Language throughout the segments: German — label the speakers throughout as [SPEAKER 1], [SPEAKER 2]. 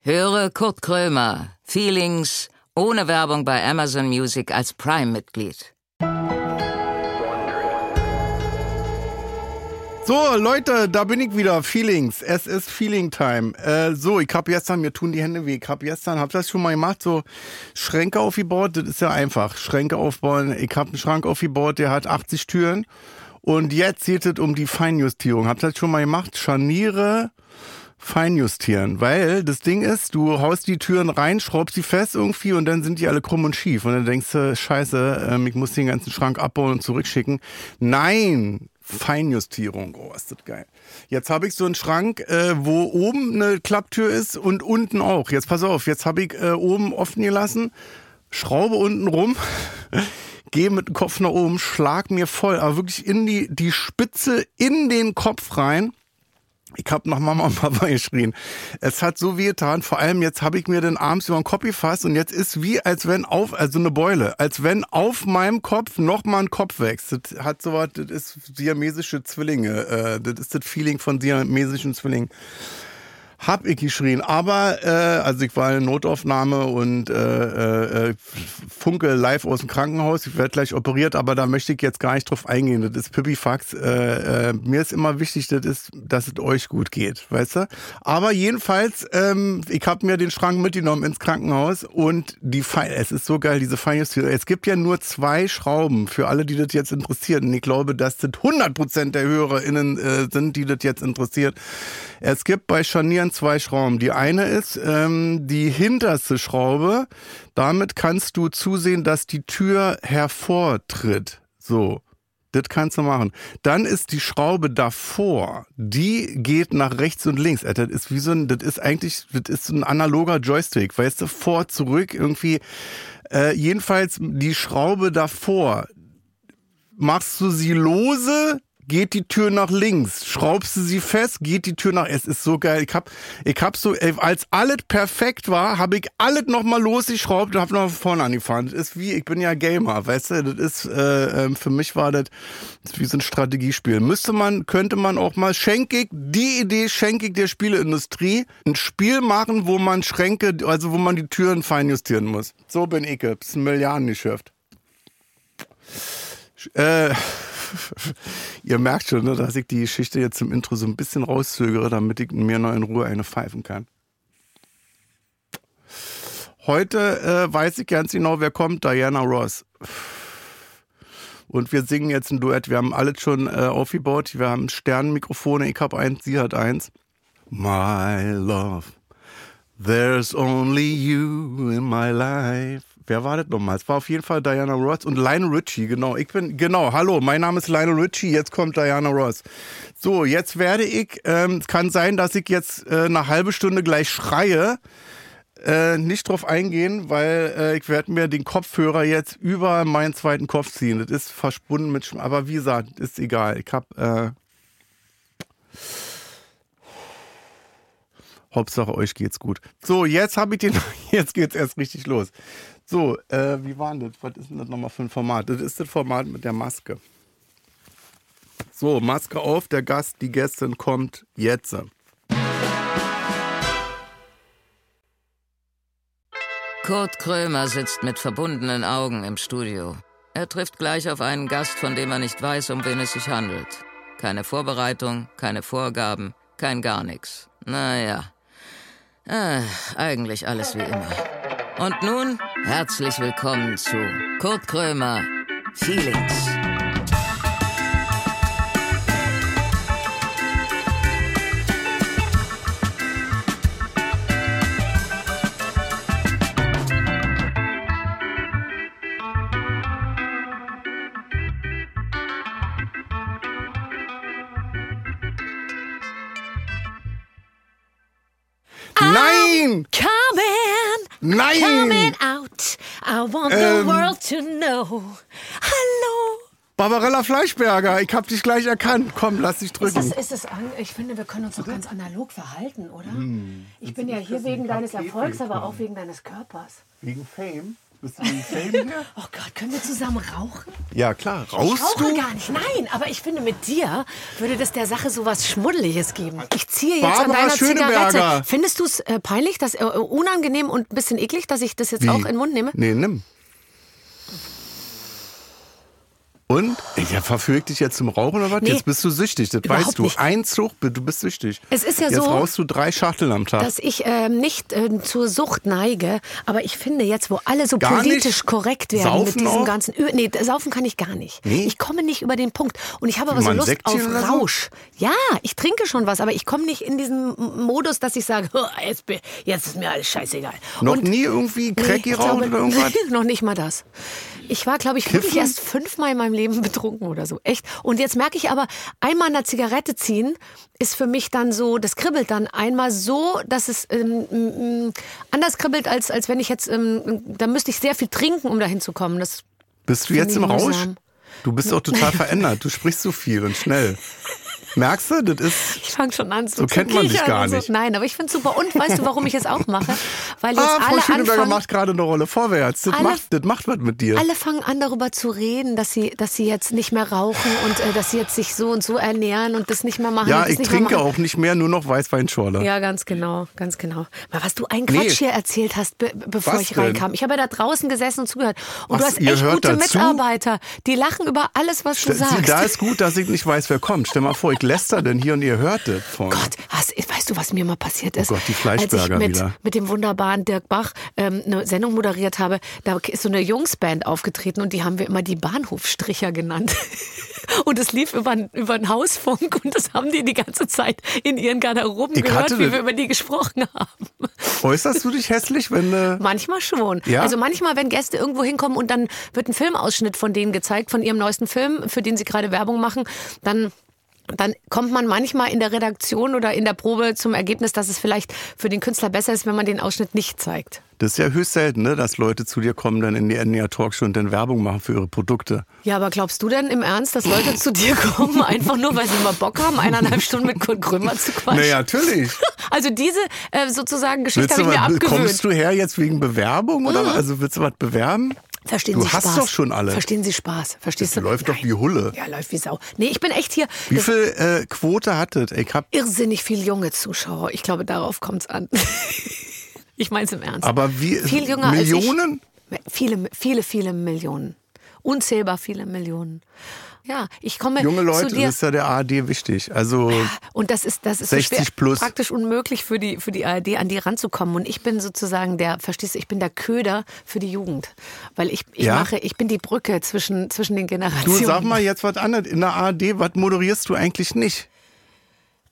[SPEAKER 1] Höre Kurt Krömer, Feelings, ohne Werbung bei Amazon Music als Prime-Mitglied.
[SPEAKER 2] So, Leute, da bin ich wieder. Feelings. Es ist Feeling Time. Äh, so, ich hab gestern, mir tun die Hände weh. Ich hab gestern, hab das schon mal gemacht, so Schränke aufgebaut. Das ist ja einfach. Schränke aufbauen. Ich hab einen Schrank aufgebaut, der hat 80 Türen. Und jetzt geht es um die Feinjustierung. Hab das schon mal gemacht. Scharniere feinjustieren. Weil das Ding ist, du haust die Türen rein, schraubst sie fest irgendwie und dann sind die alle krumm und schief. Und dann denkst du, scheiße, ähm, ich muss den ganzen Schrank abbauen und zurückschicken. Nein! Feinjustierung, oh, ist das geil. Jetzt habe ich so einen Schrank, äh, wo oben eine Klapptür ist und unten auch. Jetzt pass auf, jetzt habe ich äh, oben offen gelassen, Schraube unten rum, gehe mit dem Kopf nach oben, schlag mir voll, aber wirklich in die, die Spitze in den Kopf rein. Ich habe nach Mama und Papa geschrien. Es hat so weh getan. Vor allem jetzt habe ich mir den abends über den Kopf gefasst und jetzt ist wie als wenn auf, also eine Beule, als wenn auf meinem Kopf nochmal ein Kopf wächst. Das hat sowas, das ist siamesische Zwillinge. Äh, Das ist das Feeling von siamesischen Zwillingen. Hab ich geschrien, aber äh, also ich war in Notaufnahme und äh, äh, funke live aus dem Krankenhaus. Ich werde gleich operiert, aber da möchte ich jetzt gar nicht drauf eingehen. Das ist Pipifax. Äh, äh, mir ist immer wichtig, das ist, dass es euch gut geht, weißt du? Aber jedenfalls, ähm, ich habe mir den Schrank mitgenommen ins Krankenhaus und die Fein, es ist so geil, diese Feinjustierung. Es gibt ja nur zwei Schrauben für alle, die das jetzt interessiert. Und ich glaube, dass das 100% der HörerInnen äh, sind, die das jetzt interessiert. Es gibt bei Scharnieren zwei Schrauben. Die eine ist ähm, die hinterste Schraube. Damit kannst du zusehen, dass die Tür hervortritt. So. Das kannst du machen. Dann ist die Schraube davor, die geht nach rechts und links. Alter, das ist wie so ein, das ist eigentlich, das ist so ein analoger Joystick, weißt du, vor, zurück, irgendwie. Äh, jedenfalls die Schraube davor, machst du sie lose, geht die Tür nach links. Schraubst du sie fest, geht die Tür nach. Es ist so geil. Ich hab, ich hab so, ey, als alles perfekt war, habe ich alles nochmal losgeschraubt und hab noch vorne angefahren. Das ist wie, ich bin ja Gamer, weißt du? Das ist, äh, ähm, für mich war das, das ist wie so ein Strategiespiel. Müsste man, könnte man auch mal schenkig, die Idee schenkig der Spieleindustrie, ein Spiel machen, wo man Schränke, also wo man die Türen feinjustieren muss. So bin ich. Das ist ein Milliardengeschäft. Äh, ihr merkt schon, ne, dass ich die Geschichte jetzt im Intro so ein bisschen rauszögere, damit ich mir noch in Ruhe eine pfeifen kann. Heute äh, weiß ich ganz genau, wer kommt. Diana Ross. Und wir singen jetzt ein Duett. Wir haben alles schon äh, aufgebaut. Wir haben Sternenmikrofone. Ich habe eins, sie hat eins. My love, there's only you in my life. Wer war das nochmal? Es war auf jeden Fall Diana Ross und Lionel Richie, genau. Ich bin, genau, hallo, mein Name ist Lionel Richie, jetzt kommt Diana Ross. So, jetzt werde ich, ähm, es kann sein, dass ich jetzt äh, eine halbe Stunde gleich schreie, äh, nicht drauf eingehen, weil äh, ich werde mir den Kopfhörer jetzt über meinen zweiten Kopf ziehen. Das ist verspunden mit, Schm- aber wie gesagt, ist egal. Ich hab, äh, Hauptsache euch geht's gut. So, jetzt habe ich den, jetzt geht's erst richtig los. So, äh, wie war denn das? Was ist denn das nochmal für ein Format? Das ist das Format mit der Maske. So, Maske auf, der Gast, die Gästin kommt jetzt.
[SPEAKER 1] Kurt Krömer sitzt mit verbundenen Augen im Studio. Er trifft gleich auf einen Gast, von dem er nicht weiß, um wen es sich handelt. Keine Vorbereitung, keine Vorgaben, kein gar nichts. Naja, äh, eigentlich alles wie immer. Und nun herzlich willkommen zu Kurt Krömer, Feelings.
[SPEAKER 2] Nein!
[SPEAKER 3] Coming, coming
[SPEAKER 2] Nein!
[SPEAKER 3] out. I want
[SPEAKER 2] Hmm. Ähm.
[SPEAKER 3] the world to know. Hallo.
[SPEAKER 2] Barbarella Fleischberger, ich hab dich gleich erkannt. Komm, lass dich
[SPEAKER 4] Ist es,
[SPEAKER 2] drücken.
[SPEAKER 4] ist es an, ich finde, wir können uns doch ganz analog verhalten,
[SPEAKER 2] Hm.
[SPEAKER 4] oder? Ich bin ja hier wegen deines Erfolgs, aber auch wegen deines Körpers.
[SPEAKER 2] Wegen Fame? Bist du im Fame hier?
[SPEAKER 4] Oh Gott, können wir zusammen rauchen?
[SPEAKER 2] Ja, klar. Raus
[SPEAKER 4] Rauchen
[SPEAKER 2] du?
[SPEAKER 4] gar nicht. Nein, aber ich finde, mit dir würde das der Sache so was Schmuddeliges geben. Ich ziehe jetzt
[SPEAKER 2] Barbara
[SPEAKER 4] an deiner
[SPEAKER 2] Schöneberger.
[SPEAKER 4] Zigarette. Findest du es äh, peinlich, dass, äh, unangenehm und ein bisschen eklig, dass ich das jetzt auch in den Mund nehme?
[SPEAKER 2] Nee, nimm. Und? Ey, Der verfügt dich jetzt zum Rauchen oder was?
[SPEAKER 4] Nee.
[SPEAKER 2] Jetzt bist du süchtig, das
[SPEAKER 4] Überhaupt
[SPEAKER 2] weißt du.
[SPEAKER 4] nicht.
[SPEAKER 2] Ein Zug, du bist süchtig.
[SPEAKER 4] Es ist ja
[SPEAKER 2] jetzt
[SPEAKER 4] so,
[SPEAKER 2] rauchst du drei Schachteln am Tag.
[SPEAKER 4] Dass ich ähm, nicht ähm, zur Sucht neige, aber ich finde jetzt, wo alle so
[SPEAKER 2] Gar nicht?
[SPEAKER 4] politisch korrekt werden
[SPEAKER 2] Saufen
[SPEAKER 4] mit diesem
[SPEAKER 2] auch?
[SPEAKER 4] ganzen. Ü nee, saufen kann ich gar nicht.
[SPEAKER 2] Nee?
[SPEAKER 4] Ich komme nicht über den Punkt. Und ich habe aber
[SPEAKER 2] Mal
[SPEAKER 4] so
[SPEAKER 2] ein
[SPEAKER 4] Lust
[SPEAKER 2] Säckchen
[SPEAKER 4] auf
[SPEAKER 2] oder so?
[SPEAKER 4] Rausch. Ja, ich trinke schon was, aber ich komme nicht in diesen M- Modus, dass ich sage, "Oh, jetzt, bin- jetzt ist mir alles scheißegal.
[SPEAKER 2] Noch
[SPEAKER 4] Und
[SPEAKER 2] nie irgendwie Cracky
[SPEAKER 4] ich
[SPEAKER 2] rauchen
[SPEAKER 4] glaube,
[SPEAKER 2] oder irgendwas?
[SPEAKER 4] noch nicht mal das. Ich war, glaube ich, wirklich
[SPEAKER 2] Kiffen?
[SPEAKER 4] erst fünfmal in meinem Leben betrunken oder so. Echt. Und jetzt merke ich aber, einmal eine Zigarette ziehen ist für mich dann so, das kribbelt dann einmal so, dass es ähm, m- m- anders kribbelt, als, als wenn ich jetzt, ähm, da müsste ich sehr viel trinken, um dahin zu kommen. Das,
[SPEAKER 2] Bist du jetzt im
[SPEAKER 4] Finde ich
[SPEAKER 2] Rausch?
[SPEAKER 4] mühsam.
[SPEAKER 2] Du bist auch total verändert. Du sprichst so viel und schnell. Merkst du, das ist.
[SPEAKER 4] ich fange schon an zu
[SPEAKER 2] So kennt man dich
[SPEAKER 4] kichern
[SPEAKER 2] gar
[SPEAKER 4] und so.
[SPEAKER 2] nicht.
[SPEAKER 4] Nein, aber ich finde es super. Und weißt du, warum ich es auch mache? Weil jetzt
[SPEAKER 2] Ah, Frau
[SPEAKER 4] alle
[SPEAKER 2] Schöneberger
[SPEAKER 4] anfangen,
[SPEAKER 2] macht gerade eine Rolle vorwärts. Das,
[SPEAKER 4] Alle-
[SPEAKER 2] macht, das macht was mit dir.
[SPEAKER 4] Alle fangen an, darüber zu reden, dass sie, dass sie jetzt nicht mehr rauchen und äh, dass sie jetzt sich so und so ernähren und das nicht mehr machen. und
[SPEAKER 2] ja,
[SPEAKER 4] das
[SPEAKER 2] ich
[SPEAKER 4] nicht
[SPEAKER 2] trinke
[SPEAKER 4] mehr machen.
[SPEAKER 2] auch nicht mehr, nur noch Weißweinschorle.
[SPEAKER 4] Ja, ganz genau, ganz genau. Mal, was du einen
[SPEAKER 2] Nee.
[SPEAKER 4] Quatsch hier erzählt hast, be bevor
[SPEAKER 2] Was
[SPEAKER 4] ich
[SPEAKER 2] denn?
[SPEAKER 4] reinkam. Ich habe ja da draußen gesessen und zugehört. Und
[SPEAKER 2] Was,
[SPEAKER 4] du hast
[SPEAKER 2] ihr
[SPEAKER 4] echt
[SPEAKER 2] hört
[SPEAKER 4] gute
[SPEAKER 2] dazu?
[SPEAKER 4] Mitarbeiter, die lachen über alles, was du
[SPEAKER 2] Da- Sie,
[SPEAKER 4] sagst.
[SPEAKER 2] da ist gut, dass ich nicht weiß, wer kommt. Stell mal vor, ich läster denn hier und ihr hört das von.
[SPEAKER 4] Gott, was, weißt du, was mir mal passiert ist?
[SPEAKER 2] Oh Gott, die
[SPEAKER 4] Als ich
[SPEAKER 2] Fleischberger
[SPEAKER 4] mit,
[SPEAKER 2] wieder.
[SPEAKER 4] mit dem wunderbaren Dirk Bach ähm, eine Sendung moderiert habe, da ist so eine Jungsband aufgetreten und die haben wir immer die Bahnhofstricher genannt. Und es lief über, über den Hausfunk und das haben die die ganze Zeit in ihren Garderoben
[SPEAKER 2] Ich hatte
[SPEAKER 4] gehört, wie
[SPEAKER 2] das-
[SPEAKER 4] wir über die gesprochen haben.
[SPEAKER 2] Äußerst du dich hässlich, wenn. Äh,
[SPEAKER 4] Manchmal schon.
[SPEAKER 2] Ja?
[SPEAKER 4] Also manchmal, wenn Gäste irgendwo hinkommen und dann wird ein Filmausschnitt von denen gezeigt, von ihrem neuesten Film, für den sie gerade Werbung machen, dann dann kommt man manchmal in der Redaktion oder in der Probe zum Ergebnis, dass es vielleicht für den Künstler besser ist, wenn man den Ausschnitt nicht zeigt.
[SPEAKER 2] das ist ja höchst selten, ne, dass Leute zu dir kommen, dann in die NDR Talkshow und dann Werbung machen für ihre Produkte.
[SPEAKER 4] Ja, aber glaubst du denn im Ernst, dass Leute zu dir kommen, einfach nur, weil sie mal Bock haben, eineinhalb Stunden mit Kurt Krömer zu quatschen?
[SPEAKER 2] Naja, natürlich.
[SPEAKER 4] Also diese äh, sozusagen
[SPEAKER 2] Willst
[SPEAKER 4] Geschichte habe
[SPEAKER 2] du
[SPEAKER 4] ich mir
[SPEAKER 2] was,
[SPEAKER 4] abgewöhnt. Mhm.
[SPEAKER 2] kommst du her jetzt wegen Bewerbung? Oder? Also willst du was bewerben?
[SPEAKER 4] Verstehen
[SPEAKER 2] du
[SPEAKER 4] Sie
[SPEAKER 2] hast
[SPEAKER 4] Spaß.
[SPEAKER 2] doch schon alle.
[SPEAKER 4] Verstehen Sie Spaß. Verstehst
[SPEAKER 2] Das
[SPEAKER 4] du?
[SPEAKER 2] läuft doch wie Hulle.
[SPEAKER 4] Ja, läuft wie Sau. Nee, ich bin echt hier.
[SPEAKER 2] Wie
[SPEAKER 4] Das-
[SPEAKER 2] viel äh, Quote hat das? Ich hab,
[SPEAKER 4] irrsinnig viel junge Zuschauer. Ich glaube, darauf kommt es an. ich meine es im Ernst.
[SPEAKER 2] aber wie
[SPEAKER 4] viel jünger
[SPEAKER 2] Millionen?
[SPEAKER 4] als ich. Viele, viele, viele Millionen. Unzählbar viele Millionen. Ja, ich komme
[SPEAKER 2] Junge Leute,
[SPEAKER 4] zu
[SPEAKER 2] das
[SPEAKER 4] dir.
[SPEAKER 2] ist ja der ARD wichtig. Also
[SPEAKER 4] und das ist, das ist so
[SPEAKER 2] 60
[SPEAKER 4] schwer,
[SPEAKER 2] plus.
[SPEAKER 4] praktisch unmöglich für die, für die ARD an die ranzukommen. Und ich bin sozusagen der, verstehst du, ich bin der Köder für die Jugend. Weil ich, ich
[SPEAKER 2] Ja?
[SPEAKER 4] mache, ich bin die Brücke zwischen, zwischen den
[SPEAKER 2] du
[SPEAKER 4] Generationen.
[SPEAKER 2] sag mal jetzt was anderes. In der ARD, was moderierst du eigentlich nicht?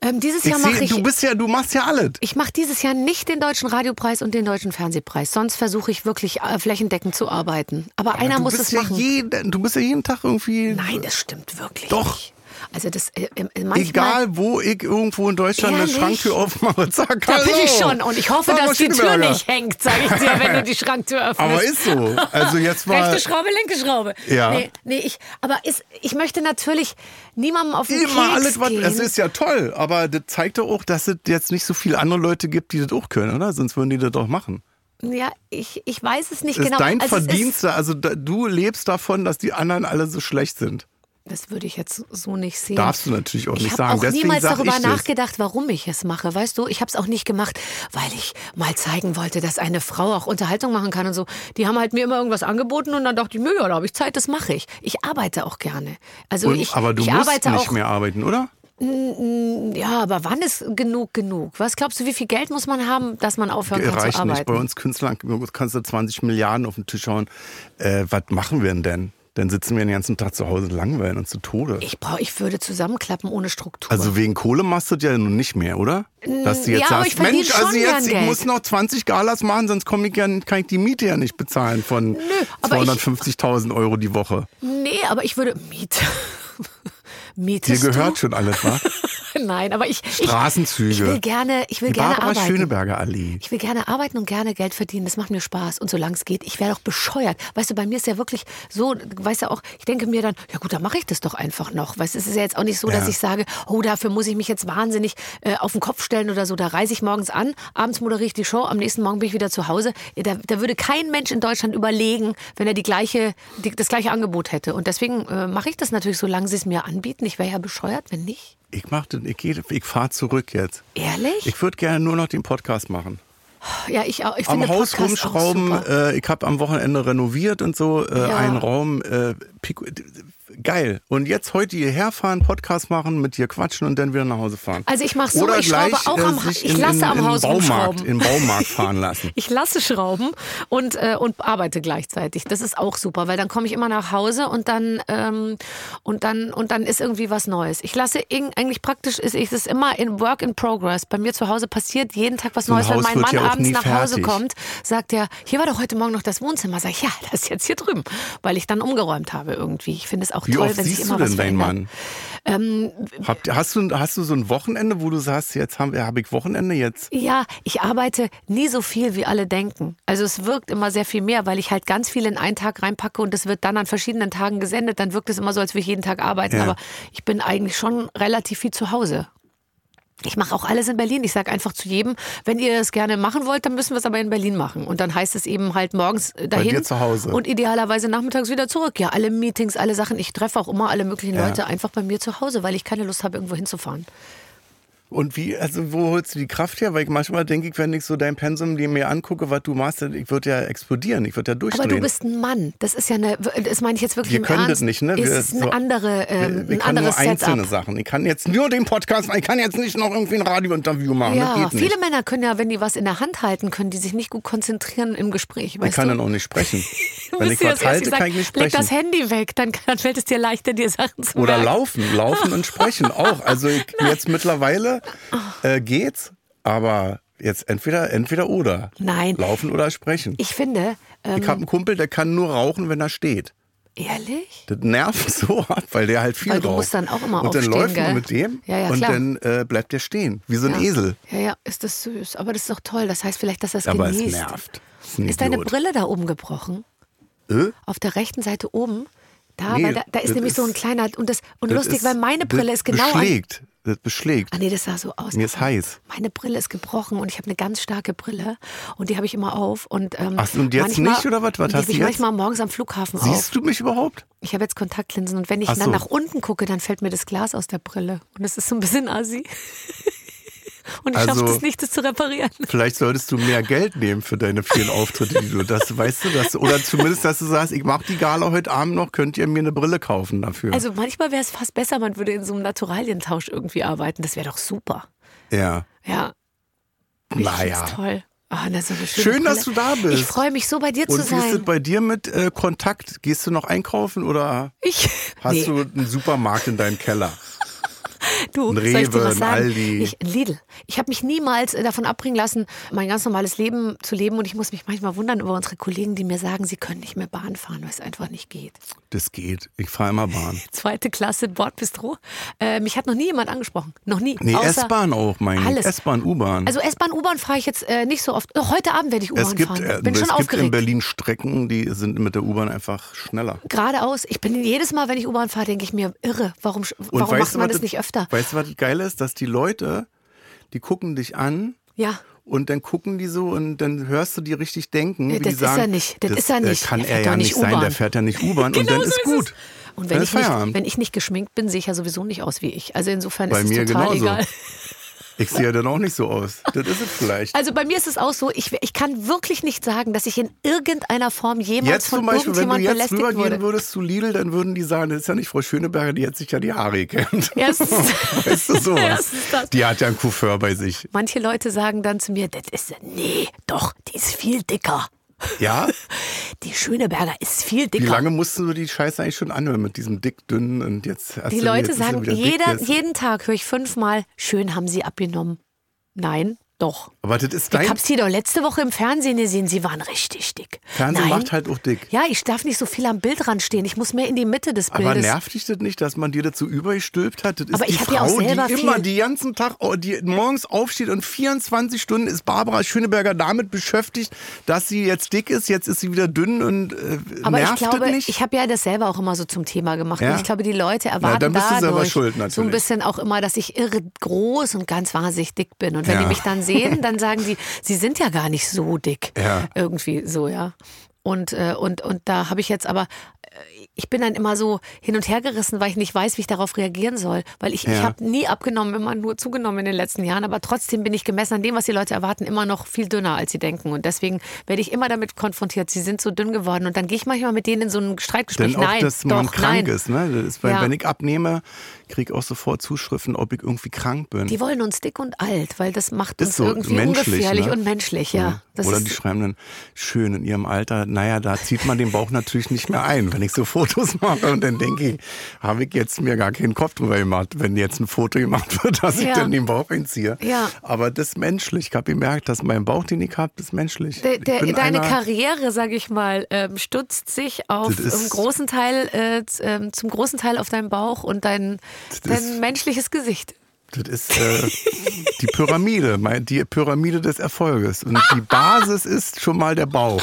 [SPEAKER 4] ähm, dieses
[SPEAKER 2] Ich
[SPEAKER 4] Jahr mache
[SPEAKER 2] seh,
[SPEAKER 4] ich.
[SPEAKER 2] du bist ja, du machst ja alles.
[SPEAKER 4] Ich mache dieses Jahr nicht den deutschen Radiopreis und den deutschen Fernsehpreis. Sonst versuche ich wirklich äh, flächendeckend zu arbeiten. Aber, einer
[SPEAKER 2] du
[SPEAKER 4] muss
[SPEAKER 2] bist
[SPEAKER 4] es
[SPEAKER 2] ja
[SPEAKER 4] machen.
[SPEAKER 2] Jeden, du bist ja jeden Tag irgendwie.
[SPEAKER 4] Nein, das stimmt wirklich.
[SPEAKER 2] Doch.
[SPEAKER 4] Nicht. Also das äh, äh, manchmal.
[SPEAKER 2] Egal, wo ich irgendwo in Deutschland
[SPEAKER 4] Ehrlich?
[SPEAKER 2] eine Schranktür aufmache, zack,
[SPEAKER 4] Da bin
[SPEAKER 2] hallo.
[SPEAKER 4] ich schon und ich hoffe,
[SPEAKER 2] Barbara
[SPEAKER 4] dass die Tür
[SPEAKER 2] Schöneberger.
[SPEAKER 4] nicht hängt, sage ich dir, wenn du die Schranktür öffnest.
[SPEAKER 2] Aber ist so. Also jetzt mal-
[SPEAKER 4] Rechte Schraube, linke Schraube.
[SPEAKER 2] Ja.
[SPEAKER 4] Nee, nee ich, aber ist, ich möchte natürlich niemandem auf den
[SPEAKER 2] Immer
[SPEAKER 4] Keks
[SPEAKER 2] alles, was,
[SPEAKER 4] gehen.
[SPEAKER 2] es ist ja toll, aber das zeigt doch auch, dass es jetzt nicht so viele andere Leute gibt, die das auch können, oder? Sonst würden die das doch machen.
[SPEAKER 4] ja, ich, ich weiß es nicht
[SPEAKER 2] Das
[SPEAKER 4] genau.
[SPEAKER 2] ist dein
[SPEAKER 4] Also es ist-
[SPEAKER 2] Verdienst, also da, du lebst davon, dass die anderen alle so schlecht sind.
[SPEAKER 4] Das würde ich jetzt so nicht sehen.
[SPEAKER 2] Darfst du natürlich auch
[SPEAKER 4] ich
[SPEAKER 2] nicht
[SPEAKER 4] hab
[SPEAKER 2] sagen.
[SPEAKER 4] auch
[SPEAKER 2] Deswegen
[SPEAKER 4] niemals
[SPEAKER 2] sag
[SPEAKER 4] darüber
[SPEAKER 2] ich das.
[SPEAKER 4] nachgedacht, warum ich es mache. Weißt du, ich habe es auch nicht gemacht, weil ich mal zeigen wollte, dass eine Frau auch Unterhaltung machen kann und so. Die haben halt mir immer irgendwas angeboten und dann dachte ich, nö, ja, da habe ich Zeit, das mache ich. Ich arbeite auch gerne. Also
[SPEAKER 2] Und,
[SPEAKER 4] ich,
[SPEAKER 2] aber du
[SPEAKER 4] ich
[SPEAKER 2] musst
[SPEAKER 4] arbeite
[SPEAKER 2] nicht
[SPEAKER 4] auch,
[SPEAKER 2] mehr arbeiten, oder?
[SPEAKER 4] Ja, aber wann ist genug genug? Was glaubst du, wie viel Geld muss man haben, dass man aufhören kann zu
[SPEAKER 2] Reicht nicht. Bei
[SPEAKER 4] arbeiten?
[SPEAKER 2] uns Künstlern kannst du 20 Milliarden auf den Tisch hauen. Äh, was machen wir denn denn? Dann sitzen wir den ganzen Tag zu Hause und langweilen uns zu Tode.
[SPEAKER 4] Ich brauche, ich würde zusammenklappen ohne Struktur.
[SPEAKER 2] also wegen Kohle machst du das ja nun nicht mehr, oder? Dass du jetzt
[SPEAKER 4] ja, aber
[SPEAKER 2] sagst,
[SPEAKER 4] ich verdiene
[SPEAKER 2] Mensch, also
[SPEAKER 4] schon
[SPEAKER 2] jetzt,
[SPEAKER 4] gern
[SPEAKER 2] ich
[SPEAKER 4] Geld.
[SPEAKER 2] muss noch 20 Galas machen, sonst komm ich ja, kann ich die Miete ja nicht bezahlen von
[SPEAKER 4] aber ich-
[SPEAKER 2] 250.000 Euro die Woche.
[SPEAKER 4] nee, aber ich würde Miete.
[SPEAKER 2] Dir
[SPEAKER 4] Mietest du?
[SPEAKER 2] gehört schon alles, wa?
[SPEAKER 4] Nein, aber ich, ich,
[SPEAKER 2] Straßenzüge.
[SPEAKER 4] ich will gerne, ich will
[SPEAKER 2] Die
[SPEAKER 4] gerne
[SPEAKER 2] Barbara
[SPEAKER 4] arbeiten.
[SPEAKER 2] Schöneberger Allee.
[SPEAKER 4] Ich will gerne arbeiten und gerne Geld verdienen. Das macht mir Spaß. Und solange es geht, ich wäre doch bescheuert. Weißt du, bei mir ist ja wirklich so, weißt du auch, ich denke mir dann, ja gut, dann mache ich das doch einfach noch. Weißt du, es ist ja jetzt auch nicht so, dass
[SPEAKER 2] Ja.
[SPEAKER 4] ich sage, oh, dafür muss ich mich jetzt wahnsinnig äh, auf den Kopf stellen oder so. Da reise ich morgens an, abends moderiere ich die Show, am nächsten Morgen bin ich wieder zu Hause. Da, da würde kein Mensch in Deutschland überlegen, wenn er die gleiche, die, das gleiche Angebot hätte. Und deswegen äh, mache ich das natürlich, solange sie es mir anbieten. Ich wäre ja bescheuert, wenn nicht.
[SPEAKER 2] Ich mach den, ich, geh- ich fahre zurück jetzt.
[SPEAKER 4] Ehrlich?
[SPEAKER 2] Ich würde gerne nur noch den Podcast machen.
[SPEAKER 4] ja, ich, auch- ich
[SPEAKER 2] Am
[SPEAKER 4] finde
[SPEAKER 2] Haus
[SPEAKER 4] Podcast auch
[SPEAKER 2] rumschrauben,
[SPEAKER 4] super.
[SPEAKER 2] äh, ich habe am Wochenende renoviert und so, äh,
[SPEAKER 4] Ja.
[SPEAKER 2] einen Raum, äh, pico- d- d- geil. Und jetzt heute hierher fahren, Podcast machen, mit dir quatschen und dann wieder nach Hause fahren.
[SPEAKER 4] Also ich mach's so,
[SPEAKER 2] Oder
[SPEAKER 4] ich
[SPEAKER 2] gleich,
[SPEAKER 4] schraube auch
[SPEAKER 2] äh,
[SPEAKER 4] am-
[SPEAKER 2] sich
[SPEAKER 4] ich
[SPEAKER 2] in,
[SPEAKER 4] lasse
[SPEAKER 2] in,
[SPEAKER 4] am
[SPEAKER 2] in
[SPEAKER 4] Haus
[SPEAKER 2] Baumarkt,
[SPEAKER 4] rumschrauben.
[SPEAKER 2] In Baumarkt fahren lassen.
[SPEAKER 4] Ich lasse Schrauben und, äh, und arbeite gleichzeitig. Das ist auch super, weil dann komme ich immer nach Hause und dann, ähm, und dann und dann ist irgendwie was Neues. Ich lasse irgend- eigentlich praktisch ist ich es ist immer in Work in Progress. Bei mir zu Hause passiert jeden Tag was
[SPEAKER 2] ein
[SPEAKER 4] Neues. Wenn
[SPEAKER 2] Haus
[SPEAKER 4] mein
[SPEAKER 2] wird
[SPEAKER 4] Mann
[SPEAKER 2] ja auch
[SPEAKER 4] abends
[SPEAKER 2] nie
[SPEAKER 4] nach Hause
[SPEAKER 2] fertig.
[SPEAKER 4] kommt, sagt er, hier war doch heute Morgen noch das Wohnzimmer. Sag ich, ja, das ist jetzt hier drüben, weil ich dann umgeräumt habe irgendwie. Ich finde es auch
[SPEAKER 2] Wie
[SPEAKER 4] toll,
[SPEAKER 2] oft
[SPEAKER 4] wenn sich
[SPEAKER 2] siehst
[SPEAKER 4] immer
[SPEAKER 2] du
[SPEAKER 4] was
[SPEAKER 2] denn deinen
[SPEAKER 4] verändert. Ähm,
[SPEAKER 2] Mann? Habt, hast, du, hast du so ein Wochenende, wo du sagst, jetzt habe hab ich Wochenende jetzt?
[SPEAKER 4] Ja, ich arbeite nie so viel, wie alle denken. Also es wirkt immer sehr viel mehr, weil ich halt ganz viel in einen Tag reinpacke und das wird dann an verschiedenen Tagen gesendet. Dann wirkt es immer so, als würde ich jeden Tag arbeiten.
[SPEAKER 2] Ja.
[SPEAKER 4] Aber ich bin eigentlich schon relativ viel zu Hause. Ich mache auch alles in Berlin. Ich sage einfach zu jedem, wenn ihr es gerne machen wollt, dann müssen wir es aber in Berlin machen. Und dann heißt es eben halt morgens äh, dahin
[SPEAKER 2] dir zu Hause.
[SPEAKER 4] und idealerweise nachmittags wieder zurück. Ja, alle Meetings, alle Sachen. Ich treffe auch immer alle möglichen
[SPEAKER 2] Ja.
[SPEAKER 4] Leute einfach bei mir zu Hause, weil ich keine Lust habe, irgendwo hinzufahren.
[SPEAKER 2] Und wie, also wo holst du die Kraft her? Weil ich manchmal denke ich, wenn ich so dein Pensum die mir angucke, was du machst, ich würde ja explodieren, ich würde ja durchdrehen.
[SPEAKER 4] Aber du bist ein Mann. Das ist ja eine. Das meine ich jetzt wirklich
[SPEAKER 2] Wir
[SPEAKER 4] im
[SPEAKER 2] können das
[SPEAKER 4] Ernst.
[SPEAKER 2] nicht, ne?
[SPEAKER 4] Es
[SPEAKER 2] Wir-
[SPEAKER 4] ist
[SPEAKER 2] so-
[SPEAKER 4] eine andere,
[SPEAKER 2] wir,
[SPEAKER 4] ähm,
[SPEAKER 2] wir
[SPEAKER 4] ein
[SPEAKER 2] können nur
[SPEAKER 4] anderes
[SPEAKER 2] einzelne
[SPEAKER 4] Setup.
[SPEAKER 2] Sachen. Ich kann jetzt nur den Podcast machen, ich kann jetzt nicht noch irgendwie ein Radiointerview machen.
[SPEAKER 4] Ja,
[SPEAKER 2] das geht nicht.
[SPEAKER 4] viele Männer können ja, wenn die was in der Hand halten, können die sich nicht gut konzentrieren im Gespräch.
[SPEAKER 2] Ich
[SPEAKER 4] Weißt
[SPEAKER 2] kann
[SPEAKER 4] du?
[SPEAKER 2] dann auch nicht sprechen.
[SPEAKER 4] Du
[SPEAKER 2] wenn
[SPEAKER 4] bist
[SPEAKER 2] ich
[SPEAKER 4] ja
[SPEAKER 2] was
[SPEAKER 4] das Erste,
[SPEAKER 2] halte,
[SPEAKER 4] sag,
[SPEAKER 2] kann ich nicht
[SPEAKER 4] Leg das
[SPEAKER 2] sprechen.
[SPEAKER 4] Handy weg, dann, dann fällt es dir leichter, dir Sachen zu
[SPEAKER 2] Oder
[SPEAKER 4] merken.
[SPEAKER 2] laufen, laufen und sprechen auch. Also ich, jetzt mittlerweile
[SPEAKER 4] Oh.
[SPEAKER 2] äh, geht's, aber jetzt entweder, entweder oder.
[SPEAKER 4] Nein.
[SPEAKER 2] Laufen oder sprechen.
[SPEAKER 4] Ich finde, ähm,
[SPEAKER 2] Ich habe einen Kumpel, der kann nur rauchen, wenn er steht.
[SPEAKER 4] ehrlich?
[SPEAKER 2] Das nervt so ab, weil der halt viel
[SPEAKER 4] Weil du
[SPEAKER 2] raucht.
[SPEAKER 4] musst dann auch immer
[SPEAKER 2] Und dann
[SPEAKER 4] aufstehen,
[SPEAKER 2] läuft
[SPEAKER 4] gell?
[SPEAKER 2] man mit dem
[SPEAKER 4] Ja, ja,
[SPEAKER 2] und
[SPEAKER 4] klar.
[SPEAKER 2] dann äh, bleibt der stehen, wie so ein
[SPEAKER 4] Ja.
[SPEAKER 2] Esel.
[SPEAKER 4] Ja, ja, ist das süß. Aber das ist doch toll. Das heißt vielleicht, dass das
[SPEAKER 2] Aber
[SPEAKER 4] genießt.
[SPEAKER 2] es nervt. Ist, ein
[SPEAKER 4] Ist deine
[SPEAKER 2] Idiot.
[SPEAKER 4] Brille da oben gebrochen?
[SPEAKER 2] Äh?
[SPEAKER 4] Auf der rechten Seite oben. Da,
[SPEAKER 2] Nee,
[SPEAKER 4] weil da, da ist
[SPEAKER 2] das
[SPEAKER 4] nämlich so
[SPEAKER 2] ist-
[SPEAKER 4] ein kleiner und das und
[SPEAKER 2] Das
[SPEAKER 4] lustig, weil meine Brille
[SPEAKER 2] das
[SPEAKER 4] ist genau an,
[SPEAKER 2] beschlägt. Das beschlägt.
[SPEAKER 4] Ah nee, das sah so aus.
[SPEAKER 2] Mir ist heiß.
[SPEAKER 4] Meine Brille ist gebrochen und ich habe eine ganz starke Brille und die habe ich immer auf und ähm,
[SPEAKER 2] Ach, und jetzt
[SPEAKER 4] manchmal,
[SPEAKER 2] nicht, oder was? Was
[SPEAKER 4] die
[SPEAKER 2] hast
[SPEAKER 4] habe
[SPEAKER 2] du
[SPEAKER 4] ich
[SPEAKER 2] jetzt?
[SPEAKER 4] manchmal morgens am Flughafen auf.
[SPEAKER 2] Siehst du mich überhaupt?
[SPEAKER 4] Ich habe jetzt Kontaktlinsen und wenn ich
[SPEAKER 2] Ach
[SPEAKER 4] dann
[SPEAKER 2] so.
[SPEAKER 4] nach unten gucke, dann fällt mir das Glas aus der Brille und es ist so ein bisschen assi. und ich schaffe
[SPEAKER 2] Also-
[SPEAKER 4] es nicht, das zu reparieren.
[SPEAKER 2] Vielleicht solltest du mehr Geld nehmen für deine vielen Auftritte, die du das weißt du das oder zumindest dass du sagst, ich mache die Gala heute Abend noch, könnt ihr mir eine Brille kaufen dafür.
[SPEAKER 4] Also manchmal wäre es fast besser, man würde in so einem Naturalientausch irgendwie arbeiten. Das wäre doch super.
[SPEAKER 2] ja.
[SPEAKER 4] Ja. Ich
[SPEAKER 2] Naja.
[SPEAKER 4] find's toll. Ah, na, so eine schöne
[SPEAKER 2] Schön, dass
[SPEAKER 4] Brille.
[SPEAKER 2] du da bist.
[SPEAKER 4] Ich freue mich so, bei dir zu
[SPEAKER 2] Und wie ist es
[SPEAKER 4] sein.
[SPEAKER 2] bei dir mit äh, Kontakt? Gehst du noch einkaufen oder
[SPEAKER 4] Ich,
[SPEAKER 2] hast
[SPEAKER 4] nee,
[SPEAKER 2] du einen Supermarkt in deinem Keller?
[SPEAKER 4] du,
[SPEAKER 2] ein
[SPEAKER 4] soll ich dir
[SPEAKER 2] Rewe,
[SPEAKER 4] was
[SPEAKER 2] ein
[SPEAKER 4] sagen?
[SPEAKER 2] Aldi?
[SPEAKER 4] Ich, Lidl. Ich habe mich niemals äh, davon abbringen lassen, mein ganz normales Leben zu leben. Und ich muss mich manchmal wundern über unsere Kollegen, die mir sagen, sie können nicht mehr Bahn fahren, weil es einfach nicht geht.
[SPEAKER 2] Das geht. Ich fahre immer Bahn.
[SPEAKER 4] Zweite Klasse Bordbistro. Äh, mich hat noch nie jemand angesprochen. Noch nie.
[SPEAKER 2] Nee,
[SPEAKER 4] Außer-
[SPEAKER 2] S-Bahn auch, meine ich.
[SPEAKER 4] Alles.
[SPEAKER 2] S-Bahn, U-Bahn.
[SPEAKER 4] Also S-Bahn, U-Bahn fahre ich jetzt äh, nicht so oft. Doch heute Abend werde ich U-Bahn
[SPEAKER 2] es gibt,
[SPEAKER 4] fahren.
[SPEAKER 2] äh,
[SPEAKER 4] Bin
[SPEAKER 2] es
[SPEAKER 4] schon
[SPEAKER 2] gibt in
[SPEAKER 4] aufgeregt.
[SPEAKER 2] Berlin Strecken, die sind mit der U-Bahn einfach schneller.
[SPEAKER 4] Geradeaus. Ich bin jedes Mal, wenn ich U-Bahn fahre, denke ich mir, irre. Warum, sch-
[SPEAKER 2] Und
[SPEAKER 4] warum macht
[SPEAKER 2] du,
[SPEAKER 4] man
[SPEAKER 2] was
[SPEAKER 4] das nicht öfter?
[SPEAKER 2] Weißt du, was das Geile ist? Dass die Leute, die gucken dich an
[SPEAKER 4] Ja.
[SPEAKER 2] und dann gucken die so und dann hörst du die richtig denken.
[SPEAKER 4] Ja,
[SPEAKER 2] wie
[SPEAKER 4] das
[SPEAKER 2] die
[SPEAKER 4] ist
[SPEAKER 2] sagen,
[SPEAKER 4] er nicht, das ist er
[SPEAKER 2] äh,
[SPEAKER 4] nicht.
[SPEAKER 2] Kann
[SPEAKER 4] Der
[SPEAKER 2] er
[SPEAKER 4] fährt
[SPEAKER 2] ja
[SPEAKER 4] doch nicht
[SPEAKER 2] nicht sein, der
[SPEAKER 4] U-Bahn. Genau
[SPEAKER 2] fährt ja nicht U-Bahn und dann
[SPEAKER 4] so
[SPEAKER 2] ist
[SPEAKER 4] ist
[SPEAKER 2] gut.
[SPEAKER 4] Und
[SPEAKER 2] Dann
[SPEAKER 4] wenn
[SPEAKER 2] ist
[SPEAKER 4] ich, nicht,
[SPEAKER 2] Feierabend.
[SPEAKER 4] wenn ich nicht geschminkt bin, sehe ich ja sowieso nicht aus wie ich. Also insofern
[SPEAKER 2] Bei
[SPEAKER 4] ist
[SPEAKER 2] mir
[SPEAKER 4] es total
[SPEAKER 2] genauso.
[SPEAKER 4] egal.
[SPEAKER 2] Ich sehe ja dann auch nicht so aus. Das ist es vielleicht.
[SPEAKER 4] Also bei mir ist es auch so, ich, ich kann wirklich nicht sagen, dass ich in irgendeiner Form jemals
[SPEAKER 2] Jetzt
[SPEAKER 4] von
[SPEAKER 2] zum Beispiel, wenn du
[SPEAKER 4] irgendjemandem
[SPEAKER 2] jetzt
[SPEAKER 4] belästigt
[SPEAKER 2] rübergehen
[SPEAKER 4] wurde.
[SPEAKER 2] würdest zu Lidl, dann würden die sagen, das ist ja nicht Frau Schöneberger, die hat sich ja die Haare gekämmt.
[SPEAKER 4] Erstens-
[SPEAKER 2] weißt du sowas?
[SPEAKER 4] Erstens das.
[SPEAKER 2] Die hat ja einen Coiffeur bei sich.
[SPEAKER 4] Manche Leute sagen dann zu mir, das ist, nee, doch, die ist viel dicker.
[SPEAKER 2] Ja?
[SPEAKER 4] Die Schöneberger ist viel
[SPEAKER 2] Wie
[SPEAKER 4] dicker.
[SPEAKER 2] lange mussten du die Scheiße eigentlich schon anhören mit diesem dick, dünn und jetzt hast
[SPEAKER 4] Die
[SPEAKER 2] du, jetzt
[SPEAKER 4] Leute
[SPEAKER 2] ist er
[SPEAKER 4] sagen,
[SPEAKER 2] wieder dick,
[SPEAKER 4] jeder,
[SPEAKER 2] jetzt-
[SPEAKER 4] jeden Tag höre ich fünfmal, schön haben sie abgenommen. Nein, doch.
[SPEAKER 2] Aber das ist
[SPEAKER 4] Ich
[SPEAKER 2] dein.
[SPEAKER 4] hab's hier doch letzte Woche im Fernsehen gesehen, sie waren richtig dick.
[SPEAKER 2] Fernsehen
[SPEAKER 4] Nein.
[SPEAKER 2] macht halt auch dick.
[SPEAKER 4] Ja, ich darf nicht so viel am Bildrand stehen. Ich muss mehr in die Mitte des Bildes.
[SPEAKER 2] Aber nervt dich das nicht, dass man dir das so übergestülpt hat? Das ist
[SPEAKER 4] Aber
[SPEAKER 2] die
[SPEAKER 4] ich hab
[SPEAKER 2] Frau,
[SPEAKER 4] ja auch selber
[SPEAKER 2] die immer
[SPEAKER 4] viel-
[SPEAKER 2] die ganzen Tag, oh, die morgens aufsteht und 24 Stunden ist Barbara Schöneberger damit beschäftigt, dass sie jetzt dick ist, jetzt ist sie wieder dünn und äh,
[SPEAKER 4] Aber
[SPEAKER 2] nervt
[SPEAKER 4] ich glaube,
[SPEAKER 2] das nicht?
[SPEAKER 4] ich habe ja das selber auch immer so zum Thema gemacht.
[SPEAKER 2] Ja.
[SPEAKER 4] Und ich glaube, die Leute erwarten
[SPEAKER 2] Na, dann bist du
[SPEAKER 4] dadurch
[SPEAKER 2] selber schuld, natürlich.
[SPEAKER 4] so ein bisschen auch immer, dass ich irre groß und ganz wahnsinnig dick bin. Und wenn
[SPEAKER 2] Ja.
[SPEAKER 4] die mich dann sehen, dann sagen sie, sie sind ja gar nicht so dick.
[SPEAKER 2] Ja.
[SPEAKER 4] Irgendwie so, ja. Und, äh, und, und da habe ich jetzt aber, äh, ich bin dann immer so hin und her gerissen, weil ich nicht weiß, wie ich darauf reagieren soll. Weil ich, ich
[SPEAKER 2] Ja.
[SPEAKER 4] habe nie abgenommen, immer nur zugenommen in den letzten Jahren. Aber trotzdem bin ich gemessen an dem, was die Leute erwarten, immer noch viel dünner, als sie denken. Und deswegen werde ich immer damit konfrontiert, sie sind so dünn geworden. Und dann gehe ich manchmal mit denen in so ein Streitgespräch.
[SPEAKER 2] Denn auch,
[SPEAKER 4] nein,
[SPEAKER 2] dass
[SPEAKER 4] doch,
[SPEAKER 2] man krank
[SPEAKER 4] nein.
[SPEAKER 2] ist. Ne? Das ist weil,
[SPEAKER 4] Ja.
[SPEAKER 2] Wenn ich abnehme, kriege ich auch sofort Zuschriften, ob ich irgendwie krank bin.
[SPEAKER 4] Die wollen uns dick und alt, weil das macht
[SPEAKER 2] Ist
[SPEAKER 4] uns
[SPEAKER 2] so
[SPEAKER 4] irgendwie
[SPEAKER 2] menschlich,
[SPEAKER 4] ungefährlich
[SPEAKER 2] ne?
[SPEAKER 4] und menschlich, ja. Das
[SPEAKER 2] Oder
[SPEAKER 4] ist,
[SPEAKER 2] die schreiben dann, schön in ihrem Alter, naja, da zieht man den Bauch natürlich nicht mehr ein, wenn ich so Fotos mache. Und dann denke ich, habe ich jetzt mir gar keinen Kopf drüber gemacht, wenn jetzt ein Foto gemacht wird, dass ich
[SPEAKER 4] Ja.
[SPEAKER 2] dann den Bauch einziehe.
[SPEAKER 4] Ja.
[SPEAKER 2] Aber das ist menschlich. Ich habe gemerkt, dass mein Bauch, den ich habe, das ist menschlich.
[SPEAKER 4] Der,
[SPEAKER 2] Ich
[SPEAKER 4] der,
[SPEAKER 2] bin
[SPEAKER 4] deine
[SPEAKER 2] einer-
[SPEAKER 4] Karriere, sage ich mal, ähm, stützt sich auf
[SPEAKER 2] Das ist-
[SPEAKER 4] im großen Teil äh, z- ähm, zum großen Teil auf deinen Bauch und dein,
[SPEAKER 2] ist-
[SPEAKER 4] dein menschliches Gesicht.
[SPEAKER 2] Das ist äh, die Pyramide, mein- die Pyramide des Erfolges. Und die Basis ist schon mal der Bauch.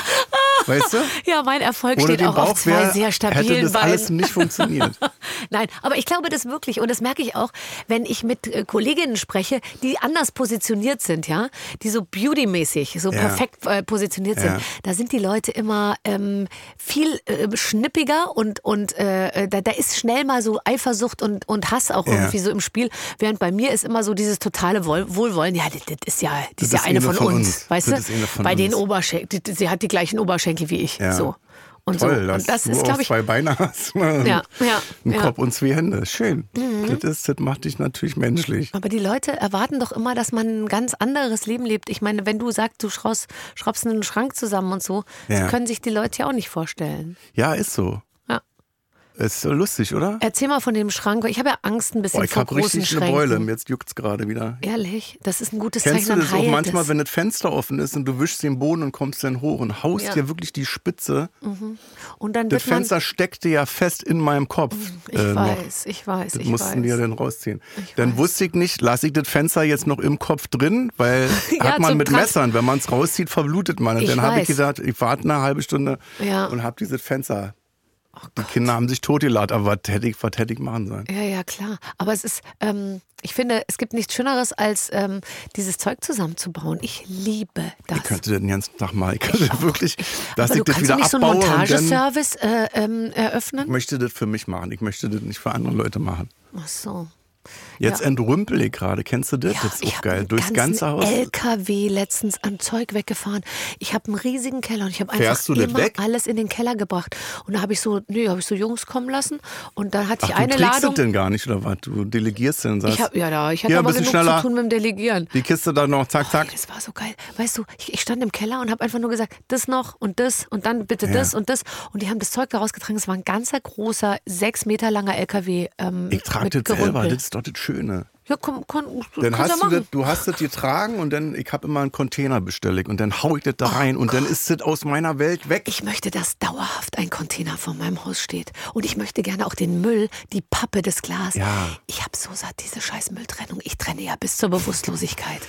[SPEAKER 2] Weißt du?
[SPEAKER 4] Ja, mein Erfolg
[SPEAKER 2] Ohne
[SPEAKER 4] steht
[SPEAKER 2] den
[SPEAKER 4] auch
[SPEAKER 2] Bauch
[SPEAKER 4] auf zwei
[SPEAKER 2] wär-
[SPEAKER 4] sehr stabilen
[SPEAKER 2] hätte das
[SPEAKER 4] Beinen.
[SPEAKER 2] alles nicht funktioniert.
[SPEAKER 4] Nein, aber ich glaube das wirklich und das merke ich auch, wenn ich mit äh, Kolleginnen spreche, die anders positioniert sind, ja, die so beautymäßig so
[SPEAKER 2] Ja.
[SPEAKER 4] perfekt äh, positioniert
[SPEAKER 2] Ja.
[SPEAKER 4] sind. Da sind die Leute immer ähm, viel äh, schnippiger und und äh, da, da ist schnell mal so Eifersucht und und Hass auch
[SPEAKER 2] Ja.
[SPEAKER 4] irgendwie so im Spiel, während bei mir ist immer so dieses totale Wohl Wohlwollen. Ja, das, das ist ja, die ist ja
[SPEAKER 2] ist
[SPEAKER 4] eine
[SPEAKER 2] eine
[SPEAKER 4] von,
[SPEAKER 2] von
[SPEAKER 4] uns,
[SPEAKER 2] uns.
[SPEAKER 4] weißt
[SPEAKER 2] Das
[SPEAKER 4] du?
[SPEAKER 2] ist eine von
[SPEAKER 4] bei den
[SPEAKER 2] uns.
[SPEAKER 4] Oberschenkel, die- sie hat die gleichen Oberschenkel wie ich,
[SPEAKER 2] Ja.
[SPEAKER 4] so. Und
[SPEAKER 2] Toll,
[SPEAKER 4] so.
[SPEAKER 2] dass
[SPEAKER 4] und das
[SPEAKER 2] du
[SPEAKER 4] ist,
[SPEAKER 2] auch
[SPEAKER 4] glaube ich,
[SPEAKER 2] zwei Beine hast. Ja,
[SPEAKER 4] ja,
[SPEAKER 2] Ein
[SPEAKER 4] Mhm. ja.
[SPEAKER 2] Kopf und zwei Hände. Schön. Das, ist, das macht dich natürlich menschlich.
[SPEAKER 4] Aber die Leute erwarten doch immer, dass man ein ganz anderes Leben lebt. Ich meine, wenn du sagst, du schraubst, schraubst einen Schrank zusammen und so,
[SPEAKER 2] Ja.
[SPEAKER 4] das können sich die Leute ja auch nicht vorstellen.
[SPEAKER 2] Ja, ist so.
[SPEAKER 4] Ja.
[SPEAKER 2] Ist so lustig, oder?
[SPEAKER 4] Erzähl mal von dem Schrank. Ich habe ja Angst ein bisschen
[SPEAKER 2] Boah, ich
[SPEAKER 4] vor
[SPEAKER 2] habe
[SPEAKER 4] großen
[SPEAKER 2] richtig eine
[SPEAKER 4] Schränken.
[SPEAKER 2] Beule. Jetzt juckt's gerade wieder.
[SPEAKER 4] Ehrlich, das ist ein gutes
[SPEAKER 2] Kennst du
[SPEAKER 4] Zeichen.
[SPEAKER 2] das
[SPEAKER 4] dann
[SPEAKER 2] auch
[SPEAKER 4] heilt
[SPEAKER 2] manchmal,
[SPEAKER 4] es.
[SPEAKER 2] wenn das Fenster offen ist und du wischst den Boden und kommst dann hoch und haust
[SPEAKER 4] Ja.
[SPEAKER 2] dir wirklich die Spitze?
[SPEAKER 4] und dann
[SPEAKER 2] Das
[SPEAKER 4] wird man, Hm,
[SPEAKER 2] Fenster steckte ja fest in meinem Kopf.
[SPEAKER 4] ich
[SPEAKER 2] äh, noch.
[SPEAKER 4] weiß, ich weiß,
[SPEAKER 2] Das
[SPEAKER 4] ich
[SPEAKER 2] mussten
[SPEAKER 4] weiß.
[SPEAKER 2] die ja dann rausziehen.
[SPEAKER 4] Ich
[SPEAKER 2] dann
[SPEAKER 4] weiß.
[SPEAKER 2] wusste ich nicht, lasse ich das Fenster jetzt noch im Kopf drin, weil
[SPEAKER 4] Ja,
[SPEAKER 2] hat man
[SPEAKER 4] zum
[SPEAKER 2] mit
[SPEAKER 4] Trans-
[SPEAKER 2] Messern, wenn man es rauszieht, verblutet man. Und
[SPEAKER 4] Ich
[SPEAKER 2] dann habe ich
[SPEAKER 4] weiß.
[SPEAKER 2] gesagt, ich warte eine halbe Stunde
[SPEAKER 4] Ja. Oh
[SPEAKER 2] und habe dieses Fenster. die Kinder haben sich totgeladen, aber was hätte ich, was hätte ich machen sollen?
[SPEAKER 4] Ja, ja, klar. Aber es ist, ähm, ich finde, es gibt nichts Schöneres, als ähm, dieses Zeug zusammenzubauen. Ich liebe das.
[SPEAKER 2] Ich könnte den ganzen Tag mal, ich könnte wirklich, dass
[SPEAKER 4] Oh Aber
[SPEAKER 2] ich
[SPEAKER 4] du
[SPEAKER 2] das
[SPEAKER 4] kannst doch
[SPEAKER 2] wieder
[SPEAKER 4] nicht so einen
[SPEAKER 2] abbaue und dann
[SPEAKER 4] Montageservice äh, ähm, eröffnen?
[SPEAKER 2] möchte das für mich machen. Ich möchte das nicht für andere Leute machen.
[SPEAKER 4] Ach so.
[SPEAKER 2] Jetzt entrümpel ich gerade. Kennst du das?
[SPEAKER 4] Ja,
[SPEAKER 2] das ist
[SPEAKER 4] ich
[SPEAKER 2] auch
[SPEAKER 4] hab
[SPEAKER 2] geil.
[SPEAKER 4] einen
[SPEAKER 2] Durchs ganze
[SPEAKER 4] ganzen
[SPEAKER 2] Haus.
[SPEAKER 4] LKW letztens an Zeug weggefahren. Ich habe einen riesigen Keller und ich habe einfach
[SPEAKER 2] Fährst du das
[SPEAKER 4] immer
[SPEAKER 2] weg?
[SPEAKER 4] alles in den Keller gebracht. Und da habe ich so, nee, habe ich so Jungs kommen lassen und dann hatte
[SPEAKER 2] Ach,
[SPEAKER 4] ich
[SPEAKER 2] du
[SPEAKER 4] eine
[SPEAKER 2] trägst das
[SPEAKER 4] Ladung.
[SPEAKER 2] denn gar nicht, oder was? Du delegierst denn, sagst
[SPEAKER 4] Ich hab, ja, da, ich hatte
[SPEAKER 2] Hier, ein
[SPEAKER 4] aber
[SPEAKER 2] bisschen
[SPEAKER 4] genug
[SPEAKER 2] schneller.
[SPEAKER 4] zu tun mit dem Delegieren.
[SPEAKER 2] Die Kiste dann noch, zack, zack.
[SPEAKER 4] Das war so geil. Weißt du, ich, ich stand im Keller und habe einfach nur gesagt, das noch und das und dann bitte das und das. Und die haben das Zeug da rausgetragen. Es war ein ganzer großer, sechs Meter langer LKW. Ähm,
[SPEAKER 2] Ich trage
[SPEAKER 4] mit
[SPEAKER 2] das selber,
[SPEAKER 4] Gerümpel.
[SPEAKER 2] das ist doch das Schöne.
[SPEAKER 4] Ja, komm, komm,
[SPEAKER 2] Dann
[SPEAKER 4] kannst
[SPEAKER 2] hast
[SPEAKER 4] ja
[SPEAKER 2] du,
[SPEAKER 4] machen.
[SPEAKER 2] das, du hast das getragen und dann, ich habe immer einen Container bestellt und dann hau ich das da rein und dann ist das aus meiner Welt weg.
[SPEAKER 4] Oh Ich möchte, dass dauerhaft ein Container vor meinem Haus steht. Und ich möchte gerne auch den Müll, die Pappe, das Glas.
[SPEAKER 2] Ja.
[SPEAKER 4] Ich habe so satt, diese scheiß Mülltrennung. Ich trenne ja bis zur Bewusstlosigkeit.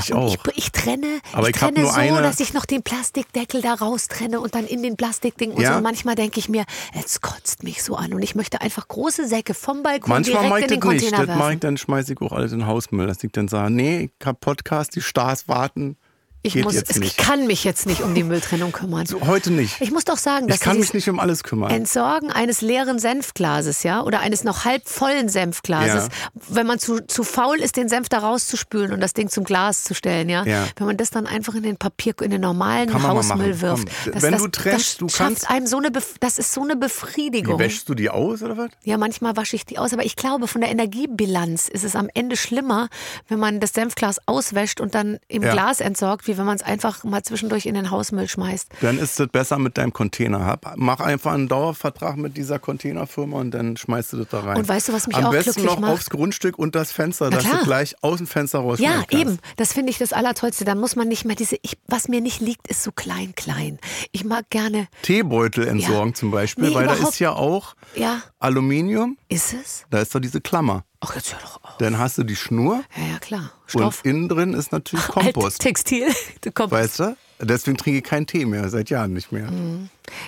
[SPEAKER 2] Ich
[SPEAKER 4] Und
[SPEAKER 2] auch.
[SPEAKER 4] Ich, ich trenne,
[SPEAKER 2] Aber
[SPEAKER 4] ich
[SPEAKER 2] ich hab
[SPEAKER 4] trenne
[SPEAKER 2] nur
[SPEAKER 4] so,
[SPEAKER 2] eine-
[SPEAKER 4] dass ich noch den Plastikdeckel da raustrenne und dann in den Plastikding. Und,
[SPEAKER 2] Ja.
[SPEAKER 4] so. und manchmal denke ich mir, es kotzt mich so an. Und ich möchte einfach große Säcke vom Balkon
[SPEAKER 2] Manchmal mache
[SPEAKER 4] direkt
[SPEAKER 2] ich
[SPEAKER 4] in den
[SPEAKER 2] das nicht.
[SPEAKER 4] Container
[SPEAKER 2] Das mache ich,
[SPEAKER 4] werfen.
[SPEAKER 2] dann schmeiße ich auch alles in den Hausmüll. Dass ich dann sage, nee, ich hab Podcast, die Stars warten.
[SPEAKER 4] Ich
[SPEAKER 2] geht
[SPEAKER 4] muss,
[SPEAKER 2] jetzt
[SPEAKER 4] es
[SPEAKER 2] nicht.
[SPEAKER 4] kann mich jetzt nicht um die Mülltrennung kümmern.
[SPEAKER 2] So, heute nicht.
[SPEAKER 4] Ich muss doch sagen, dass
[SPEAKER 2] Ich kann
[SPEAKER 4] dieses-
[SPEAKER 2] mich nicht um alles kümmern.
[SPEAKER 4] Entsorgen eines leeren Senfglases, ja, oder eines noch halb vollen Senfglases, wenn man zu, zu faul ist, den Senf da rauszuspülen und das Ding zum Glas zu stellen, ja.
[SPEAKER 2] Ja.
[SPEAKER 4] Wenn man das dann einfach in den Papier, in den normalen
[SPEAKER 2] Kann man mal
[SPEAKER 4] Hausmüll
[SPEAKER 2] machen,
[SPEAKER 4] wirft.
[SPEAKER 2] komm. Wenn du trennst,
[SPEAKER 4] das
[SPEAKER 2] du
[SPEAKER 4] schafft
[SPEAKER 2] kannst-
[SPEAKER 4] einem so eine Bef das ist so eine
[SPEAKER 2] Wie,
[SPEAKER 4] Befriedigung.
[SPEAKER 2] wäschst du die aus oder was?
[SPEAKER 4] Ja, manchmal wasche ich die aus, aber ich glaube, von der Energiebilanz ist es am Ende schlimmer, wenn man das Senfglas auswäscht und dann im
[SPEAKER 2] Ja.
[SPEAKER 4] Glas entsorgt, wie wenn man es einfach mal zwischendurch in den Hausmüll schmeißt.
[SPEAKER 2] Dann ist es besser mit deinem Container. Hab- Mach einfach einen Dauervertrag mit dieser Containerfirma und dann schmeißt du das da rein.
[SPEAKER 4] Und weißt du, was mich
[SPEAKER 2] Am
[SPEAKER 4] auch
[SPEAKER 2] besten
[SPEAKER 4] glücklich
[SPEAKER 2] noch
[SPEAKER 4] macht?
[SPEAKER 2] aufs Grundstück und das Fenster, dass
[SPEAKER 4] klar.
[SPEAKER 2] du gleich aus dem Fenster rausschmeißen
[SPEAKER 4] Ja,
[SPEAKER 2] kannst.
[SPEAKER 4] eben. Das finde ich das Allertollste. Dann muss man nicht mehr diese, ich, was mir nicht liegt, ist so klein, klein. Ich mag gerne,
[SPEAKER 2] Teebeutel entsorgen
[SPEAKER 4] Ja.
[SPEAKER 2] zum Beispiel,
[SPEAKER 4] Nee,
[SPEAKER 2] weil da
[SPEAKER 4] überhaupt-
[SPEAKER 2] ist ja auch
[SPEAKER 4] ja,
[SPEAKER 2] Aluminium,
[SPEAKER 4] ist es?
[SPEAKER 2] da ist doch diese Klammer.
[SPEAKER 4] Ach, jetzt hör doch auf.
[SPEAKER 2] Dann hast du die Schnur
[SPEAKER 4] Ja, ja, klar. Stoff.
[SPEAKER 2] und innen drin ist natürlich
[SPEAKER 4] Alt,
[SPEAKER 2] Kompost.
[SPEAKER 4] Textil. Du Kompost.
[SPEAKER 2] weißt du? Deswegen trinke ich keinen Tee mehr, seit Jahren nicht mehr.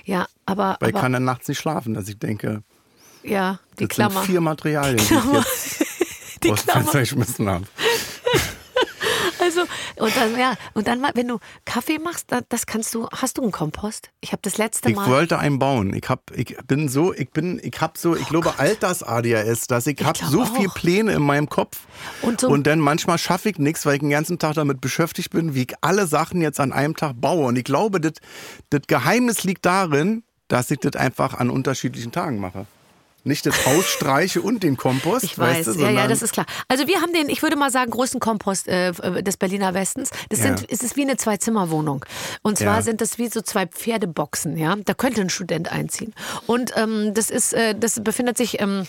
[SPEAKER 4] Ja, aber,
[SPEAKER 2] Weil ich
[SPEAKER 4] Mhm, aber
[SPEAKER 2] kann dann nachts nicht schlafen, dass ich denke,
[SPEAKER 4] ja,
[SPEAKER 2] das
[SPEAKER 4] die Klammer.
[SPEAKER 2] sind vier Materialien, die,
[SPEAKER 4] Klammer.
[SPEAKER 2] ich jetzt
[SPEAKER 4] die
[SPEAKER 2] aus dem Fenster
[SPEAKER 4] Klammer.
[SPEAKER 2] geschmissen habe.
[SPEAKER 4] Also, und dann, ja, und dann mal, wenn du Kaffee machst, dann, das kannst du, hast du einen Kompost? Ich habe das letzte
[SPEAKER 2] Ich
[SPEAKER 4] Mal.
[SPEAKER 2] wollte einen bauen. Ich hab, ich bin so, ich bin, ich hab so, ich glaube Alters-ADHS, dass ich, hab
[SPEAKER 4] Oh glaub
[SPEAKER 2] so viel
[SPEAKER 4] auch.
[SPEAKER 2] Pläne in meinem Kopf.
[SPEAKER 4] Und so-
[SPEAKER 2] dann manchmal schaffe ich nichts, weil ich den ganzen Tag damit beschäftigt bin, wie ich alle Sachen jetzt an einem Tag baue. Und ich glaube, das das Geheimnis liegt darin, dass ich das einfach an unterschiedlichen Tagen mache. Nicht das Haus streiche und den Kompost.
[SPEAKER 4] Ich weiß,
[SPEAKER 2] weißt du,
[SPEAKER 4] ja, ja,
[SPEAKER 2] sondern-
[SPEAKER 4] das ist klar. Also wir haben den, ich würde mal sagen, größten Kompost äh, des Berliner Westens. Das
[SPEAKER 2] Ja.
[SPEAKER 4] sind, es ist wie eine Zwei-Zimmer-Wohnung. Und zwar
[SPEAKER 2] Ja.
[SPEAKER 4] sind das wie so zwei Pferdeboxen, ja. Da könnte ein Student einziehen. Und ähm, das ist, äh, das befindet sich ähm,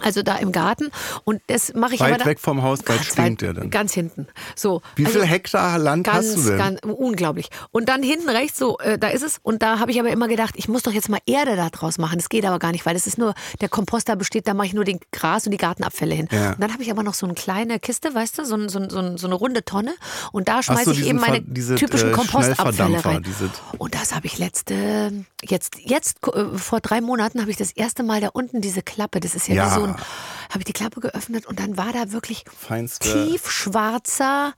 [SPEAKER 4] also da im Garten. Und das mache ich
[SPEAKER 2] Weit
[SPEAKER 4] aber da,
[SPEAKER 2] weg vom Haus, weil es
[SPEAKER 4] Ganz weit-
[SPEAKER 2] stinkt ja dann.
[SPEAKER 4] Ganz hinten. So.
[SPEAKER 2] Wie
[SPEAKER 4] also-
[SPEAKER 2] viel Hektar Land hast du
[SPEAKER 4] Ganz,
[SPEAKER 2] denn?
[SPEAKER 4] ganz unglaublich. Und dann hinten rechts, so, äh, da ist es. Und da habe ich aber immer gedacht, ich muss doch jetzt mal Erde da draus machen. Das geht aber gar nicht, weil das ist nur, der Komposter besteht, da mache ich nur den Gras und die Gartenabfälle hin.
[SPEAKER 2] Ja.
[SPEAKER 4] Und dann habe ich aber noch so eine kleine Kiste, weißt du, so, ein- so, ein- so, ein- so eine runde Tonne. Und da
[SPEAKER 2] so,
[SPEAKER 4] schmeiße ich
[SPEAKER 2] diesen
[SPEAKER 4] eben meine
[SPEAKER 2] Ver- diese,
[SPEAKER 4] typischen
[SPEAKER 2] äh,
[SPEAKER 4] Kompostabfälle
[SPEAKER 2] Schnellverdampfer,
[SPEAKER 4] rein.
[SPEAKER 2] diese-
[SPEAKER 4] Und das habe ich letzte, jetzt, jetzt äh, vor drei Monaten habe ich das erste Mal da unten diese Klappe, das ist ja,
[SPEAKER 2] Ja.
[SPEAKER 4] wie so ein, habe ich die Klappe geöffnet und dann war da wirklich
[SPEAKER 2] Feinste-
[SPEAKER 4] tiefschwarzer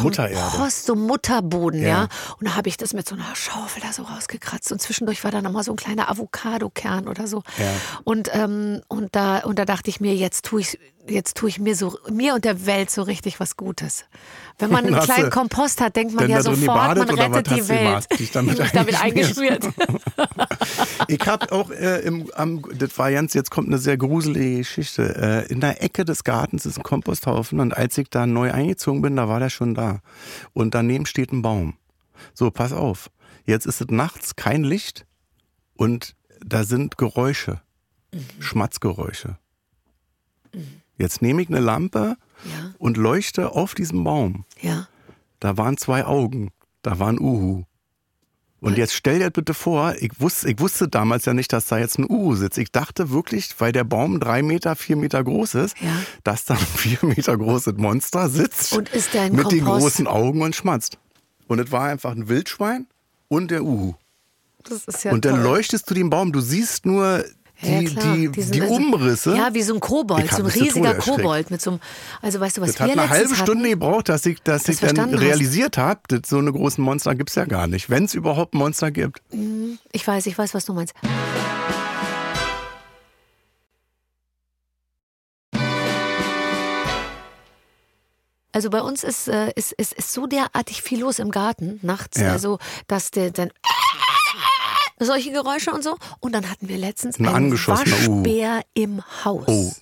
[SPEAKER 2] Muttererde.
[SPEAKER 4] Kompost, so Mutterboden, ja.
[SPEAKER 2] Ja.
[SPEAKER 4] Und da habe ich das mit so einer Schaufel da so rausgekratzt und zwischendurch war da nochmal so ein kleiner Avocado-Kern oder so.
[SPEAKER 2] Ja.
[SPEAKER 4] Und, ähm, und, da, und da dachte ich mir, jetzt tue ich, jetzt tue ich mir so, mir und der Welt so richtig was Gutes. Wenn man einen
[SPEAKER 2] Hast
[SPEAKER 4] kleinen
[SPEAKER 2] du
[SPEAKER 4] Kompost hat, denkt man
[SPEAKER 2] denn
[SPEAKER 4] ja
[SPEAKER 2] da drin
[SPEAKER 4] sofort, man
[SPEAKER 2] gebadet oder
[SPEAKER 4] rettet
[SPEAKER 2] was
[SPEAKER 4] die
[SPEAKER 2] hast du
[SPEAKER 4] Welt.
[SPEAKER 2] gemacht? Dich damit
[SPEAKER 4] Ich hab damit
[SPEAKER 2] eingeschmiert?
[SPEAKER 4] eingeschmiert.
[SPEAKER 2] Ich habe auch äh, im, am, das war ganz, jetzt kommt eine sehr gruselige Geschichte. Äh, in der Ecke des Gartens ist ein Komposthaufen und als ich da neu eingezogen bin, da war der schon da. Und daneben steht ein Baum. So, pass auf. Jetzt ist es nachts, kein Licht und da sind Geräusche. Schmatzgeräusche. Jetzt nehme ich eine Lampe
[SPEAKER 4] Ja,
[SPEAKER 2] und leuchte auf diesen Baum.
[SPEAKER 4] ja.
[SPEAKER 2] Da waren zwei Augen. Da war ein Uhu.
[SPEAKER 4] Äh.
[SPEAKER 2] Und jetzt stell dir bitte vor, ich wusste, ich wusste damals ja nicht, dass da jetzt ein Uhu sitzt. Ich dachte wirklich, weil der Baum drei Meter, vier Meter groß ist,
[SPEAKER 4] Ja.
[SPEAKER 2] dass da ein vier Meter großes Monster sitzt.
[SPEAKER 4] Und ist der ein
[SPEAKER 2] Mit den
[SPEAKER 4] Kompost?
[SPEAKER 2] großen Augen und schmatzt. Und es war einfach ein Wildschwein und der Uhu.
[SPEAKER 4] Das ist ja
[SPEAKER 2] und dann
[SPEAKER 4] toll.
[SPEAKER 2] leuchtest du den Baum. Du siehst nur die,
[SPEAKER 4] Ja, klar.
[SPEAKER 2] die,
[SPEAKER 4] Diesen-
[SPEAKER 2] die Umrisse.
[SPEAKER 4] Ja, wie so ein Kobold,
[SPEAKER 2] Ich
[SPEAKER 4] so
[SPEAKER 2] hab
[SPEAKER 4] ein
[SPEAKER 2] mich zu Tode
[SPEAKER 4] riesiger
[SPEAKER 2] erschreckt.
[SPEAKER 4] Kobold mit so einem, also weißt du, was
[SPEAKER 2] Das hat
[SPEAKER 4] wir
[SPEAKER 2] eine halbe
[SPEAKER 4] letztens hatten?
[SPEAKER 2] Stunde gebraucht, dass ich, dass ich dann
[SPEAKER 4] verstanden hast.
[SPEAKER 2] realisiert habe, dass so eine großen Monster gibt's ja gar nicht. Wenn es überhaupt Monster gibt.
[SPEAKER 4] Ich weiß, ich weiß, was du meinst. Also bei uns ist, äh, ist, ist, ist so derartig viel los im Garten nachts,
[SPEAKER 2] Ja.
[SPEAKER 4] also dass der dann solche Geräusche und so. Und dann hatten wir letztens
[SPEAKER 2] Ein
[SPEAKER 4] einen
[SPEAKER 2] angeschossener Uhu.
[SPEAKER 4] Waschbär im Haus.
[SPEAKER 2] Oh,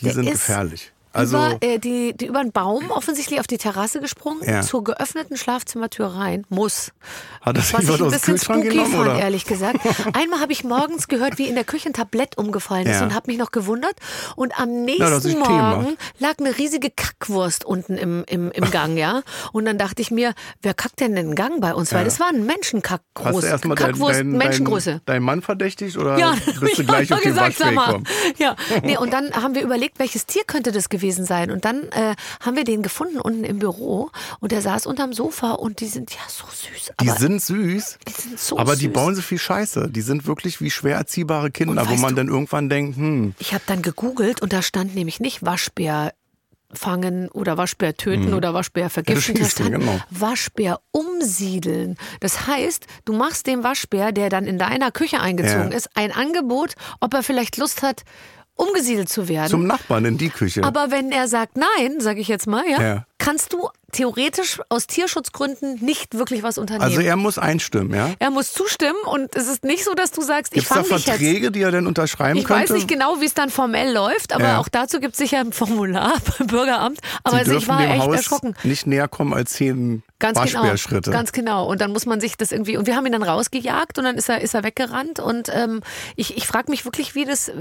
[SPEAKER 2] Die
[SPEAKER 4] Der
[SPEAKER 2] sind
[SPEAKER 4] ist
[SPEAKER 2] gefährlich. Also
[SPEAKER 4] über, äh, die, die über einen Baum offensichtlich auf die Terrasse gesprungen,
[SPEAKER 2] Ja.
[SPEAKER 4] zur geöffneten Schlafzimmertür rein. Muss.
[SPEAKER 2] hat das
[SPEAKER 4] Was ich
[SPEAKER 2] jemand
[SPEAKER 4] ein
[SPEAKER 2] aus dem
[SPEAKER 4] bisschen
[SPEAKER 2] Kühlschrank
[SPEAKER 4] spooky
[SPEAKER 2] genommen?
[SPEAKER 4] fand,
[SPEAKER 2] Oder?
[SPEAKER 4] ehrlich gesagt. Einmal habe ich morgens gehört, wie in der Küche ein Tablett umgefallen ist
[SPEAKER 2] Ja.
[SPEAKER 4] und habe mich noch gewundert. Und am
[SPEAKER 2] Ja, dass
[SPEAKER 4] nächsten
[SPEAKER 2] ich Tee
[SPEAKER 4] Morgen
[SPEAKER 2] mache.
[SPEAKER 4] lag eine riesige Kackwurst unten im, im, im Gang, ja. Und dann dachte ich mir, wer kackt denn den Gang bei uns? Weil das war ein Menschenkack
[SPEAKER 2] Hast
[SPEAKER 4] groß.
[SPEAKER 2] du erstmal deinen
[SPEAKER 4] Kackwurst,
[SPEAKER 2] dein,
[SPEAKER 4] Menschengröße.
[SPEAKER 2] dein, dein Mann verdächtigt oder
[SPEAKER 4] Ja,
[SPEAKER 2] bist du
[SPEAKER 4] ich
[SPEAKER 2] gleich
[SPEAKER 4] hab
[SPEAKER 2] auf den
[SPEAKER 4] gesagt,
[SPEAKER 2] Waschweg
[SPEAKER 4] sag mal.
[SPEAKER 2] gekommen?
[SPEAKER 4] Ja, nee, und dann haben wir überlegt, welches Tier könnte das gewesen sein. Und dann äh, haben wir den gefunden unten im Büro und der saß unterm Sofa und die sind ja so süß.
[SPEAKER 2] Die
[SPEAKER 4] aber
[SPEAKER 2] sind süß,
[SPEAKER 4] die sind so
[SPEAKER 2] aber die
[SPEAKER 4] süß.
[SPEAKER 2] bauen so viel Scheiße. Die sind wirklich wie schwer erziehbare Kinder,
[SPEAKER 4] Und
[SPEAKER 2] wo
[SPEAKER 4] weißt
[SPEAKER 2] man
[SPEAKER 4] du-
[SPEAKER 2] dann irgendwann denkt, hm,
[SPEAKER 4] Ich habe dann gegoogelt und da stand nämlich nicht Waschbär fangen oder Waschbär
[SPEAKER 2] Mhm.
[SPEAKER 4] töten oder Waschbär vergiften. Da
[SPEAKER 2] Erschießen,
[SPEAKER 4] stand
[SPEAKER 2] genau.
[SPEAKER 4] Waschbär umsiedeln. Das heißt, du machst dem Waschbär, der dann in deiner Küche eingezogen
[SPEAKER 2] Ja.
[SPEAKER 4] ist, ein Angebot, ob er vielleicht Lust hat, umgesiedelt zu werden.
[SPEAKER 2] zum Nachbarn in die Küche.
[SPEAKER 4] aber wenn er sagt nein, sage ich jetzt mal, ja,
[SPEAKER 2] Ja.
[SPEAKER 4] kannst du theoretisch aus Tierschutzgründen nicht wirklich was unternehmen.
[SPEAKER 2] also er muss einstimmen, ja?
[SPEAKER 4] er muss zustimmen und es ist nicht so, dass du sagst,
[SPEAKER 2] Gibt es da
[SPEAKER 4] ich fange dich jetzt.
[SPEAKER 2] Verträge, die er denn unterschreiben
[SPEAKER 4] Ich
[SPEAKER 2] könnte?
[SPEAKER 4] weiß nicht genau, wie es dann formell läuft, aber
[SPEAKER 2] Ja.
[SPEAKER 4] auch dazu gibt es sicher ein Formular beim Bürgeramt. Aber
[SPEAKER 2] Sie
[SPEAKER 4] also ich
[SPEAKER 2] dürfen
[SPEAKER 4] war
[SPEAKER 2] dem
[SPEAKER 4] echt
[SPEAKER 2] Haus
[SPEAKER 4] erschrocken.
[SPEAKER 2] nicht näher kommen als 10
[SPEAKER 4] Ganz genau.
[SPEAKER 2] Waschbärschritte.
[SPEAKER 4] Ganz genau. Und dann muss man sich das irgendwie. Und wir haben ihn dann rausgejagt und dann ist er, ist er weggerannt. Und ähm, ich, ich frage mich wirklich, wie das, äh,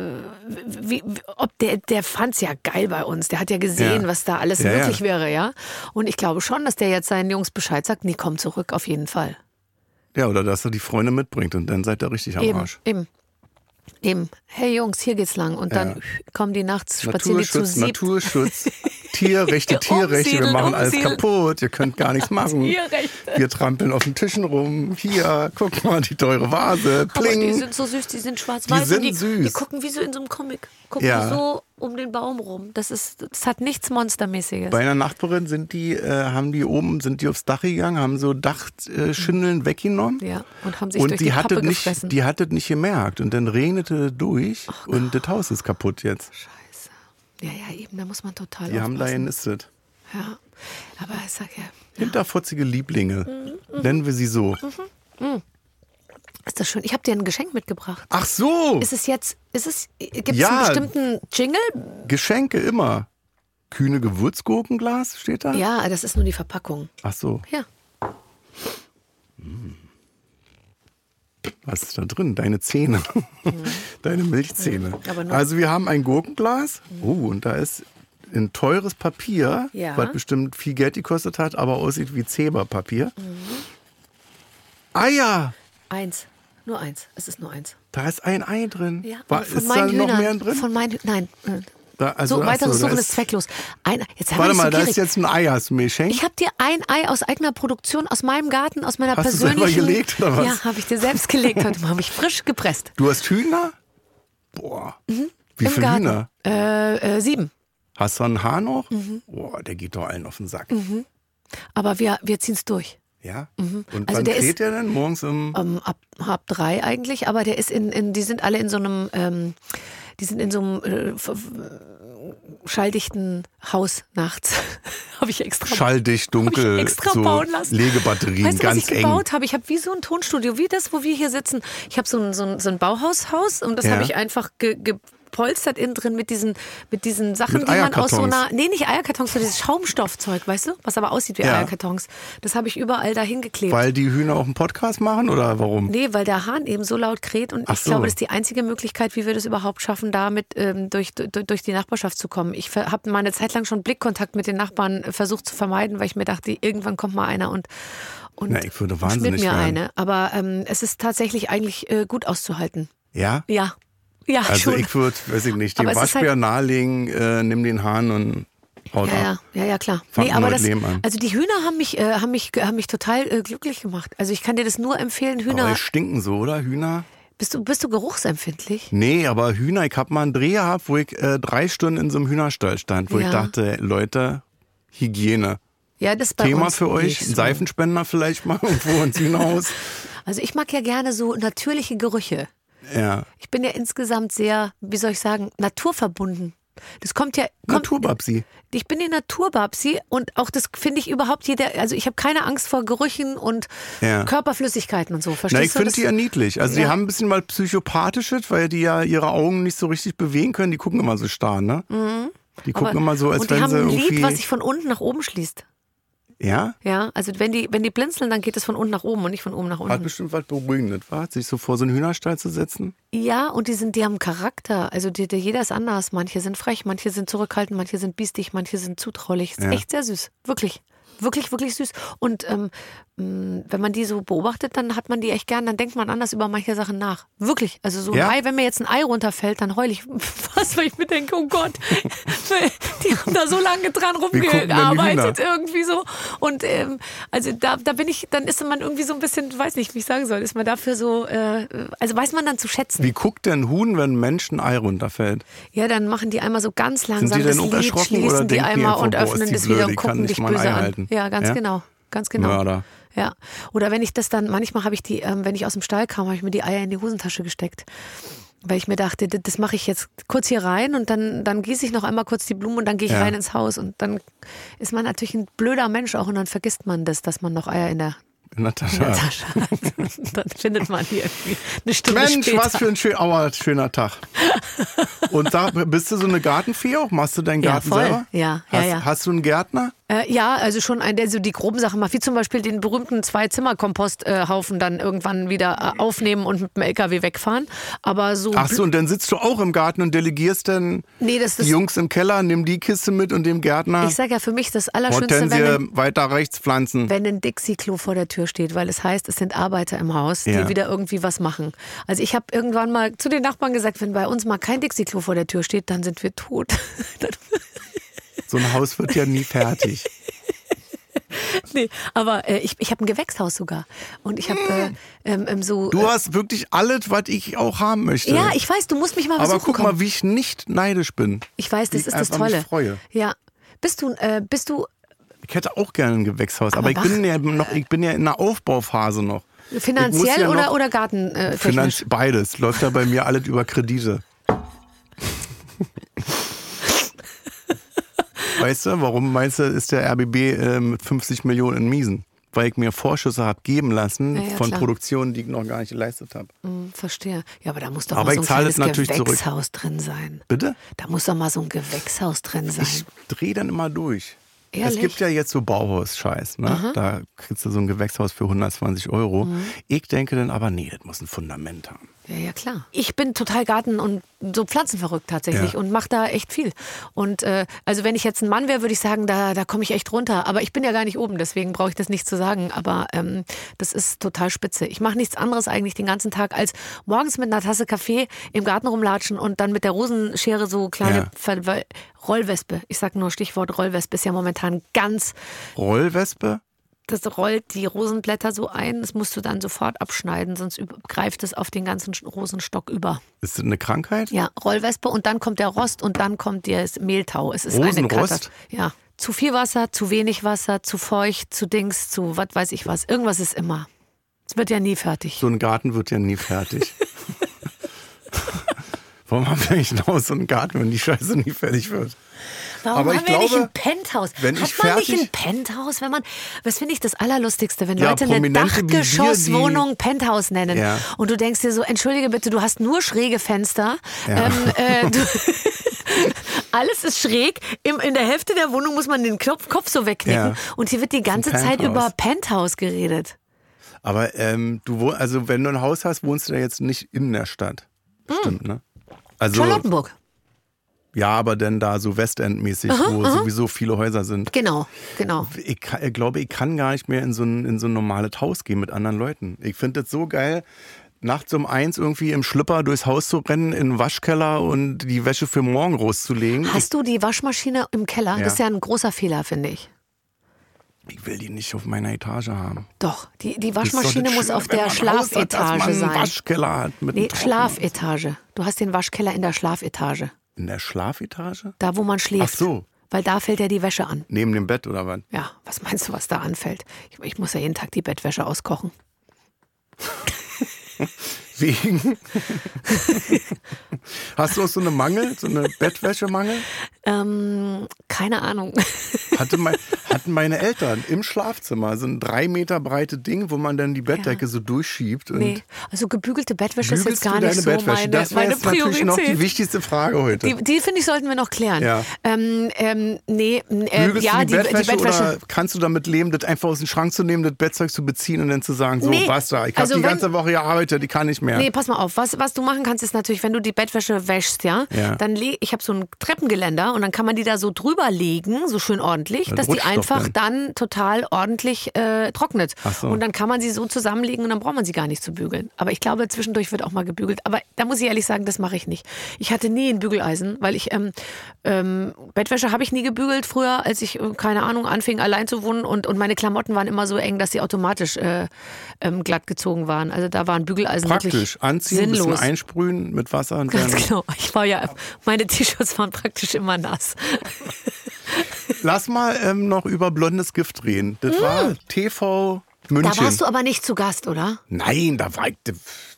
[SPEAKER 4] wie, wie- ob der, der fand's ja geil bei uns. Der hat ja gesehen,
[SPEAKER 2] Ja.
[SPEAKER 4] was da alles
[SPEAKER 2] Ja, ja.
[SPEAKER 4] möglich wäre, ja. Und ich glaube schon, dass der jetzt seinen Jungs Bescheid sagt, nee, komm zurück, auf jeden Fall.
[SPEAKER 2] Ja, oder dass er die Freunde mitbringt und dann seid ihr richtig am
[SPEAKER 4] Eben,
[SPEAKER 2] Arsch.
[SPEAKER 4] eben. Eben. Hey Jungs, hier geht's lang. Und dann
[SPEAKER 2] Ja.
[SPEAKER 4] kommen die nachts, spazieren die zu
[SPEAKER 2] Naturschutz,
[SPEAKER 4] siebt.
[SPEAKER 2] Naturschutz, Tierrechte, Tierrechte, wir
[SPEAKER 4] Umsiedeln,
[SPEAKER 2] machen alles
[SPEAKER 4] umsiedeln.
[SPEAKER 2] kaputt, ihr könnt gar nichts machen.
[SPEAKER 4] Tierrechte.
[SPEAKER 2] Wir trampeln auf den Tischen rum. Hier, guck mal, die teure Vase.
[SPEAKER 4] Aber die
[SPEAKER 2] Pling.
[SPEAKER 4] sind so süß, die sind
[SPEAKER 2] Die
[SPEAKER 4] schwarz-weiß. und
[SPEAKER 2] sind
[SPEAKER 4] die,
[SPEAKER 2] süß.
[SPEAKER 4] die gucken wie so in so einem Comic. Gucken
[SPEAKER 2] Ja.
[SPEAKER 4] so um den Baum rum. Das, ist, das hat nichts Monstermäßiges.
[SPEAKER 2] Bei einer Nachbarin sind die, äh, haben die oben, sind die aufs Dach gegangen, haben so Dachschindeln äh, weggenommen.
[SPEAKER 4] Mhm. ja, und haben sich
[SPEAKER 2] Und
[SPEAKER 4] durch
[SPEAKER 2] die
[SPEAKER 4] die
[SPEAKER 2] hatte
[SPEAKER 4] Pappe
[SPEAKER 2] nicht,
[SPEAKER 4] gefressen.
[SPEAKER 2] die hatte nicht gemerkt. Und dann regnete durch und das Haus ist kaputt jetzt.
[SPEAKER 4] ja, ja, eben, da muss man total
[SPEAKER 2] Die haben da
[SPEAKER 4] aufpassen.
[SPEAKER 2] genistet.
[SPEAKER 4] ja. Aber ich sag ja,
[SPEAKER 2] Hinterfotzige Lieblinge. Nennen wir sie so.
[SPEAKER 4] ist das schön. Ich habe dir ein Geschenk mitgebracht.
[SPEAKER 2] Ach so!
[SPEAKER 4] Ist es jetzt, ist es, gibt es
[SPEAKER 2] Ja.
[SPEAKER 4] einen bestimmten Jingle?
[SPEAKER 2] Geschenke immer. Kühne Gewürzgurkenglas steht da?
[SPEAKER 4] Ja, das ist nur die Verpackung.
[SPEAKER 2] Ach so,
[SPEAKER 4] Ja.
[SPEAKER 2] was ist da drin? Deine Zähne. Deine Milchzähne.
[SPEAKER 4] aber nur- Mhm.
[SPEAKER 2] Also wir haben ein Gurkenglas. Oh, und da ist ein teures Papier,
[SPEAKER 4] Ja.
[SPEAKER 2] was bestimmt viel Geld gekostet hat, aber aussieht wie Zeberpapier.
[SPEAKER 4] Mhm.
[SPEAKER 2] Eier!
[SPEAKER 4] Eins. Nur eins. Es ist nur eins.
[SPEAKER 2] Da ist ein Ei drin.
[SPEAKER 4] Ja,
[SPEAKER 2] Wa-
[SPEAKER 4] von
[SPEAKER 2] ist da
[SPEAKER 4] meinen
[SPEAKER 2] noch
[SPEAKER 4] Hühnern.
[SPEAKER 2] mehr drin?
[SPEAKER 4] Von meinen Hü- Nein. äh,
[SPEAKER 2] Da- also,
[SPEAKER 4] so,
[SPEAKER 2] ach
[SPEAKER 4] weiteres
[SPEAKER 2] so, da
[SPEAKER 4] Suchen
[SPEAKER 2] ist-
[SPEAKER 4] ist zwecklos. Ein, jetzt haben wir
[SPEAKER 2] Warte mal,
[SPEAKER 4] so
[SPEAKER 2] da
[SPEAKER 4] gierig.
[SPEAKER 2] ist jetzt ein Ei, hast du mir geschenkt?
[SPEAKER 4] Ich habe dir ein Ei aus eigener Produktion, aus meinem Garten, aus meiner
[SPEAKER 2] Hast du selber
[SPEAKER 4] persönlichen.
[SPEAKER 2] gelegt, oder was?
[SPEAKER 4] Ja, habe ich dir selbst gelegt. Heute habe ich frisch gepresst.
[SPEAKER 2] du hast Hühner? Boah. Wie
[SPEAKER 4] Mhm, Im
[SPEAKER 2] viele
[SPEAKER 4] Garten.
[SPEAKER 2] Hühner?
[SPEAKER 4] Äh, äh, sieben.
[SPEAKER 2] Hast du einen Haar noch?
[SPEAKER 4] Mhm.
[SPEAKER 2] Boah, der geht doch allen auf den Sack.
[SPEAKER 4] Aber wir, wir ziehen es durch.
[SPEAKER 2] Ja? Und
[SPEAKER 4] Also
[SPEAKER 2] wann
[SPEAKER 4] der ist-
[SPEAKER 2] dreht der denn? Morgens im.
[SPEAKER 4] Ähm, ab, ab drei eigentlich, aber der ist in, in die sind alle in so einem, ähm, die sind in so einem äh, f- f- schalldichten Haus nachts. habe ich extra.
[SPEAKER 2] schalldicht,
[SPEAKER 4] Hab
[SPEAKER 2] dunkel,
[SPEAKER 4] ich extra
[SPEAKER 2] so
[SPEAKER 4] bauen lassen.
[SPEAKER 2] Legebatterien
[SPEAKER 4] weißt du,
[SPEAKER 2] ganz
[SPEAKER 4] was ich
[SPEAKER 2] eng.
[SPEAKER 4] gebaut habe? Ich habe wie so ein Tonstudio, wie das, wo wir hier sitzen. Ich habe so ein, so ein, so ein Bauhaushaus und das
[SPEAKER 2] Ja.
[SPEAKER 4] habe ich einfach ge, gepolstert innen drin mit diesen, mit diesen Sachen,
[SPEAKER 2] Mit
[SPEAKER 4] die man aus so
[SPEAKER 2] Eierkartons.
[SPEAKER 4] einer, nee, nicht Eierkartons, sondern dieses Schaumstoffzeug, weißt du, was aber aussieht wie
[SPEAKER 2] Ja.
[SPEAKER 4] Eierkartons. Das habe ich überall dahin geklebt.
[SPEAKER 2] Weil die Hühner auch einen Podcast machen oder warum?
[SPEAKER 4] Nee, weil der Hahn eben so laut kräht und
[SPEAKER 2] Ach
[SPEAKER 4] ich
[SPEAKER 2] so.
[SPEAKER 4] glaube, das ist die einzige Möglichkeit, wie wir das überhaupt schaffen, damit ähm, durch, durch, durch die Nachbarschaft zu kommen. Ich habe mal eine Zeit lang schon Blickkontakt mit den Nachbarn äh, versucht zu vermeiden, weil ich mir dachte, irgendwann kommt mal einer und, und
[SPEAKER 2] Na, ich würde
[SPEAKER 4] schmiert
[SPEAKER 2] wahnsinnig
[SPEAKER 4] mir
[SPEAKER 2] werden.
[SPEAKER 4] eine. Aber ähm, es ist tatsächlich eigentlich äh, gut auszuhalten.
[SPEAKER 2] Ja?
[SPEAKER 4] Ja. Ja,
[SPEAKER 2] Also
[SPEAKER 4] schon.
[SPEAKER 2] ich würde, weiß ich nicht, den
[SPEAKER 4] Aber es ist halt
[SPEAKER 2] Waschbär nahelegen, äh, nimm den Hahn und haut
[SPEAKER 4] ja, ja,
[SPEAKER 2] ab.
[SPEAKER 4] ja, ja, klar.
[SPEAKER 2] Fangt ein
[SPEAKER 4] aber
[SPEAKER 2] neues
[SPEAKER 4] das,
[SPEAKER 2] Leben an.
[SPEAKER 4] also die Hühner haben mich, äh, haben mich, haben mich total äh, glücklich gemacht. Also ich kann dir das nur empfehlen,
[SPEAKER 2] Aber
[SPEAKER 4] Hühner.
[SPEAKER 2] die stinken so, oder? Hühner?
[SPEAKER 4] Bist du, bist du geruchsempfindlich?
[SPEAKER 2] Nee, aber Hühner, ich hab mal einen Dreh gehabt, wo ich äh, drei Stunden in so einem Hühnerstall stand, wo ich
[SPEAKER 4] Ja.
[SPEAKER 2] dachte, Leute, Hygiene.
[SPEAKER 4] Ja, das ist bei
[SPEAKER 2] Thema
[SPEAKER 4] uns
[SPEAKER 2] für euch,
[SPEAKER 4] nicht ne?
[SPEAKER 2] Ein
[SPEAKER 4] so.
[SPEAKER 2] Seifenspender vielleicht mal irgendwo ins Hühnerhaus.
[SPEAKER 4] Also ich mag ja gerne so natürliche Gerüche.
[SPEAKER 2] Ja.
[SPEAKER 4] Ich bin ja insgesamt sehr, wie soll ich sagen, naturverbunden. Das kommt ja. Kommt,
[SPEAKER 2] Naturbabsi.
[SPEAKER 4] ich bin die Naturbabsi und auch das finde ich überhaupt jeder. Also ich habe keine Angst vor Gerüchen und
[SPEAKER 2] Ja.
[SPEAKER 4] Körperflüssigkeiten und so. Verstehst
[SPEAKER 2] Na, ich
[SPEAKER 4] du?
[SPEAKER 2] finde
[SPEAKER 4] Das-
[SPEAKER 2] die ja niedlich. Also die
[SPEAKER 4] Ja.
[SPEAKER 2] haben ein bisschen mal psychopathisches, weil die ja ihre Augen nicht so richtig bewegen können. Die gucken immer so starr, ne? Die gucken
[SPEAKER 4] Mhm. aber-
[SPEAKER 2] immer so, als
[SPEAKER 4] und die
[SPEAKER 2] wenn
[SPEAKER 4] haben
[SPEAKER 2] sie
[SPEAKER 4] ein
[SPEAKER 2] irgendwie...
[SPEAKER 4] Lied, was sich von unten nach oben schließt.
[SPEAKER 2] ja?
[SPEAKER 4] Ja, also wenn die, wenn die blinzeln, dann geht es von unten nach oben und nicht von oben nach
[SPEAKER 2] Hat
[SPEAKER 4] unten.
[SPEAKER 2] bestimmt was Beruhigendes, war? Sich so vor so einen Hühnerstall zu setzen?
[SPEAKER 4] Ja, und die sind, die haben Charakter. Also die, die, jeder ist anders. Manche sind frech, manche sind zurückhaltend, manche sind biestig, manche sind zutraulich. Ist
[SPEAKER 2] Ja.
[SPEAKER 4] echt sehr süß. Wirklich. Wirklich, wirklich süß. Und ähm, mh, wenn man die so beobachtet, dann hat man die echt gern, dann denkt man anders über manche Sachen nach. Wirklich. Also so ein
[SPEAKER 2] Ja.
[SPEAKER 4] Ei, wenn mir jetzt ein Ei runterfällt, dann heul ich fast, weil ich mir denke, oh Gott, die haben da so lange dran
[SPEAKER 2] gucken denn die
[SPEAKER 4] rumgearbeitet irgendwie so. Und ähm, also da, da bin ich, dann ist man irgendwie so ein bisschen, weiß nicht, wie ich sagen soll, ist man dafür so, äh, also weiß man dann zu schätzen.
[SPEAKER 2] Wie guckt denn ein Huhn, wenn ein Mensch ein Ei runterfällt?
[SPEAKER 4] Ja, dann machen die einmal so ganz langsam
[SPEAKER 2] die denn
[SPEAKER 4] das Lied,
[SPEAKER 2] erschrocken oder
[SPEAKER 4] schließen die
[SPEAKER 2] denken die
[SPEAKER 4] einmal
[SPEAKER 2] einfach,
[SPEAKER 4] und
[SPEAKER 2] boah, ist
[SPEAKER 4] öffnen
[SPEAKER 2] die
[SPEAKER 4] das
[SPEAKER 2] blöd,
[SPEAKER 4] wieder
[SPEAKER 2] die
[SPEAKER 4] und
[SPEAKER 2] kann
[SPEAKER 4] gucken
[SPEAKER 2] nicht
[SPEAKER 4] dich
[SPEAKER 2] mal ein
[SPEAKER 4] böse
[SPEAKER 2] Ei
[SPEAKER 4] an.
[SPEAKER 2] halten?
[SPEAKER 4] Ja, ganz
[SPEAKER 2] Ja?
[SPEAKER 4] genau. Ganz genau.
[SPEAKER 2] Mörder.
[SPEAKER 4] Ja. Oder wenn ich das dann, manchmal habe ich die, ähm, wenn ich aus dem Stall kam, habe ich mir die Eier in die Hosentasche gesteckt. Weil ich mir dachte, das- das mache ich jetzt kurz hier rein und dann, dann gieße ich noch einmal kurz die Blumen und dann gehe ich
[SPEAKER 2] Ja.
[SPEAKER 4] rein ins Haus. Und dann ist man natürlich ein blöder Mensch auch und dann vergisst man das, dass man noch Eier in der, in der
[SPEAKER 2] Natascha.
[SPEAKER 4] Tasche hat. Und dann findet man die irgendwie eine Stunde
[SPEAKER 2] Mensch,
[SPEAKER 4] später.
[SPEAKER 2] was für ein schön, aua, schöner Tag. Und da, bist du so eine Gartenfee auch? Machst du deinen
[SPEAKER 4] Ja,
[SPEAKER 2] Garten
[SPEAKER 4] voll.
[SPEAKER 2] selber?
[SPEAKER 4] Ja, ja,
[SPEAKER 2] hast,
[SPEAKER 4] ja.
[SPEAKER 2] Hast du einen Gärtner?
[SPEAKER 4] Äh, ja, also schon ein, der so die groben Sachen macht, wie zum Beispiel den berühmten Zwei-Zimmer-Komposthaufen dann irgendwann wieder äh, aufnehmen und mit dem LKW wegfahren. Aber so.
[SPEAKER 2] Ach so, und dann sitzt du auch im Garten und delegierst dann
[SPEAKER 4] Nee, das- das-
[SPEAKER 2] die Jungs im Keller, nimm die Kiste mit und dem Gärtner.
[SPEAKER 4] Ich sage ja für mich, das Allerschönste, wenn
[SPEAKER 2] Hortensie
[SPEAKER 4] ein,
[SPEAKER 2] weiter rechts pflanzen.
[SPEAKER 4] wenn ein Dixie-Klo vor der Tür steht, weil es heißt, es sind Arbeiter im Haus, die
[SPEAKER 2] Ja.
[SPEAKER 4] wieder irgendwie was machen. Also ich habe irgendwann mal zu den Nachbarn gesagt, wenn bei uns mal kein Dixie-Klo vor der Tür steht, dann sind wir tot. Dann-
[SPEAKER 2] So ein Haus wird ja nie fertig.
[SPEAKER 4] nee, aber äh, ich, ich habe ein Gewächshaus sogar. Und ich habe äh, ähm, ähm, so...
[SPEAKER 2] Hm. Du
[SPEAKER 4] äh,
[SPEAKER 2] hast wirklich alles, was ich auch haben möchte.
[SPEAKER 4] ja, ich weiß, du musst mich mal
[SPEAKER 2] Aber
[SPEAKER 4] besuchen
[SPEAKER 2] guck
[SPEAKER 4] kommen.
[SPEAKER 2] mal, wie ich nicht neidisch bin.
[SPEAKER 4] Ich weiß,
[SPEAKER 2] wie
[SPEAKER 4] das
[SPEAKER 2] ich
[SPEAKER 4] ist das
[SPEAKER 2] einfach mich
[SPEAKER 4] Tolle.
[SPEAKER 2] freue.
[SPEAKER 4] Ja. Bist du, äh, bist du,
[SPEAKER 2] Ich hätte auch gerne ein Gewächshaus, aber,
[SPEAKER 4] Aber
[SPEAKER 2] ich bin ja noch, ich bin ja in der Aufbauphase noch. Ich muss
[SPEAKER 4] finanziell
[SPEAKER 2] ja
[SPEAKER 4] oder,
[SPEAKER 2] noch-
[SPEAKER 4] oder garten? Äh, technisch?
[SPEAKER 2] Finanz, beides läuft da bei mir alles über Kredite. weißt du, warum meinst du, ist der RBB äh, mit 50 Millionen in Miesen? Weil ich mir Vorschüsse habe geben lassen
[SPEAKER 4] Ja, ja,
[SPEAKER 2] von
[SPEAKER 4] klar.
[SPEAKER 2] Produktionen, die ich noch gar nicht geleistet habe.
[SPEAKER 4] Hm, Verstehe. Ja, aber da muss doch
[SPEAKER 2] Aber
[SPEAKER 4] mal
[SPEAKER 2] ich
[SPEAKER 4] so ein
[SPEAKER 2] zahle es
[SPEAKER 4] kleines
[SPEAKER 2] natürlich zurück.
[SPEAKER 4] Gewächshaus drin sein.
[SPEAKER 2] Bitte?
[SPEAKER 4] Da muss doch mal so ein Gewächshaus drin sein.
[SPEAKER 2] Ich drehe dann immer durch.
[SPEAKER 4] Ehrlich?
[SPEAKER 2] Es gibt ja jetzt so Bauhaus-Scheiß. Ne? Da kriegst du so ein Gewächshaus für 120 Euro.
[SPEAKER 4] Mhm.
[SPEAKER 2] Ich denke dann aber, nee, das muss ein Fundament haben.
[SPEAKER 4] Ja, ja, klar. Ich bin total Garten- und so pflanzenverrückt tatsächlich
[SPEAKER 2] Ja.
[SPEAKER 4] und mache da echt viel. Und äh, also wenn ich jetzt ein Mann wäre, würde ich sagen, da, da komme ich echt runter. Aber ich bin ja gar nicht oben, deswegen brauche ich das nicht zu sagen. Aber ähm, das ist total spitze. Ich mache nichts anderes eigentlich den ganzen Tag, als morgens mit einer Tasse Kaffee im Garten rumlatschen und dann mit der Rosenschere so kleine
[SPEAKER 2] Ja.
[SPEAKER 4] Ver Ver Rollwespe. Ich sag nur Stichwort Rollwespe ist ja momentan ganz
[SPEAKER 2] Rollwespe?
[SPEAKER 4] das rollt die Rosenblätter so ein, das musst du dann sofort abschneiden, sonst üb- greift es auf den ganzen Sch- Rosenstock über.
[SPEAKER 2] Ist das eine Krankheit?
[SPEAKER 4] Ja, Rollwespe und dann kommt der Rost und dann kommt der Mehltau. Es ist eine
[SPEAKER 2] Rosenrost?
[SPEAKER 4] Katast- Ja. Zu viel Wasser, zu wenig Wasser, zu feucht, zu Dings, zu was weiß ich was. Irgendwas ist immer. Es wird ja nie fertig.
[SPEAKER 2] So ein Garten wird ja nie fertig. Warum haben wir eigentlich noch so einen Garten, wenn die Scheiße nie fertig wird?
[SPEAKER 4] Warum
[SPEAKER 2] aber
[SPEAKER 4] haben
[SPEAKER 2] ich
[SPEAKER 4] wir nicht
[SPEAKER 2] glaube,
[SPEAKER 4] ein Penthouse?
[SPEAKER 2] wenn
[SPEAKER 4] Hat
[SPEAKER 2] ich
[SPEAKER 4] man
[SPEAKER 2] fertig-
[SPEAKER 4] nicht ein Penthouse, wenn man. Was finde ich das Allerlustigste, wenn
[SPEAKER 2] Ja,
[SPEAKER 4] Leute eine
[SPEAKER 2] Prominente wie wir, die-
[SPEAKER 4] Dachgeschosswohnung Penthouse nennen.
[SPEAKER 2] Ja.
[SPEAKER 4] Und du denkst dir so, entschuldige bitte, du hast nur schräge Fenster.
[SPEAKER 2] Ja.
[SPEAKER 4] Ähm, äh, du, alles ist schräg. Im, in der Hälfte der Wohnung muss man den Knopf, Kopf so wegknicken.
[SPEAKER 2] Ja.
[SPEAKER 4] Und hier wird die ganze
[SPEAKER 2] Ein
[SPEAKER 4] Zeit
[SPEAKER 2] Penthouse.
[SPEAKER 4] über Penthouse geredet.
[SPEAKER 2] Aber ähm, du wohn, also wenn du ein Haus hast, wohnst du da jetzt nicht in der Stadt. Stimmt, ne? Also
[SPEAKER 4] Hm. Charlottenburg,
[SPEAKER 2] ja, aber denn da so Westend-mäßig, wo sowieso viele Häuser sind.
[SPEAKER 4] genau, genau.
[SPEAKER 2] Ich, kann, ich glaube, ich kann gar nicht mehr in so ein, in so ein normales Haus gehen mit anderen Leuten. Ich finde das so geil, nachts um eins irgendwie im Schlüpper durchs Haus zu rennen, in den Waschkeller und die Wäsche für morgen rauszulegen.
[SPEAKER 4] Hast du die Waschmaschine im Keller?
[SPEAKER 2] Ja.
[SPEAKER 4] Das ist ja ein großer Fehler, finde ich.
[SPEAKER 2] Ich will die nicht auf meiner Etage haben.
[SPEAKER 4] Doch, die, die
[SPEAKER 2] Das ist doch das
[SPEAKER 4] Waschmaschine muss
[SPEAKER 2] Schöne,
[SPEAKER 4] auf
[SPEAKER 2] wenn
[SPEAKER 4] der
[SPEAKER 2] man ein Haus hat, dass man
[SPEAKER 4] Schlafetage
[SPEAKER 2] einen
[SPEAKER 4] sein.
[SPEAKER 2] Waschkeller hat mit
[SPEAKER 4] Nee,
[SPEAKER 2] einem Trocknen-
[SPEAKER 4] Schlafetage. Du hast den Waschkeller in der Schlafetage.
[SPEAKER 2] In der Schlafetage?
[SPEAKER 4] Da, wo man schläft.
[SPEAKER 2] Ach so.
[SPEAKER 4] Weil da fällt ja die Wäsche an.
[SPEAKER 2] Neben dem Bett oder was?
[SPEAKER 4] Ja, was meinst du, was da anfällt? Ich, ich muss ja jeden Tag die Bettwäsche auskochen.
[SPEAKER 2] Wegen. Hast du auch so eine Mangel, so eine Bettwäschemangel?
[SPEAKER 4] Ähm, keine Ahnung.
[SPEAKER 2] Hatte mein, hatten meine Eltern im Schlafzimmer so ein drei Meter breite Ding, wo man dann die Bettdecke so durchschiebt. Und
[SPEAKER 4] Nee. Also gebügelte Bettwäsche ist jetzt
[SPEAKER 2] bügelst
[SPEAKER 4] gar
[SPEAKER 2] du deine
[SPEAKER 4] nicht so
[SPEAKER 2] Bettwäsche?
[SPEAKER 4] meine,
[SPEAKER 2] das wäre
[SPEAKER 4] meine
[SPEAKER 2] jetzt natürlich noch die
[SPEAKER 4] Priorität.
[SPEAKER 2] wichtigste Frage heute.
[SPEAKER 4] Die, die finde ich, sollten wir noch klären.
[SPEAKER 2] Ja.
[SPEAKER 4] Ähm, ähm, nee, äh,
[SPEAKER 2] Bügelst
[SPEAKER 4] ja,
[SPEAKER 2] du die, Bettwäsche
[SPEAKER 4] die Bettwäsche.
[SPEAKER 2] oder kannst du damit leben, das einfach aus dem Schrank zu nehmen, das Bettzeug zu beziehen und dann zu sagen, so,
[SPEAKER 4] Nee,
[SPEAKER 2] basta, ich habe
[SPEAKER 4] also
[SPEAKER 2] die
[SPEAKER 4] wenn-
[SPEAKER 2] ganze Woche gearbeitet, die kann nicht mehr.
[SPEAKER 4] Nee, pass mal auf. Was, was du machen kannst, ist natürlich, wenn du die Bettwäsche wäschst, ja,
[SPEAKER 2] Ja.
[SPEAKER 4] dann leg, ich habe so ein Treppengeländer und dann kann man die da so drüber legen, so schön ordentlich,
[SPEAKER 2] Dann
[SPEAKER 4] dass die
[SPEAKER 2] rutscht doch
[SPEAKER 4] einfach dann total ordentlich äh, trocknet.
[SPEAKER 2] so.
[SPEAKER 4] Und dann kann man sie so zusammenlegen und dann braucht man sie gar nicht zu bügeln. Aber ich glaube, zwischendurch wird auch mal gebügelt. Aber da muss ich ehrlich sagen, das mache ich nicht. Ich hatte nie ein Bügeleisen, weil ich ähm, ähm, Bettwäsche habe ich nie gebügelt früher, als ich äh, keine Ahnung anfing, allein zu wohnen und, und meine Klamotten waren immer so eng, dass sie automatisch äh, ähm, glatt gezogen waren. Also da waren Bügeleisen
[SPEAKER 2] Praktisch.
[SPEAKER 4] wirklich
[SPEAKER 2] Anziehen,
[SPEAKER 4] sinnlos.
[SPEAKER 2] bisschen einsprühen mit Wasser und dann.
[SPEAKER 4] Ganz genau. Ich war ja, meine T-Shirts waren praktisch immer nass.
[SPEAKER 2] Lass mal ähm, noch über blondes Gift reden. Das war TV München.
[SPEAKER 4] Mm. Da warst du aber nicht zu Gast, oder?
[SPEAKER 2] Nein, da war ich.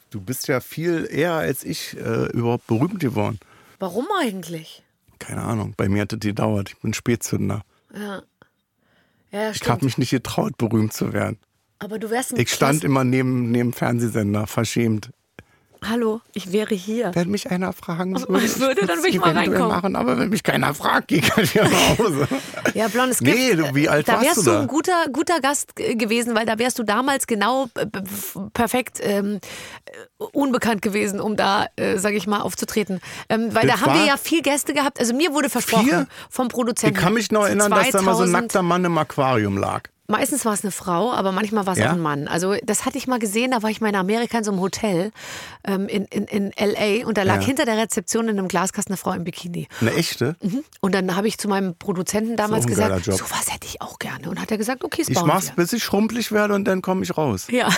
[SPEAKER 2] Du bist ja viel eher als ich äh, überhaupt berühmt geworden.
[SPEAKER 4] Warum eigentlich?
[SPEAKER 2] Keine Ahnung, bei mir hat das gedauert. Ich bin Spätzünder.
[SPEAKER 4] Ja,
[SPEAKER 2] Ich habe mich nicht getraut, berühmt zu werden.
[SPEAKER 4] Aber du wärst ein
[SPEAKER 2] Ich stand immer neben, neben Fernsehsender, verschämt.
[SPEAKER 4] Hallo, ich wäre hier.
[SPEAKER 2] Wenn mich einer fragen würde,
[SPEAKER 4] würde, dann würde Also, ich mal
[SPEAKER 2] eventuell
[SPEAKER 4] reinkommen.
[SPEAKER 2] machen, aber wenn mich keiner fragt, gehe ich halt wieder nach Hause.
[SPEAKER 4] Ja, blondes Gift.
[SPEAKER 2] Nee, du, wie alt
[SPEAKER 4] da
[SPEAKER 2] warst
[SPEAKER 4] wärst
[SPEAKER 2] du
[SPEAKER 4] du,
[SPEAKER 2] da?
[SPEAKER 4] ein guter, guter Gast äh, gewesen, weil da wärst du damals genau äh, b- f- perfekt ähm, äh, unbekannt gewesen, um da, äh, sag ich mal, aufzutreten. Ähm, weil
[SPEAKER 2] Das
[SPEAKER 4] da haben wir
[SPEAKER 2] war-
[SPEAKER 4] ja viel Gäste gehabt. Also mir wurde versprochen
[SPEAKER 2] Vier?
[SPEAKER 4] vom
[SPEAKER 2] Ich
[SPEAKER 4] Produzenten.
[SPEAKER 2] kann mich noch erinnern, dass da mal so ein
[SPEAKER 4] 2000
[SPEAKER 2] nackter Mann im Aquarium lag.
[SPEAKER 4] Meistens war es eine Frau, aber manchmal war es
[SPEAKER 2] Ja?
[SPEAKER 4] auch ein Mann. Also das hatte ich mal gesehen, da war ich mal in Amerika in so einem Hotel ähm, in, in, in L.A. und da
[SPEAKER 2] Ja.
[SPEAKER 4] lag hinter der Rezeption in einem Glaskasten eine Frau im Bikini.
[SPEAKER 2] Eine echte?
[SPEAKER 4] Und dann habe ich zu meinem Produzenten damals
[SPEAKER 2] auch ein geiler
[SPEAKER 4] gesagt,
[SPEAKER 2] Job.
[SPEAKER 4] sowas hätte ich auch gerne. Und hat er gesagt, okay, es
[SPEAKER 2] Ich
[SPEAKER 4] bauen
[SPEAKER 2] mach's,
[SPEAKER 4] wir.
[SPEAKER 2] bis ich schrumpelig werde und dann komme ich raus.
[SPEAKER 4] Ja.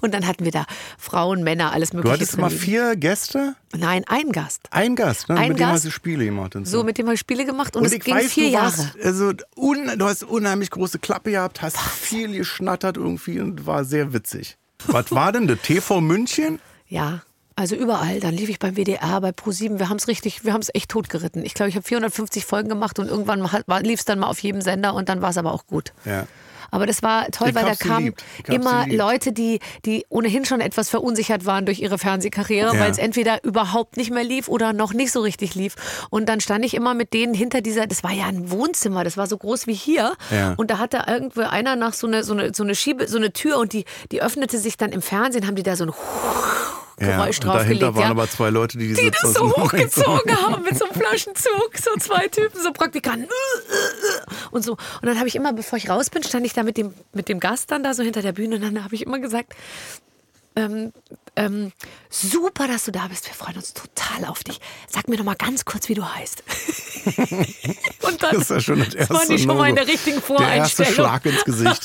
[SPEAKER 4] Und dann hatten wir da Frauen, Männer, alles
[SPEAKER 2] Du
[SPEAKER 4] Mögliche.
[SPEAKER 2] hattest
[SPEAKER 4] drin
[SPEAKER 2] immer
[SPEAKER 4] liegen.
[SPEAKER 2] vier Gäste,
[SPEAKER 4] Nein, ein Gast.
[SPEAKER 2] ein Gast, ne?
[SPEAKER 4] Ein
[SPEAKER 2] mit dem hast
[SPEAKER 4] Gast.
[SPEAKER 2] du Spiele gemacht. Und so.
[SPEAKER 4] So, mit dem habe ich Spiele gemacht und,
[SPEAKER 2] Und
[SPEAKER 4] es
[SPEAKER 2] ich
[SPEAKER 4] ging
[SPEAKER 2] weiß,
[SPEAKER 4] vier
[SPEAKER 2] du,
[SPEAKER 4] Jahre.
[SPEAKER 2] Warst, also, un, du hast unheimlich große Klappe gehabt, hast viel geschnattert irgendwie und war sehr witzig. Was war denn das? TV München?
[SPEAKER 4] Ja. Also überall, dann lief ich beim WDR, bei Pro7, wir haben es richtig, wir haben es echt totgeritten. Ich glaube, ich habe 450 Folgen gemacht und irgendwann lief es dann mal auf jedem Sender und dann war es aber auch gut.
[SPEAKER 2] Ja.
[SPEAKER 4] Aber das war toll,
[SPEAKER 2] Ich
[SPEAKER 4] weil da
[SPEAKER 2] hab's
[SPEAKER 4] kamen
[SPEAKER 2] geliebt. Ich hab's
[SPEAKER 4] immer
[SPEAKER 2] geliebt.
[SPEAKER 4] Leute, die, die ohnehin schon etwas verunsichert waren durch ihre Fernsehkarriere,
[SPEAKER 2] Ja.
[SPEAKER 4] weil es entweder überhaupt nicht mehr lief oder noch nicht so richtig lief. Und dann stand ich immer mit denen hinter dieser, das war ja ein Wohnzimmer, das war so groß wie hier.
[SPEAKER 2] Ja.
[SPEAKER 4] Und da hatte irgendwo einer noch so eine, so eine, so eine Schiebe, so eine Tür und die, die öffnete sich dann im Fernsehen, haben die da so ein Geräusch
[SPEAKER 2] und dahinter
[SPEAKER 4] draufgelegt.
[SPEAKER 2] waren
[SPEAKER 4] ja
[SPEAKER 2] aber zwei Leute, die die,
[SPEAKER 4] die das
[SPEAKER 2] Sitze
[SPEAKER 4] so
[SPEAKER 2] aus dem-
[SPEAKER 4] hochgezogen haben mit so einem Flaschenzug, so zwei Typen, so Praktikanten. Und so. Und dann habe ich immer, bevor ich raus bin, stand ich da mit dem, mit dem Gast dann da so hinter der Bühne und dann habe ich immer gesagt, ähm, ähm, super, dass du da bist. Wir freuen uns total auf dich. Sag mir doch mal ganz kurz, wie du heißt. und dann
[SPEAKER 2] Das ist ja schon das
[SPEAKER 4] Das
[SPEAKER 2] erste.
[SPEAKER 4] waren die schon mal in
[SPEAKER 2] No-Go.
[SPEAKER 4] der richtigen
[SPEAKER 2] Der erste
[SPEAKER 4] Voreinstellung.
[SPEAKER 2] Schlag ins Gesicht.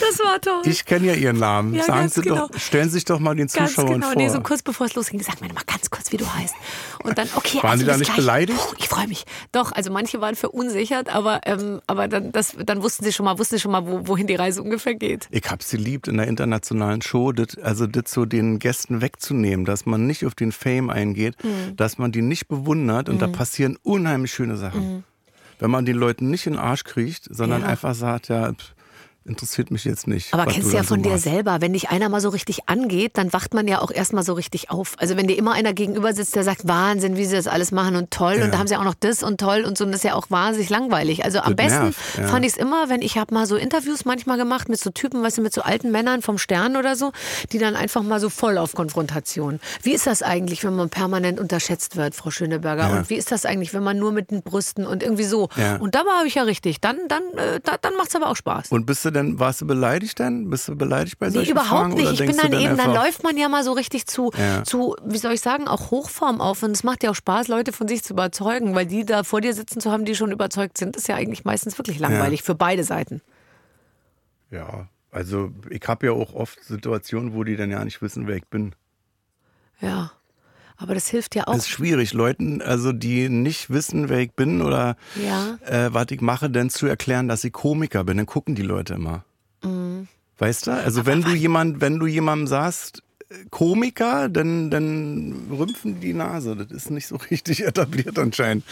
[SPEAKER 4] das war toll.
[SPEAKER 2] Ich kenne ja Ihren Namen.
[SPEAKER 4] Ja,
[SPEAKER 2] Sagen
[SPEAKER 4] ganz
[SPEAKER 2] Sie
[SPEAKER 4] genau.
[SPEAKER 2] doch, stellen Sie sich doch mal den
[SPEAKER 4] Ganz
[SPEAKER 2] Zuschauern
[SPEAKER 4] genau,
[SPEAKER 2] vor.
[SPEAKER 4] nee, so kurz bevor es losging, sag mir noch mal ganz kurz, wie du heißt. Und dann, okay,
[SPEAKER 2] Waren
[SPEAKER 4] also
[SPEAKER 2] Sie da
[SPEAKER 4] bis
[SPEAKER 2] nicht
[SPEAKER 4] gleich.
[SPEAKER 2] beleidigt?
[SPEAKER 4] Puh, ich freue mich. Doch, also manche waren verunsichert, aber, ähm, aber dann, das, dann wussten sie schon mal, wussten sie schon mal, wo, wohin die Reise ungefähr geht.
[SPEAKER 2] Ich hab's geliebt in der internationalen Show, das, also das so den Gästen wegzunehmen, dass man nicht auf den Fame eingeht,
[SPEAKER 4] Hm.
[SPEAKER 2] dass man die nicht bewundert und da passieren unheimlich schöne Sachen. Wenn man den Leuten nicht in den Arsch kriegt, sondern
[SPEAKER 4] Hm. Ja.
[SPEAKER 2] einfach sagt, ja, pff, interessiert mich jetzt nicht.
[SPEAKER 4] Aber
[SPEAKER 2] was
[SPEAKER 4] kennst du
[SPEAKER 2] da
[SPEAKER 4] ja
[SPEAKER 2] so
[SPEAKER 4] von dir
[SPEAKER 2] machst.
[SPEAKER 4] selber, wenn dich einer mal so richtig angeht, dann wacht man ja auch erstmal so richtig auf. Also wenn dir immer einer gegenüber sitzt, der sagt, Wahnsinn, wie sie das alles machen und toll
[SPEAKER 2] Ja.
[SPEAKER 4] und da haben sie auch noch das und toll und so und das ist ja auch wahnsinnig langweilig. Also am
[SPEAKER 2] Das
[SPEAKER 4] besten
[SPEAKER 2] nervt, ja.
[SPEAKER 4] fand ich es immer, wenn ich habe mal so Interviews manchmal gemacht mit so Typen, weißt du, mit so alten Männern vom Stern oder so, die dann einfach mal so voll auf Konfrontation. Wie ist das eigentlich, wenn man permanent unterschätzt wird, Frau Schöneberger?
[SPEAKER 2] Ja.
[SPEAKER 4] Und wie ist das eigentlich, wenn man nur mit den Brüsten und irgendwie so?
[SPEAKER 2] Ja.
[SPEAKER 4] Und da war ich ja richtig. Dann, dann, äh, da, dann macht's aber auch Spaß.
[SPEAKER 2] Und bist du denn, warst du beleidigt denn? Bist du beleidigt bei
[SPEAKER 4] Nee,
[SPEAKER 2] solchen
[SPEAKER 4] überhaupt
[SPEAKER 2] Fragen?
[SPEAKER 4] nicht.
[SPEAKER 2] Oder
[SPEAKER 4] Ich bin
[SPEAKER 2] denkst
[SPEAKER 4] dann
[SPEAKER 2] du
[SPEAKER 4] eben, dann
[SPEAKER 2] einfach,
[SPEAKER 4] läuft man ja mal so richtig zu,
[SPEAKER 2] Ja.
[SPEAKER 4] zu, wie soll ich sagen, auch Hochform auf. Und es macht ja auch Spaß, Leute von sich zu überzeugen, weil die da vor dir sitzen zu haben, die schon überzeugt sind, ist ja eigentlich meistens wirklich langweilig für beide Seiten.
[SPEAKER 2] Ja, also ich habe ja auch oft Situationen, wo die dann ja nicht wissen, wer ich bin.
[SPEAKER 4] Ja. Aber das hilft ja auch.
[SPEAKER 2] Es ist schwierig, Leuten, also die nicht wissen, wer ich bin oder
[SPEAKER 4] Ja.
[SPEAKER 2] äh, was ich mache, denn zu erklären, dass ich Komiker bin. Dann gucken die Leute immer.
[SPEAKER 4] Mhm.
[SPEAKER 2] Weißt du? Also wenn du jemand, wenn du jemandem sagst, äh, Komiker, dann, dann rümpfen die Nase. Das ist nicht so richtig etabliert anscheinend,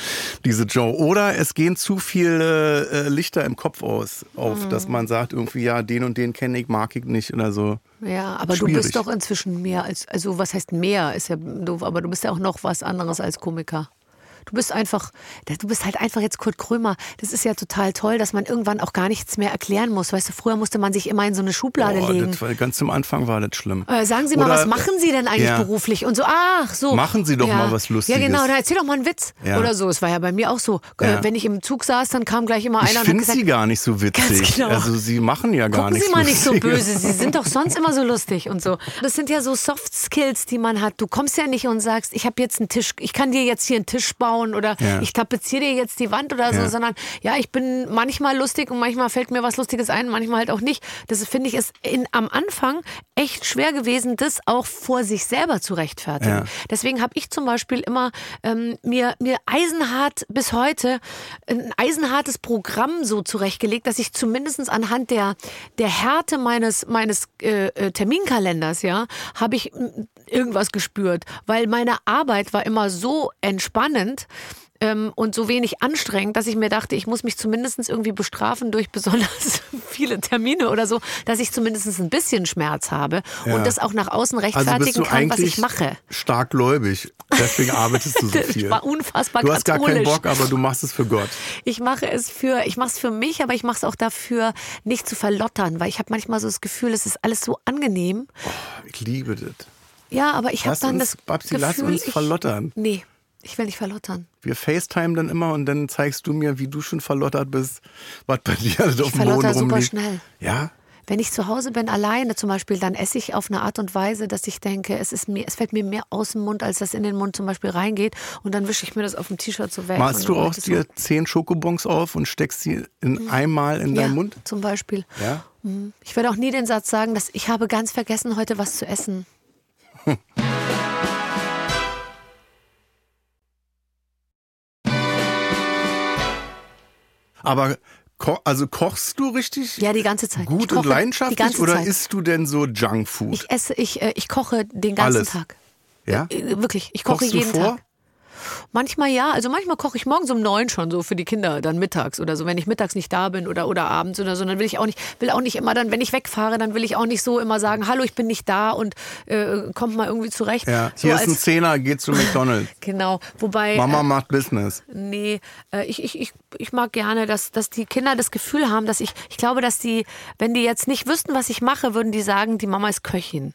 [SPEAKER 2] diese Joe. Oder es gehen zu viele äh, Lichter im Kopf aus, auf,
[SPEAKER 4] Mhm.
[SPEAKER 2] dass man sagt, irgendwie, ja, den und den kenne ich, mag ich nicht oder so.
[SPEAKER 4] Ja, aber du
[SPEAKER 2] Schwierig.
[SPEAKER 4] bist doch inzwischen mehr als, also was heißt mehr, ist ja doof, aber du bist ja auch noch was anderes als Komiker. Du bist einfach, du bist halt einfach jetzt Kurt Krömer. Das ist ja total toll, dass man irgendwann auch gar nichts mehr erklären muss. Weißt du, früher musste man sich immer in so eine Schublade
[SPEAKER 2] Boah,
[SPEAKER 4] legen.
[SPEAKER 2] das war, ganz zum Anfang war das schlimm.
[SPEAKER 4] Äh, sagen Sie mal,
[SPEAKER 2] Oder-
[SPEAKER 4] was machen Sie denn eigentlich
[SPEAKER 2] ja.
[SPEAKER 4] beruflich? Und so, ach so.
[SPEAKER 2] Machen Sie doch
[SPEAKER 4] ja.
[SPEAKER 2] mal was Lustiges.
[SPEAKER 4] Ja, genau, da erzähl doch mal einen Witz.
[SPEAKER 2] Ja.
[SPEAKER 4] Oder so. Es war ja bei mir auch so. Äh,
[SPEAKER 2] Ja.
[SPEAKER 4] Wenn ich im Zug saß, dann kam gleich immer
[SPEAKER 2] Ich
[SPEAKER 4] einer und hat
[SPEAKER 2] finde
[SPEAKER 4] gesagt,
[SPEAKER 2] sie gar nicht so witzig.
[SPEAKER 4] Ganz genau.
[SPEAKER 2] Also sie machen ja gar
[SPEAKER 4] gucken
[SPEAKER 2] nichts
[SPEAKER 4] Sie mal nicht so
[SPEAKER 2] Lustiges.
[SPEAKER 4] böse, Sie sind doch sonst immer so lustig und so. Das sind ja so Soft Skills, die man hat. Du kommst ja nicht und sagst, ich habe jetzt einen Tisch, ich kann dir jetzt hier einen Tisch bauen oder
[SPEAKER 2] Ja.
[SPEAKER 4] ich tapeziere dir jetzt die Wand oder so,
[SPEAKER 2] Ja.
[SPEAKER 4] sondern ja, ich bin manchmal lustig und manchmal fällt mir was Lustiges ein, manchmal halt auch nicht. Das finde ich ist in, am Anfang echt schwer gewesen, das auch vor sich selber zu rechtfertigen.
[SPEAKER 2] Ja.
[SPEAKER 4] Deswegen habe ich zum Beispiel immer ähm, mir, mir eisenhart bis heute ein eisenhartes Programm so zurechtgelegt, dass ich zumindest anhand der, der Härte meines, meines äh, äh, Terminkalenders, ja, habe ich mm, irgendwas gespürt. Weil meine Arbeit war immer so entspannend, ähm, und so wenig anstrengend, dass ich mir dachte, ich muss mich zumindest irgendwie bestrafen durch besonders viele Termine oder so, dass ich zumindest ein bisschen Schmerz habe
[SPEAKER 2] Ja.
[SPEAKER 4] und das auch nach außen
[SPEAKER 2] Also
[SPEAKER 4] rechtfertigen
[SPEAKER 2] bist du
[SPEAKER 4] kann, was
[SPEAKER 2] eigentlich
[SPEAKER 4] ich mache.
[SPEAKER 2] stark gläubig. Deswegen arbeitest du so viel.
[SPEAKER 4] Ich war unfassbar
[SPEAKER 2] Du hast gar
[SPEAKER 4] katholisch.
[SPEAKER 2] keinen Bock, aber du machst es für Gott.
[SPEAKER 4] Ich mache es für, ich mache es für mich, aber ich mache es auch dafür, nicht zu verlottern, weil ich habe manchmal so das Gefühl, es ist alles so angenehm.
[SPEAKER 2] Ich liebe das.
[SPEAKER 4] Ja, aber ich habe
[SPEAKER 2] Lass
[SPEAKER 4] dann
[SPEAKER 2] uns,
[SPEAKER 4] das
[SPEAKER 2] Babsi,
[SPEAKER 4] Gefühl,
[SPEAKER 2] lass uns
[SPEAKER 4] ich,
[SPEAKER 2] verlottern.
[SPEAKER 4] Nee, ich will nicht verlottern.
[SPEAKER 2] Wir FaceTime dann immer und dann zeigst du mir, wie du schon verlottert bist, was bei dir alles auf dem Boden
[SPEAKER 4] verlotter super
[SPEAKER 2] rumliegt.
[SPEAKER 4] schnell.
[SPEAKER 2] Ja,
[SPEAKER 4] Wenn ich zu Hause bin, alleine zum Beispiel, dann esse ich auf eine Art und Weise, dass ich denke, es, ist mir, es fällt mir mehr aus dem Mund, als das in den Mund zum Beispiel reingeht. Und dann wische ich mir das auf dem T-Shirt so weg.
[SPEAKER 2] Machst
[SPEAKER 4] Und
[SPEAKER 2] du
[SPEAKER 4] dann
[SPEAKER 2] auch
[SPEAKER 4] macht es
[SPEAKER 2] dir
[SPEAKER 4] so-
[SPEAKER 2] zehn Schokobons auf und steckst sie in einmal in
[SPEAKER 4] Mhm. ja,
[SPEAKER 2] deinen Mund?
[SPEAKER 4] Zum Beispiel.
[SPEAKER 2] Ja.
[SPEAKER 4] Mhm. Ich werde auch nie den Satz sagen, dass ich habe ganz vergessen, heute was zu essen.
[SPEAKER 2] Aber ko also kochst du richtig
[SPEAKER 4] Ja, die ganze Zeit. Äh, Ich
[SPEAKER 2] gut und
[SPEAKER 4] koche die
[SPEAKER 2] leidenschaftlich
[SPEAKER 4] ganze
[SPEAKER 2] oder
[SPEAKER 4] Zeit.
[SPEAKER 2] isst du denn so Junkfood?
[SPEAKER 4] Ich esse, ich, äh, ich koche den ganzen
[SPEAKER 2] Alles.
[SPEAKER 4] Tag.
[SPEAKER 2] ja?
[SPEAKER 4] Äh, Wirklich, ich koche
[SPEAKER 2] Kochst du
[SPEAKER 4] jeden
[SPEAKER 2] vor?
[SPEAKER 4] Tag. Manchmal ja, also manchmal koche ich morgens um neun schon so für die Kinder, dann mittags oder so, wenn ich mittags nicht da bin oder, oder abends oder so, dann will ich auch nicht, will auch nicht immer dann, wenn ich wegfahre, dann will ich auch nicht so immer sagen, hallo, ich bin nicht da und äh, kommt mal irgendwie zurecht.
[SPEAKER 2] Ja.
[SPEAKER 4] So
[SPEAKER 2] Hier ist ein
[SPEAKER 4] als,
[SPEAKER 2] Zehner, geh zu McDonalds.
[SPEAKER 4] genau, wobei,
[SPEAKER 2] Mama macht Business.
[SPEAKER 4] äh, nee, äh, ich, ich, ich, ich mag gerne, dass, dass die Kinder das Gefühl haben, dass ich, ich glaube, dass die, wenn die jetzt nicht wüssten, was ich mache, würden die sagen, die Mama ist Köchin.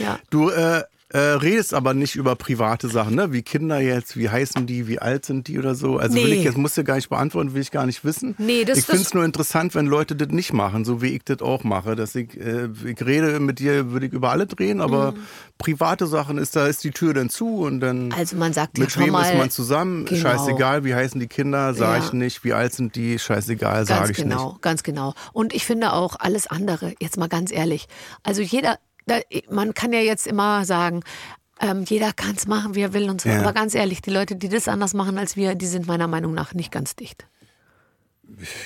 [SPEAKER 4] ja.
[SPEAKER 2] Du äh, äh, redest aber nicht über private Sachen, ne? Wie Kinder jetzt, wie heißen die, wie alt sind die oder so. Also will
[SPEAKER 4] Nee.
[SPEAKER 2] ich jetzt musst du gar nicht beantworten, will ich gar nicht wissen.
[SPEAKER 4] Nee, das-
[SPEAKER 2] ich finde es
[SPEAKER 4] das-
[SPEAKER 2] nur interessant, wenn Leute das nicht machen, so wie ich das auch mache. Dass ich, äh, ich rede mit dir, würde ich über alles reden, aber
[SPEAKER 4] Mhm.
[SPEAKER 2] private Sachen ist, da ist die Tür dann zu und dann.
[SPEAKER 4] Also man sagt ja
[SPEAKER 2] mit
[SPEAKER 4] schon
[SPEAKER 2] wem
[SPEAKER 4] mal.
[SPEAKER 2] ist man zusammen?
[SPEAKER 4] Genau.
[SPEAKER 2] Scheißegal, wie heißen die Kinder, sage
[SPEAKER 4] Ja.
[SPEAKER 2] ich nicht. Wie alt sind die? Scheißegal,
[SPEAKER 4] Ganz
[SPEAKER 2] sage ich
[SPEAKER 4] genau,
[SPEAKER 2] nicht.
[SPEAKER 4] ganz genau. Und ich finde auch alles andere, jetzt mal ganz ehrlich. Also jeder, da, man kann ja jetzt immer sagen, ähm, jeder kann es machen, wie er will und so.
[SPEAKER 2] Ja.
[SPEAKER 4] Aber ganz ehrlich, die Leute, die das anders machen als wir, die sind meiner Meinung nach nicht ganz dicht.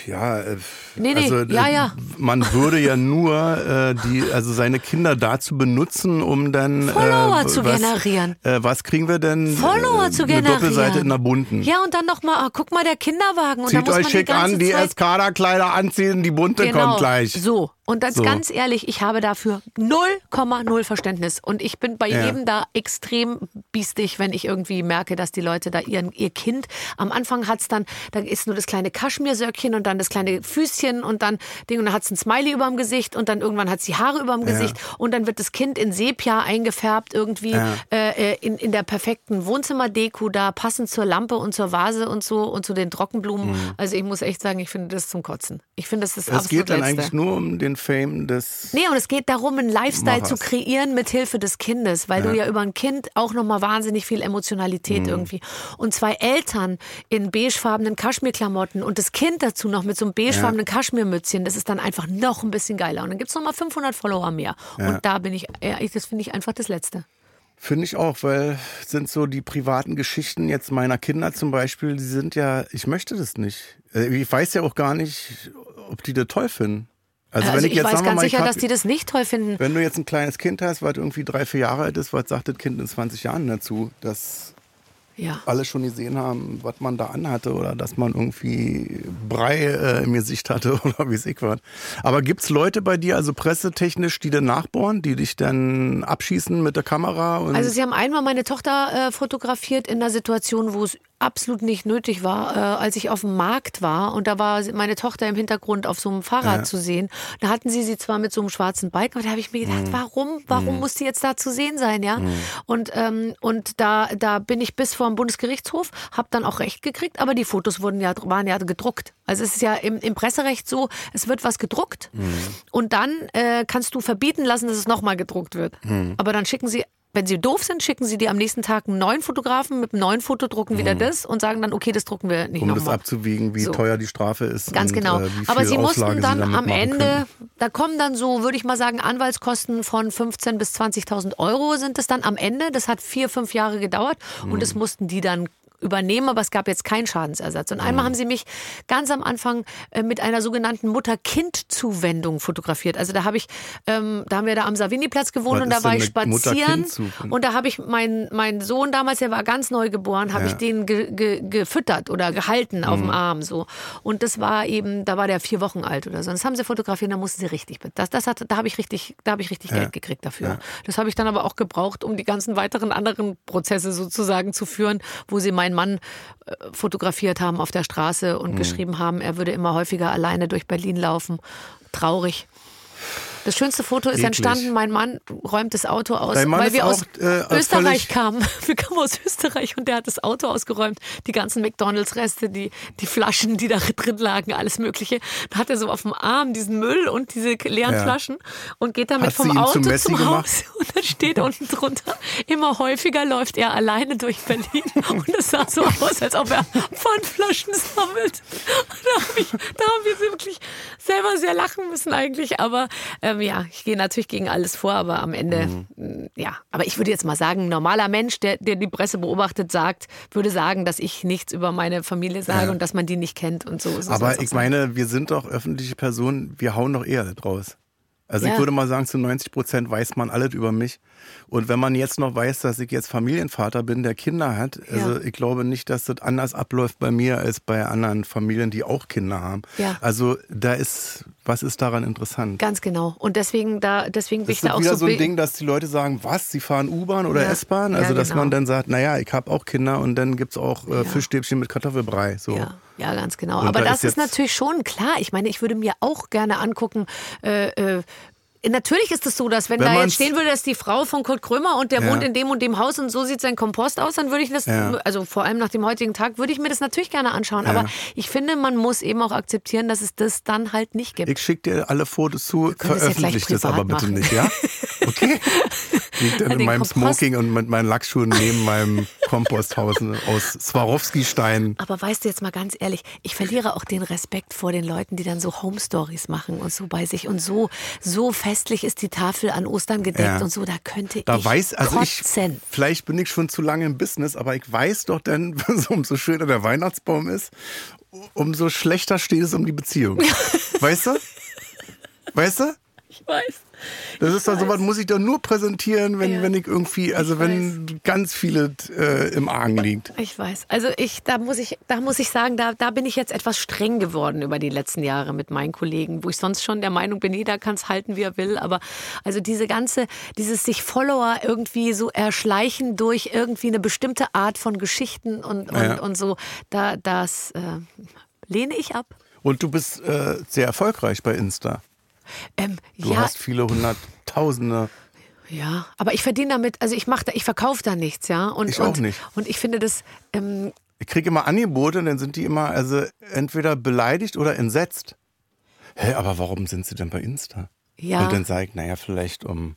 [SPEAKER 2] Ja, äh,
[SPEAKER 4] Nee, nee,
[SPEAKER 2] also, äh,
[SPEAKER 4] ja, ja.
[SPEAKER 2] man würde ja nur äh, die, also seine Kinder dazu benutzen, um dann
[SPEAKER 4] Follower
[SPEAKER 2] äh,
[SPEAKER 4] zu
[SPEAKER 2] was,
[SPEAKER 4] generieren.
[SPEAKER 2] Äh, was kriegen wir denn?
[SPEAKER 4] Follower
[SPEAKER 2] äh,
[SPEAKER 4] zu
[SPEAKER 2] eine
[SPEAKER 4] generieren.
[SPEAKER 2] Doppelseite in der bunten.
[SPEAKER 4] Ja, und dann nochmal, ah, guck mal, der Kinderwagen. Und da
[SPEAKER 2] Zieht
[SPEAKER 4] muss
[SPEAKER 2] euch
[SPEAKER 4] man
[SPEAKER 2] schick
[SPEAKER 4] die ganze
[SPEAKER 2] an, die
[SPEAKER 4] Zeit Genau.
[SPEAKER 2] Eskada-Kleider anziehen, die bunte kommt gleich.
[SPEAKER 4] So, und ganz,
[SPEAKER 2] So.
[SPEAKER 4] ganz ehrlich, ich habe dafür 0,0 Verständnis. Und ich bin bei
[SPEAKER 2] Ja.
[SPEAKER 4] jedem da extrem biestig, wenn ich irgendwie merke, dass die Leute da ihren, ihr Kind, am Anfang hat's dann, da ist nur das kleine Kaschmirsöckchen und dann das kleine Füßchen und dann Ding und dann hat's ein Smiley überm Gesicht und dann irgendwann hat's die Haare überm Gesicht und dann wird das Kind in Sepia eingefärbt irgendwie
[SPEAKER 2] Ja.
[SPEAKER 4] äh, äh, in, in der perfekten Wohnzimmerdeko da, passend zur Lampe und zur Vase und so und zu den Trockenblumen.
[SPEAKER 2] Mhm.
[SPEAKER 4] Also ich muss echt sagen, ich finde das zum Kotzen. Ich finde, das ist
[SPEAKER 2] Es geht dann
[SPEAKER 4] Letzte.
[SPEAKER 2] eigentlich nur um den Fame des.
[SPEAKER 4] Nee, und es geht darum, einen Lifestyle
[SPEAKER 2] Machers.
[SPEAKER 4] zu kreieren mit Hilfe des Kindes, weil du ja über ein Kind auch nochmal wahnsinnig viel Emotionalität
[SPEAKER 2] Mhm.
[SPEAKER 4] irgendwie. Und zwei Eltern in beigefarbenen Kaschmirklamotten und das Kind dazu noch mit so einem beigefarbenen Kaschmirmützchen, das ist dann einfach noch ein bisschen geiler. Und dann gibt's noch nochmal 500 Follower mehr. Und da bin ich, ja, ich- das finde ich einfach das Letzte.
[SPEAKER 2] Also Finde ich auch, weil sind so die privaten Geschichten jetzt meiner Kinder zum Beispiel, die sind ja, ich möchte das nicht. Äh, Ich weiß ja auch gar nicht, ob die das toll finden. Also, wenn
[SPEAKER 4] also
[SPEAKER 2] ich, jetzt
[SPEAKER 4] weiß
[SPEAKER 2] sagen wir
[SPEAKER 4] ganz
[SPEAKER 2] mal,
[SPEAKER 4] sicher,
[SPEAKER 2] ich hab,
[SPEAKER 4] dass die das nicht toll finden.
[SPEAKER 2] wenn du jetzt ein kleines Kind hast, was irgendwie drei, vier Jahre alt ist, was sagt das Kind in 20 Jahren dazu, dass
[SPEAKER 4] Ja.
[SPEAKER 2] alle schon gesehen haben, was man da anhatte oder dass man irgendwie Brei äh, im Gesicht hatte oder wie es ich war. Aber gibt's Leute bei dir, also pressetechnisch, die dann nachbohren, die dich dann abschießen mit der Kamera? Und
[SPEAKER 4] Also sie haben einmal meine Tochter äh, fotografiert in einer Situation, wo es absolut nicht nötig war, äh, als ich auf dem Markt war und da war sie- meine Tochter im Hintergrund auf so einem Fahrrad
[SPEAKER 2] Ja.
[SPEAKER 4] zu sehen. Da hatten sie sie zwar mit so einem schwarzen Bike, aber da habe ich mir
[SPEAKER 2] Mhm.
[SPEAKER 4] gedacht, warum, warum muss die jetzt da zu sehen sein, ja? Und ähm, und da da bin ich bis vor den Bundesgerichtshof, habe dann auch Recht gekriegt, aber die Fotos wurden ja waren ja gedruckt. Also es ist ja im, im Presserecht so, es wird was gedruckt
[SPEAKER 2] Mhm.
[SPEAKER 4] und dann äh, kannst du verbieten lassen, dass es nochmal gedruckt wird.
[SPEAKER 2] Mhm.
[SPEAKER 4] Aber dann schicken sie wenn sie doof sind, schicken sie dir am nächsten Tag einen neuen Fotografen mit einem neuen Foto, drucken wieder das und sagen dann, okay, das drucken wir nicht
[SPEAKER 2] Mhm. um das
[SPEAKER 4] nochmal.
[SPEAKER 2] abzuwiegen, wie
[SPEAKER 4] So.
[SPEAKER 2] teuer die Strafe ist.
[SPEAKER 4] Ganz
[SPEAKER 2] und,
[SPEAKER 4] genau.
[SPEAKER 2] Äh, wie viel
[SPEAKER 4] Aber sie
[SPEAKER 2] Auflage
[SPEAKER 4] mussten dann
[SPEAKER 2] sie damit
[SPEAKER 4] am
[SPEAKER 2] machen
[SPEAKER 4] Ende,
[SPEAKER 2] Können.
[SPEAKER 4] da kommen dann so, würde ich mal sagen, Anwaltskosten von 15.000
[SPEAKER 2] Mhm.
[SPEAKER 4] bis 20.000 Euro sind es dann am Ende. Das hat vier, fünf Jahre gedauert und das mussten die dann übernehmen, aber es gab jetzt keinen Schadensersatz. Und
[SPEAKER 2] Mhm.
[SPEAKER 4] einmal haben sie mich ganz am Anfang äh, mit einer sogenannten Mutter-Kind-Zuwendung fotografiert. Also da habe ich, ähm, da haben wir da am Savini-Platz gewohnt
[SPEAKER 2] Was
[SPEAKER 4] und da
[SPEAKER 2] ist
[SPEAKER 4] war
[SPEAKER 2] denn
[SPEAKER 4] ich
[SPEAKER 2] eine
[SPEAKER 4] spazieren.
[SPEAKER 2] Mutter-Kind-Zuwendung?
[SPEAKER 4] Und da habe ich meinen meinen Sohn damals, der war ganz neu geboren, habe
[SPEAKER 2] Ja.
[SPEAKER 4] ich den ge, ge, gefüttert oder gehalten auf dem Arm so. Und das war eben, da war der vier Wochen alt oder so. Und das haben sie fotografiert, da mussten sie richtig, be- das, das hat, da habe ich richtig, da habe ich richtig Geld gekriegt dafür. Das habe ich dann aber auch gebraucht, um die ganzen weiteren anderen Prozesse sozusagen zu führen, wo sie meinen Mann äh, fotografiert haben auf der Straße und geschrieben haben, er würde immer häufiger alleine durch Berlin laufen. Traurig. Das schönste Foto ist
[SPEAKER 2] Eklig.
[SPEAKER 4] entstanden. Mein Mann räumt das Auto aus,
[SPEAKER 2] Dein Mann
[SPEAKER 4] weil
[SPEAKER 2] ist
[SPEAKER 4] wir aus
[SPEAKER 2] auch, äh, als völlig-
[SPEAKER 4] Österreich kamen. Wir kamen aus Österreich und der hat das Auto ausgeräumt, die ganzen McDonalds-Reste, die, die Flaschen, die da drin lagen, alles Mögliche. Da hat er so auf dem Arm diesen Müll und diese leeren
[SPEAKER 2] Ja.
[SPEAKER 4] Flaschen und geht damit
[SPEAKER 2] Hat sie
[SPEAKER 4] vom
[SPEAKER 2] ihn zu
[SPEAKER 4] Auto zum,
[SPEAKER 2] Messi
[SPEAKER 4] Haus
[SPEAKER 2] gemacht?
[SPEAKER 4] und dann steht unten drunter, immer häufiger läuft er alleine durch Berlin und das sah so aus, als ob er Pfandflaschen sammelt. Und da habe ich, da haben wir wirklich selber sehr lachen müssen eigentlich, aber ähm, ja, ich gehe natürlich gegen alles vor, aber am Ende,
[SPEAKER 2] Mhm.
[SPEAKER 4] mh, ja, aber ich würde jetzt mal sagen, ein normaler Mensch, der, der die Presse beobachtet, sagt, würde sagen, dass ich nichts über meine Familie sage und dass man die nicht kennt und so. so soll's
[SPEAKER 2] Aber
[SPEAKER 4] auch
[SPEAKER 2] ich
[SPEAKER 4] sein.
[SPEAKER 2] meine, wir sind doch öffentliche Personen, wir hauen doch eher draus. Also ich
[SPEAKER 4] Ja.
[SPEAKER 2] würde mal sagen, zu 90 Prozent weiß man alles über mich. Und wenn man jetzt noch weiß, dass ich jetzt Familienvater bin, der Kinder hat, also ich glaube nicht, dass das anders abläuft bei mir als bei anderen Familien, die auch Kinder haben.
[SPEAKER 4] Ja.
[SPEAKER 2] Also da ist, was ist daran interessant?
[SPEAKER 4] Ganz genau. Und deswegen, da, deswegen bin
[SPEAKER 2] Das
[SPEAKER 4] ich da
[SPEAKER 2] ist
[SPEAKER 4] auch
[SPEAKER 2] wieder
[SPEAKER 4] so,
[SPEAKER 2] so ein
[SPEAKER 4] be-
[SPEAKER 2] Ding, dass die Leute sagen, was, sie fahren U-Bahn oder
[SPEAKER 4] Ja.
[SPEAKER 2] S-Bahn?
[SPEAKER 4] Ja,
[SPEAKER 2] Also dass
[SPEAKER 4] genau.
[SPEAKER 2] man dann sagt, naja, ich habe auch Kinder und dann gibt's auch äh, Fischstäbchen mit Kartoffelbrei. So.
[SPEAKER 4] Ja, ja, ganz genau.
[SPEAKER 2] Und
[SPEAKER 4] Aber
[SPEAKER 2] da
[SPEAKER 4] das
[SPEAKER 2] ist
[SPEAKER 4] ist,
[SPEAKER 2] jetzt-
[SPEAKER 4] natürlich schon klar. Ich meine, ich würde mir auch gerne angucken, äh, äh, Natürlich ist es so, dass wenn,
[SPEAKER 2] Wenn
[SPEAKER 4] da
[SPEAKER 2] man's-
[SPEAKER 4] jetzt stehen würde, dass die Frau von Kurt Krömer und der
[SPEAKER 2] Ja.
[SPEAKER 4] wohnt in dem und dem Haus und so sieht sein Kompost aus, dann würde ich das,
[SPEAKER 2] Ja.
[SPEAKER 4] also vor allem nach dem heutigen Tag, würde ich mir das natürlich gerne anschauen. Aber ich finde, man muss eben auch akzeptieren, dass es das dann halt nicht gibt.
[SPEAKER 2] Ich schicke dir alle Fotos zu,
[SPEAKER 4] können das ja
[SPEAKER 2] veröffentliche
[SPEAKER 4] gleich
[SPEAKER 2] das aber
[SPEAKER 4] privat
[SPEAKER 2] bitte
[SPEAKER 4] machen.
[SPEAKER 2] nicht, ja? Okay. Liegt dann in
[SPEAKER 4] Also Den
[SPEAKER 2] meinem
[SPEAKER 4] Kompost-
[SPEAKER 2] Smoking und mit meinen Lackschuhen neben meinem Komposthausen aus Swarovski-Stein.
[SPEAKER 4] Aber weißt du jetzt mal ganz ehrlich, ich verliere auch den Respekt vor den Leuten, die dann so Home Stories machen und so bei sich und so so festlich ist die Tafel an Ostern gedeckt
[SPEAKER 2] Ja.
[SPEAKER 4] und so, da könnte
[SPEAKER 2] Da
[SPEAKER 4] ich
[SPEAKER 2] weiß, also ich,
[SPEAKER 4] kotzen.
[SPEAKER 2] vielleicht bin ich schon zu lange im Business, aber ich weiß doch dann, umso schöner der Weihnachtsbaum ist, umso schlechter steht es um die Beziehung. Weißt du? Weißt du?
[SPEAKER 4] Ich weiß.
[SPEAKER 2] Das ist dann sowas, muss ich doch nur präsentieren, wenn,
[SPEAKER 4] Ja.
[SPEAKER 2] wenn ich irgendwie, also
[SPEAKER 4] Ich
[SPEAKER 2] wenn ganz viele äh, im Argen liegt.
[SPEAKER 4] Ich weiß. Also ich, da muss ich, da muss ich sagen, da, da bin ich jetzt etwas streng geworden über die letzten Jahre mit meinen Kollegen, wo ich sonst schon der Meinung bin, jeder kann es halten, wie er will. Aber also diese ganze, dieses sich Follower irgendwie so erschleichen durch irgendwie eine bestimmte Art von Geschichten und, und,
[SPEAKER 2] Ja.
[SPEAKER 4] und so, da, das äh, lehne ich ab.
[SPEAKER 2] Und du bist äh, sehr erfolgreich bei Insta.
[SPEAKER 4] Ähm,
[SPEAKER 2] Du
[SPEAKER 4] ja,
[SPEAKER 2] hast viele hunderttausende.
[SPEAKER 4] Ja, aber ich verdiene damit, also ich mache da, ich verkaufe da nichts, ja. Und,
[SPEAKER 2] Ich
[SPEAKER 4] und,
[SPEAKER 2] auch nicht.
[SPEAKER 4] Und ich finde das, ähm,
[SPEAKER 2] Ich kriege immer Angebote und dann sind die immer also entweder beleidigt oder entsetzt. Hä, aber warum sind sie denn bei Insta?
[SPEAKER 4] Ja.
[SPEAKER 2] Und dann sage ich, naja, vielleicht um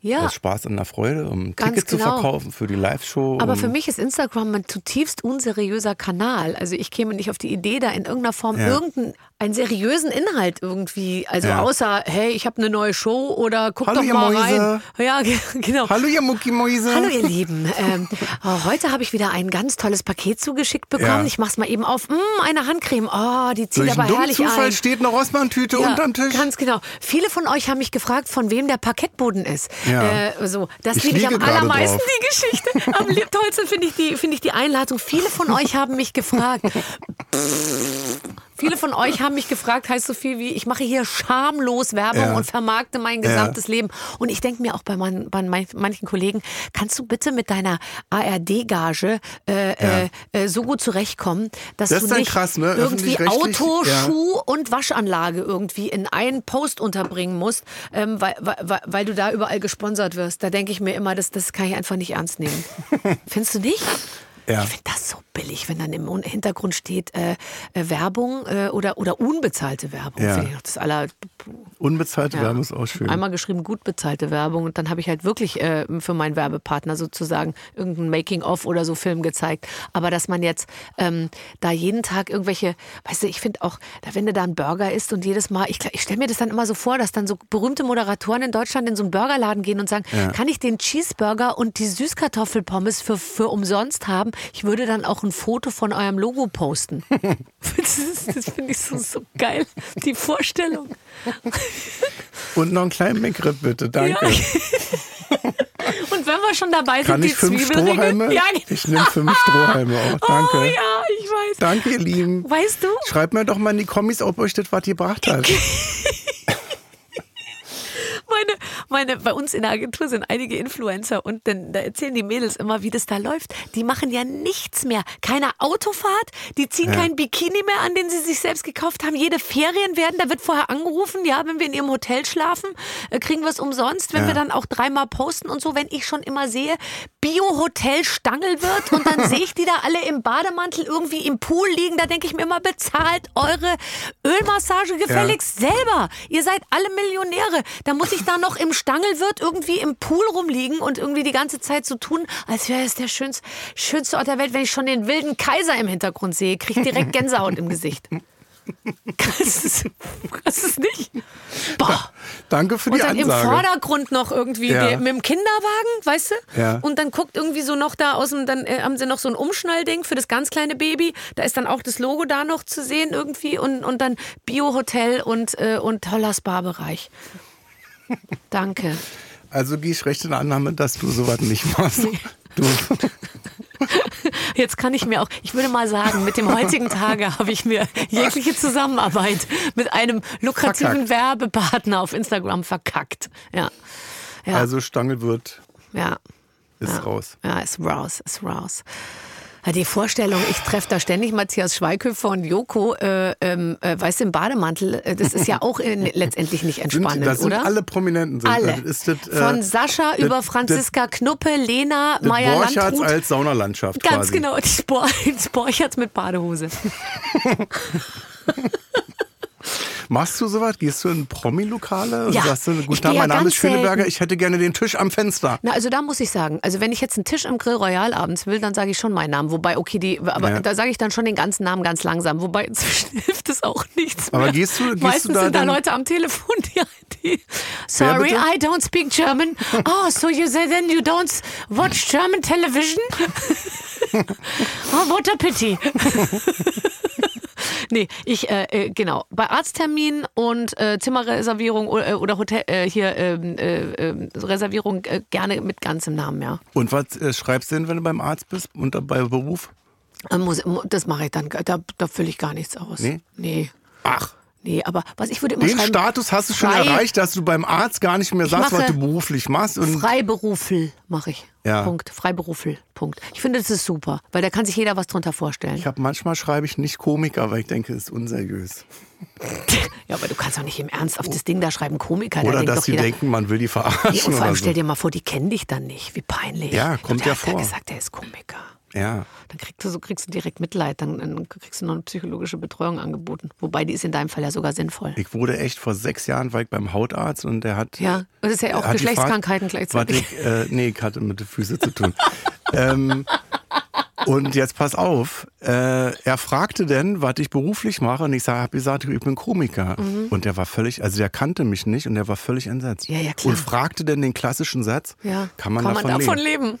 [SPEAKER 4] ja.
[SPEAKER 2] aus Spaß und der Freude, um
[SPEAKER 4] Ganz
[SPEAKER 2] Tickets zu
[SPEAKER 4] genau.
[SPEAKER 2] verkaufen für die Live-Show.
[SPEAKER 4] Aber
[SPEAKER 2] um-
[SPEAKER 4] für mich ist Instagram ein zutiefst unseriöser Kanal. Also ich käme nicht auf die Idee, da in irgendeiner Form
[SPEAKER 2] Ja.
[SPEAKER 4] irgendeinen seriösen Inhalt irgendwie, also
[SPEAKER 2] Ja.
[SPEAKER 4] außer, hey, ich habe eine neue Show oder guck
[SPEAKER 2] Hallo,
[SPEAKER 4] doch
[SPEAKER 2] ihr
[SPEAKER 4] mal
[SPEAKER 2] Mäuse.
[SPEAKER 4] rein. Ja, ge- genau.
[SPEAKER 2] Hallo, ihr Muckimäuse.
[SPEAKER 4] Hallo ihr Lieben. Ähm, oh, heute habe ich wieder ein ganz tolles Paket zugeschickt bekommen.
[SPEAKER 2] Ja.
[SPEAKER 4] Ich mach's mal eben auf. Mm, eine Handcreme. Oh, die zieht
[SPEAKER 2] Durch
[SPEAKER 4] aber
[SPEAKER 2] einen dummen
[SPEAKER 4] herrlich
[SPEAKER 2] Zufall
[SPEAKER 4] ein.
[SPEAKER 2] steht eine Rossmann-Tüte
[SPEAKER 4] Ja,
[SPEAKER 2] unterm Tisch.
[SPEAKER 4] Ganz genau. Viele von euch haben mich gefragt, von wem der Parkettboden ist.
[SPEAKER 2] Ja.
[SPEAKER 4] Äh, so, das
[SPEAKER 2] Ich
[SPEAKER 4] liebe ich
[SPEAKER 2] liege
[SPEAKER 4] am
[SPEAKER 2] gerade
[SPEAKER 4] allermeisten,
[SPEAKER 2] drauf.
[SPEAKER 4] die Geschichte. Am lieb- tollsten finde ich, die, finde ich die Einladung. Viele von euch haben mich gefragt. Viele von euch haben mich gefragt, heißt so viel wie, ich mache hier schamlos Werbung
[SPEAKER 2] Ja.
[SPEAKER 4] und vermarkte mein gesamtes Leben. Und ich denke mir auch bei, man, bei man- manchen Kollegen, kannst du bitte mit deiner ARD-Gage äh, äh, äh, so gut zurechtkommen, dass
[SPEAKER 2] Das
[SPEAKER 4] du
[SPEAKER 2] ist dann
[SPEAKER 4] nicht
[SPEAKER 2] krass, ne?
[SPEAKER 4] irgendwie
[SPEAKER 2] Öffentlich-rechtlich,
[SPEAKER 4] Auto,
[SPEAKER 2] ja.
[SPEAKER 4] Schuh, Schuh- und Waschanlage irgendwie in einen Post unterbringen musst, ähm, weil, weil, weil- weil du da überall gesponsert wirst. Da denke ich mir immer, das, das kann ich einfach nicht ernst nehmen. Findest du nicht?
[SPEAKER 2] Ja.
[SPEAKER 4] Ich finde das so billig, wenn dann im Un- Hintergrund steht äh, äh, Werbung äh, oder, oder unbezahlte Werbung.
[SPEAKER 2] Ja.
[SPEAKER 4] Finde ich noch das aller,
[SPEAKER 2] Unbezahlte
[SPEAKER 4] ja.
[SPEAKER 2] Werbung ist auch schön.
[SPEAKER 4] Einmal geschrieben, gut bezahlte Werbung. Und dann habe ich halt wirklich äh, für meinen Werbepartner sozusagen irgendein Making-of oder so Film gezeigt. Aber dass man jetzt ähm, da jeden Tag irgendwelche, weißt du, ich finde auch, da, wenn du da einen Burger isst und jedes Mal, ich, gl- ich stelle mir das dann immer so vor, dass dann so berühmte Moderatoren in Deutschland in so einen Burgerladen gehen und sagen, kann ich den Cheeseburger und die Süßkartoffelpommes für, für umsonst haben? Ich würde dann auch ein Foto von eurem Logo posten. das ist- das finde ich so, so geil, die Vorstellung.
[SPEAKER 2] Und noch einen kleinen McRib bitte, danke.
[SPEAKER 4] Und wenn wir schon dabei
[SPEAKER 2] Kann
[SPEAKER 4] sind,
[SPEAKER 2] ich
[SPEAKER 4] die
[SPEAKER 2] fünf
[SPEAKER 4] Zwiebelringe.
[SPEAKER 2] Strohhalme?
[SPEAKER 4] Ja, genau.
[SPEAKER 2] Ich nehme fünf Strohhalme auch, danke.
[SPEAKER 4] Oh ja, ich weiß.
[SPEAKER 2] Danke, ihr Lieben.
[SPEAKER 4] Weißt du?
[SPEAKER 2] Schreibt mir doch mal in die Kommis, ob euch das was gebracht hat.
[SPEAKER 4] Meine, meine, bei uns in der Agentur sind einige Influencer und dann, da erzählen die Mädels immer, wie das da läuft. Die machen ja nichts mehr. Keine Autofahrt, die ziehen kein Bikini mehr an, den sie sich selbst gekauft haben. Jede Ferien werden, da wird vorher angerufen, ja, wenn wir in ihrem Hotel schlafen, äh, kriegen wir es umsonst, wenn wir dann auch dreimal posten und so, wenn ich schon immer sehe, Bio-Hotel Stangel wird und dann sehe ich die da alle im Bademantel irgendwie im Pool liegen, da denke ich mir immer, bezahlt eure Ölmassage gefälligst selber. Ihr seid alle Millionäre. Da muss ich da noch im Stangelwirt irgendwie im Pool rumliegen und irgendwie die ganze Zeit so tun, als wäre es der schönste, schönste Ort der Welt. Wenn ich schon den wilden Kaiser im Hintergrund sehe, kriege ich direkt Gänsehaut im Gesicht. Das ist, das ist nicht. Boah.
[SPEAKER 2] Danke für die
[SPEAKER 4] Und dann
[SPEAKER 2] Ansage.
[SPEAKER 4] im Vordergrund noch irgendwie
[SPEAKER 2] Ja.
[SPEAKER 4] der, mit dem Kinderwagen, weißt du?
[SPEAKER 2] Ja.
[SPEAKER 4] Und dann guckt irgendwie so noch da aus dem, dann äh, haben sie noch so ein Umschnallding für das ganz kleine Baby. Da ist dann auch das Logo da noch zu sehen irgendwie und, und dann Bio-Hotel und, äh, und toller Spa-Bereich. Danke.
[SPEAKER 2] also gehe ich recht in der Annahme, dass du sowas nicht machst. Du,
[SPEAKER 4] Jetzt kann ich mir auch, ich würde mal sagen, mit dem heutigen Tage habe ich mir jegliche Zusammenarbeit mit einem lukrativen
[SPEAKER 2] Verkackt.
[SPEAKER 4] Werbepartner auf Instagram verkackt. Ja. Ja.
[SPEAKER 2] Also Stangelwirt
[SPEAKER 4] ja.
[SPEAKER 2] ist raus.
[SPEAKER 4] Ja, ist raus, ist raus. Ja, Die Vorstellung, ich treffe da ständig Matthias Schweighöfer und Joko, äh, ähm, äh, weiß im Bademantel, äh, das ist ja auch äh, ne- letztendlich nicht
[SPEAKER 2] Sind,
[SPEAKER 4] entspannend,
[SPEAKER 2] das sind
[SPEAKER 4] oder?
[SPEAKER 2] alle Prominenten. Sind,
[SPEAKER 4] Alle.
[SPEAKER 2] Das ist das, äh,
[SPEAKER 4] Von Sascha
[SPEAKER 2] das-
[SPEAKER 4] über
[SPEAKER 2] das-
[SPEAKER 4] Franziska Knuppe, Lena,
[SPEAKER 2] das
[SPEAKER 4] Maya
[SPEAKER 2] Borchards
[SPEAKER 4] Landrut.
[SPEAKER 2] als Saunalandschaft
[SPEAKER 4] Ganz
[SPEAKER 2] quasi.
[SPEAKER 4] genau, die Spor Sporcherts mit Badehose.
[SPEAKER 2] Machst du sowas? Gehst du in Promi-Lokale und
[SPEAKER 4] Ja,
[SPEAKER 2] sagst du,
[SPEAKER 4] ich
[SPEAKER 2] guten
[SPEAKER 4] gehe
[SPEAKER 2] Tag,
[SPEAKER 4] ja
[SPEAKER 2] mein Name
[SPEAKER 4] ganz
[SPEAKER 2] ist Schöneberger,
[SPEAKER 4] selten.
[SPEAKER 2] ich hätte gerne den Tisch am Fenster.
[SPEAKER 4] Na, also da muss ich sagen, also wenn ich jetzt einen Tisch im Grill Royal abends will, dann sage ich schon meinen Namen. Wobei, okay, die, aber
[SPEAKER 2] Ja.
[SPEAKER 4] da sage ich dann schon den ganzen Namen ganz langsam. Wobei inzwischen hilft es auch nichts mehr.
[SPEAKER 2] Aber gehst du- gehst du
[SPEAKER 4] Meistens
[SPEAKER 2] da
[SPEAKER 4] sind da
[SPEAKER 2] dann-
[SPEAKER 4] Leute am Telefon, die, die Sorry,
[SPEAKER 2] bitte?
[SPEAKER 4] I don't speak German. Oh, so you say then you don't watch German television? Oh, what a pity. Nee, ich, äh, äh, genau, bei Arzttermin und äh, Zimmerreservierung o- äh, oder Hotel, äh, hier, ähm, äh, ähm, Reservierung äh, gerne mit ganzem Namen, ja.
[SPEAKER 2] Und was äh, schreibst du denn, wenn du beim Arzt bist und bei Beruf?
[SPEAKER 4] Äh, muss, mu- das mache ich dann, da, da fülle ich gar nichts aus.
[SPEAKER 2] Nee?
[SPEAKER 4] Nee,
[SPEAKER 2] Ach,
[SPEAKER 4] nee, aber was ich würde immer
[SPEAKER 2] den
[SPEAKER 4] schreiben,
[SPEAKER 2] Status hast du schon
[SPEAKER 4] frei-
[SPEAKER 2] erreicht, dass du beim Arzt gar nicht mehr sagst, was
[SPEAKER 4] mache
[SPEAKER 2] du beruflich machst. Und
[SPEAKER 4] Freiberufel mache ich.
[SPEAKER 2] Ja.
[SPEAKER 4] Punkt. Freiberufel. Punkt. Ich finde, das ist super, weil da kann sich jeder was drunter vorstellen.
[SPEAKER 2] ich habe manchmal schreibe ich nicht Komiker, weil ich denke, es ist unseriös.
[SPEAKER 4] Ja, aber du kannst doch nicht im Ernst auf das Ding da schreiben, Komiker. da
[SPEAKER 2] Oder
[SPEAKER 4] denkt
[SPEAKER 2] dass
[SPEAKER 4] doch
[SPEAKER 2] sie
[SPEAKER 4] jeder,
[SPEAKER 2] denken, man will die verarschen.
[SPEAKER 4] Ja, und vor
[SPEAKER 2] oder
[SPEAKER 4] allem
[SPEAKER 2] so.
[SPEAKER 4] stell dir mal vor, die kennen dich dann nicht. Wie peinlich.
[SPEAKER 2] Ja, kommt
[SPEAKER 4] Und der
[SPEAKER 2] ja
[SPEAKER 4] hat da
[SPEAKER 2] vor.
[SPEAKER 4] gesagt, er ist Komiker.
[SPEAKER 2] Ja.
[SPEAKER 4] Dann kriegst du, so kriegst du direkt Mitleid, dann, dann kriegst du noch eine psychologische Betreuung angeboten. Wobei, die ist in deinem Fall ja sogar sinnvoll.
[SPEAKER 2] Ich wurde echt vor sechs Jahren war ich beim Hautarzt und der hat.
[SPEAKER 4] Ja, und das ist ja auch
[SPEAKER 2] hat gefragt-
[SPEAKER 4] Geschlechtskrankheiten gleichzeitig.
[SPEAKER 2] Warte, ich, äh, nee, ich hatte mit den Füßen zu tun. ähm, und jetzt pass auf, äh, er fragte denn, was ich beruflich mache und ich habe gesagt, ich bin Komiker. Und der war völlig, also der kannte mich nicht und der war völlig entsetzt.
[SPEAKER 4] Mhm. Ja, ja, klar.
[SPEAKER 2] Und fragte denn den klassischen Satz,
[SPEAKER 4] Ja.
[SPEAKER 2] kann man, davon, leben?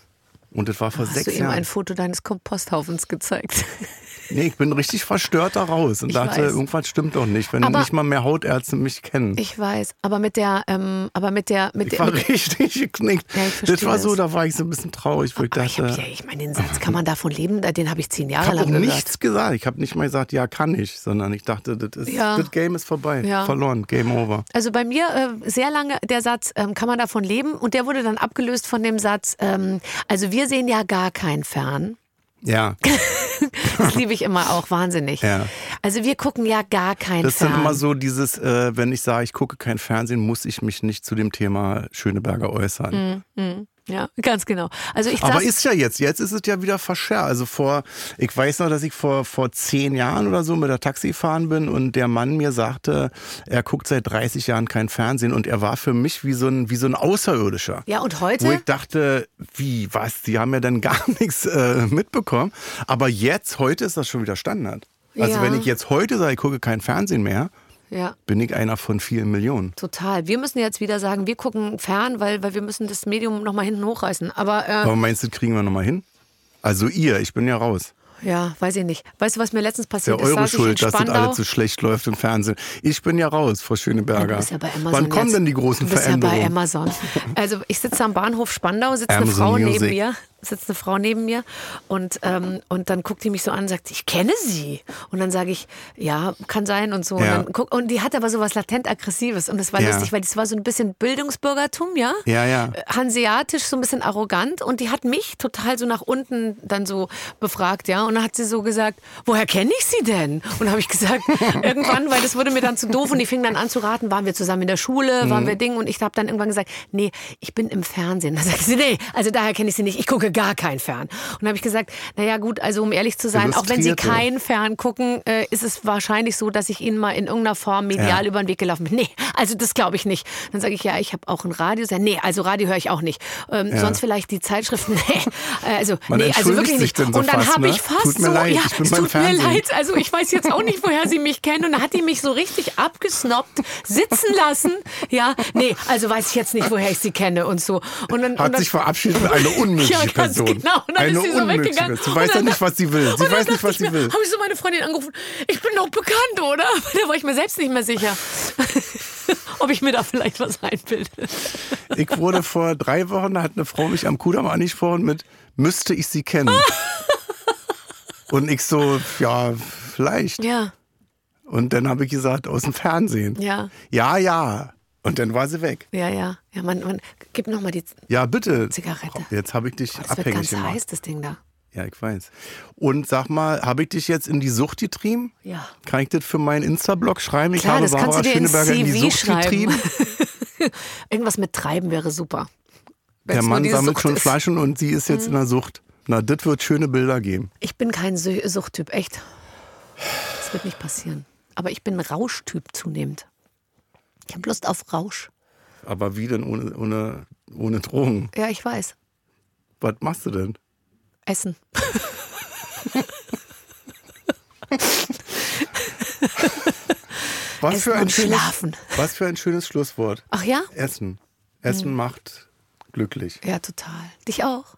[SPEAKER 2] Und das war vor
[SPEAKER 4] Hast du
[SPEAKER 2] sechs
[SPEAKER 4] ihm ein
[SPEAKER 2] Jahren.
[SPEAKER 4] Foto deines Komposthaufens gezeigt?
[SPEAKER 2] Nee, ich bin richtig verstört da raus und
[SPEAKER 4] Ich
[SPEAKER 2] dachte,
[SPEAKER 4] weiß.
[SPEAKER 2] irgendwas stimmt doch nicht, wenn
[SPEAKER 4] Aber-
[SPEAKER 2] nicht mal mehr Hautärzte mich kennen.
[SPEAKER 4] Ich weiß, aber mit der, ähm, aber mit der, mit
[SPEAKER 2] Ich
[SPEAKER 4] der,
[SPEAKER 2] war
[SPEAKER 4] mit,
[SPEAKER 2] richtig geknickt.
[SPEAKER 4] Ja, ich
[SPEAKER 2] das
[SPEAKER 4] verstehe
[SPEAKER 2] war so,
[SPEAKER 4] das.
[SPEAKER 2] da war ich so ein bisschen traurig, wo ich
[SPEAKER 4] aber ich,
[SPEAKER 2] dachte,
[SPEAKER 4] hab, ja, ich meine, den Satz, kann man davon leben? äh, Den habe ich zehn
[SPEAKER 2] ich
[SPEAKER 4] Jahre
[SPEAKER 2] habe auch
[SPEAKER 4] lang gehört.
[SPEAKER 2] nichts gesagt. Ich habe nicht mal gesagt, ja, kann ich, sondern ich dachte, das, ist,
[SPEAKER 4] Ja.
[SPEAKER 2] das Game ist vorbei.
[SPEAKER 4] Ja.
[SPEAKER 2] Verloren, Game over.
[SPEAKER 4] Also bei mir äh, sehr lange der Satz, ähm, kann man davon leben? Und der wurde dann abgelöst von dem Satz, ähm, also wir sehen ja gar kein Fern.
[SPEAKER 2] Ja,
[SPEAKER 4] Das liebe ich immer auch wahnsinnig.
[SPEAKER 2] Ja.
[SPEAKER 4] Also wir gucken ja gar kein
[SPEAKER 2] Das ist dann
[SPEAKER 4] Fern.
[SPEAKER 2] immer so dieses, äh, wenn ich sage, ich gucke kein Fernsehen, muss ich mich nicht zu dem Thema Schöneberger
[SPEAKER 4] Hm.
[SPEAKER 2] äußern.
[SPEAKER 4] Ja, ganz genau. Also ich
[SPEAKER 2] Aber
[SPEAKER 4] saß-
[SPEAKER 2] ist ja jetzt, jetzt ist es ja wieder verschärft. Also vor, ich weiß noch, dass ich vor, vor zehn Jahren oder so mit der Taxi gefahren bin und der Mann mir sagte, er guckt seit 30 Jahren kein Fernsehen und er war für mich wie so ein, wie so ein Außerirdischer.
[SPEAKER 4] ja, und
[SPEAKER 2] Wo ich
[SPEAKER 4] heute?
[SPEAKER 2] dachte, wie, was, die haben ja dann gar nichts äh, mitbekommen. Aber jetzt, heute ist das schon wieder Standard. Also
[SPEAKER 4] Ja.
[SPEAKER 2] wenn ich jetzt heute sage, ich gucke kein Fernsehen mehr,
[SPEAKER 4] Ja,
[SPEAKER 2] bin ich einer von vielen Millionen.
[SPEAKER 4] total. Wir müssen jetzt wieder sagen, wir gucken fern, weil, weil wir müssen das Medium nochmal hinten hochreißen. Aber äh,
[SPEAKER 2] Aber meinst du, das kriegen wir nochmal hin? Also ihr, ich bin ja raus.
[SPEAKER 4] ja, weiß ich nicht. Weißt du, was mir letztens
[SPEAKER 2] Der
[SPEAKER 4] passiert ist?
[SPEAKER 2] eure
[SPEAKER 4] Saß ich in
[SPEAKER 2] Schuld, dass das
[SPEAKER 4] Spandau.
[SPEAKER 2] alles so schlecht läuft im Fernsehen. Ich bin ja raus, Frau Schöneberger.
[SPEAKER 4] Du bist ja bei Amazon
[SPEAKER 2] Wann kommen
[SPEAKER 4] jetzt.
[SPEAKER 2] denn die großen
[SPEAKER 4] du bist
[SPEAKER 2] Veränderungen?
[SPEAKER 4] Ja bei Amazon. Also ich sitze am Bahnhof Spandau, sitzt eine
[SPEAKER 2] Amazon
[SPEAKER 4] Frau
[SPEAKER 2] Music.
[SPEAKER 4] neben mir, sitzt eine Frau neben mir und, ähm, und dann guckt die mich so an und sagt, ich kenne sie. Und dann sage ich, ja, kann sein und so.
[SPEAKER 2] Ja.
[SPEAKER 4] Und, dann guck, und die hat aber so was latent Aggressives und das war
[SPEAKER 2] Ja.
[SPEAKER 4] lustig, weil das war so ein bisschen Bildungsbürgertum, ja?
[SPEAKER 2] Ja, ja.
[SPEAKER 4] Äh, Hanseatisch, so ein bisschen arrogant und die hat mich total so nach unten dann so befragt, ja? Und dann hat sie so gesagt, woher kenne ich sie denn? Und habe ich gesagt, irgendwann, weil das wurde mir dann zu doof und die fing dann an zu raten, waren wir zusammen in der Schule, waren wir Ding und ich habe dann irgendwann gesagt, nee, ich bin im Fernsehen. Dann sagt sie, nee, also daher kenne ich sie nicht, ich gucke gar kein Fern. Und dann habe ich gesagt, naja gut, also um ehrlich zu sein, auch wenn sie
[SPEAKER 2] Illustrierte.
[SPEAKER 4] kein Fern gucken, äh, ist es wahrscheinlich so, dass ich ihnen mal in irgendeiner Form medial
[SPEAKER 2] Ja.
[SPEAKER 4] über den Weg gelaufen bin. Nee, also das glaube ich nicht. Dann sage ich, ja, ich habe auch ein Radio. Sag, Nee, also Radio höre ich auch nicht. Ähm, Sonst vielleicht die Zeitschriften. Nee, äh, also,
[SPEAKER 2] Man
[SPEAKER 4] nee, also
[SPEAKER 2] entschuldigt
[SPEAKER 4] wirklich
[SPEAKER 2] sich
[SPEAKER 4] nicht.
[SPEAKER 2] denn so
[SPEAKER 4] und dann
[SPEAKER 2] fast,
[SPEAKER 4] habe
[SPEAKER 2] ne?
[SPEAKER 4] ich fast
[SPEAKER 2] Tut mir
[SPEAKER 4] so,
[SPEAKER 2] leid,
[SPEAKER 4] ja,
[SPEAKER 2] ich bin
[SPEAKER 4] es
[SPEAKER 2] beim
[SPEAKER 4] tut mir
[SPEAKER 2] Fernsehen.
[SPEAKER 4] leid, also ich weiß jetzt auch nicht, woher sie mich kennen. Und dann hat die mich so richtig abgesnobbt sitzen lassen. Ja, nee, also weiß ich jetzt nicht, woher ich sie kenne und so. Und dann, und
[SPEAKER 2] Hat
[SPEAKER 4] dann,
[SPEAKER 2] sich verabschiedet eine unmögliche
[SPEAKER 4] ja, ganz
[SPEAKER 2] Person.
[SPEAKER 4] Genau. Und dann
[SPEAKER 2] eine
[SPEAKER 4] ist sie so
[SPEAKER 2] unmögliche
[SPEAKER 4] weggegangen.
[SPEAKER 2] Person. Sie weiß ja nicht, was sie will. Sie weiß nicht, was sie will.
[SPEAKER 4] Habe ich so meine Freundin angerufen. Ich bin doch bekannt, oder? Da war ich mir selbst nicht mehr sicher, ob ich mir da vielleicht was einbilde.
[SPEAKER 2] Ich wurde vor drei Wochen, da hat eine Frau mich am Kudamm angesprochen mit, müsste ich sie kennen? Und ich so, ja, vielleicht.
[SPEAKER 4] Ja,
[SPEAKER 2] Und dann habe ich gesagt, aus dem Fernsehen.
[SPEAKER 4] ja,
[SPEAKER 2] Ja, ja. Und dann war sie weg.
[SPEAKER 4] ja, ja. Ja, man, man gib noch mal die.
[SPEAKER 2] Ja, bitte.
[SPEAKER 4] Zigarette.
[SPEAKER 2] Jetzt habe ich dich
[SPEAKER 4] Das wird
[SPEAKER 2] abhängig
[SPEAKER 4] ganz
[SPEAKER 2] gemacht.
[SPEAKER 4] heiß, das Ding da.
[SPEAKER 2] Ja, ich weiß. Und sag mal, habe ich dich jetzt in die Sucht getrieben?
[SPEAKER 4] Ja.
[SPEAKER 2] Kann ich das für meinen Insta-Blog schreiben? Ich
[SPEAKER 4] Klar,
[SPEAKER 2] habe
[SPEAKER 4] das kannst du
[SPEAKER 2] Barbara
[SPEAKER 4] dir ins
[SPEAKER 2] Schöneberger in die
[SPEAKER 4] CV
[SPEAKER 2] Sucht
[SPEAKER 4] schreiben.
[SPEAKER 2] getrieben.
[SPEAKER 4] Irgendwas mit Treiben wäre super. Wenn's
[SPEAKER 2] Der
[SPEAKER 4] nur
[SPEAKER 2] Mann
[SPEAKER 4] die
[SPEAKER 2] sammelt
[SPEAKER 4] Sucht
[SPEAKER 2] schon
[SPEAKER 4] ist. Mhm.
[SPEAKER 2] Flaschen und sie ist jetzt in der Sucht. Na, das wird schöne Bilder geben.
[SPEAKER 4] Ich bin kein Sü- Suchttyp, echt. Das wird nicht passieren. Aber ich bin Rauschtyp zunehmend. Ich habe Lust auf Rausch.
[SPEAKER 2] Aber wie denn ohne, ohne, ohne Drogen?
[SPEAKER 4] Ja, ich weiß.
[SPEAKER 2] Was machst du denn?
[SPEAKER 4] Essen.
[SPEAKER 2] Was
[SPEAKER 4] Essen und Schlafen.
[SPEAKER 2] Was für ein schönes Schlusswort.
[SPEAKER 4] Ach Mhm. ja?
[SPEAKER 2] Essen. Essen macht glücklich.
[SPEAKER 4] Ja, total. Dich auch.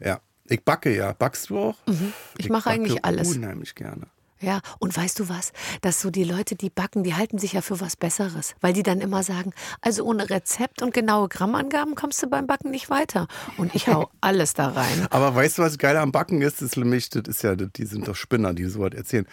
[SPEAKER 2] Ja. Ich backe ja. Backst du auch?
[SPEAKER 4] Mhm. Ich mache
[SPEAKER 2] backe
[SPEAKER 4] eigentlich alles.
[SPEAKER 2] Unheimlich gerne.
[SPEAKER 4] Ja, und weißt du was? Dass so die Leute, die backen, die halten sich ja für was Besseres, weil die dann immer sagen, also ohne Rezept und genaue Grammangaben kommst du beim Backen nicht weiter. Und ich hau alles da rein.
[SPEAKER 2] Aber weißt du, was geil am Backen ist? Das ist nämlich, das ist ja, die sind doch Spinner, die sowas erzählen.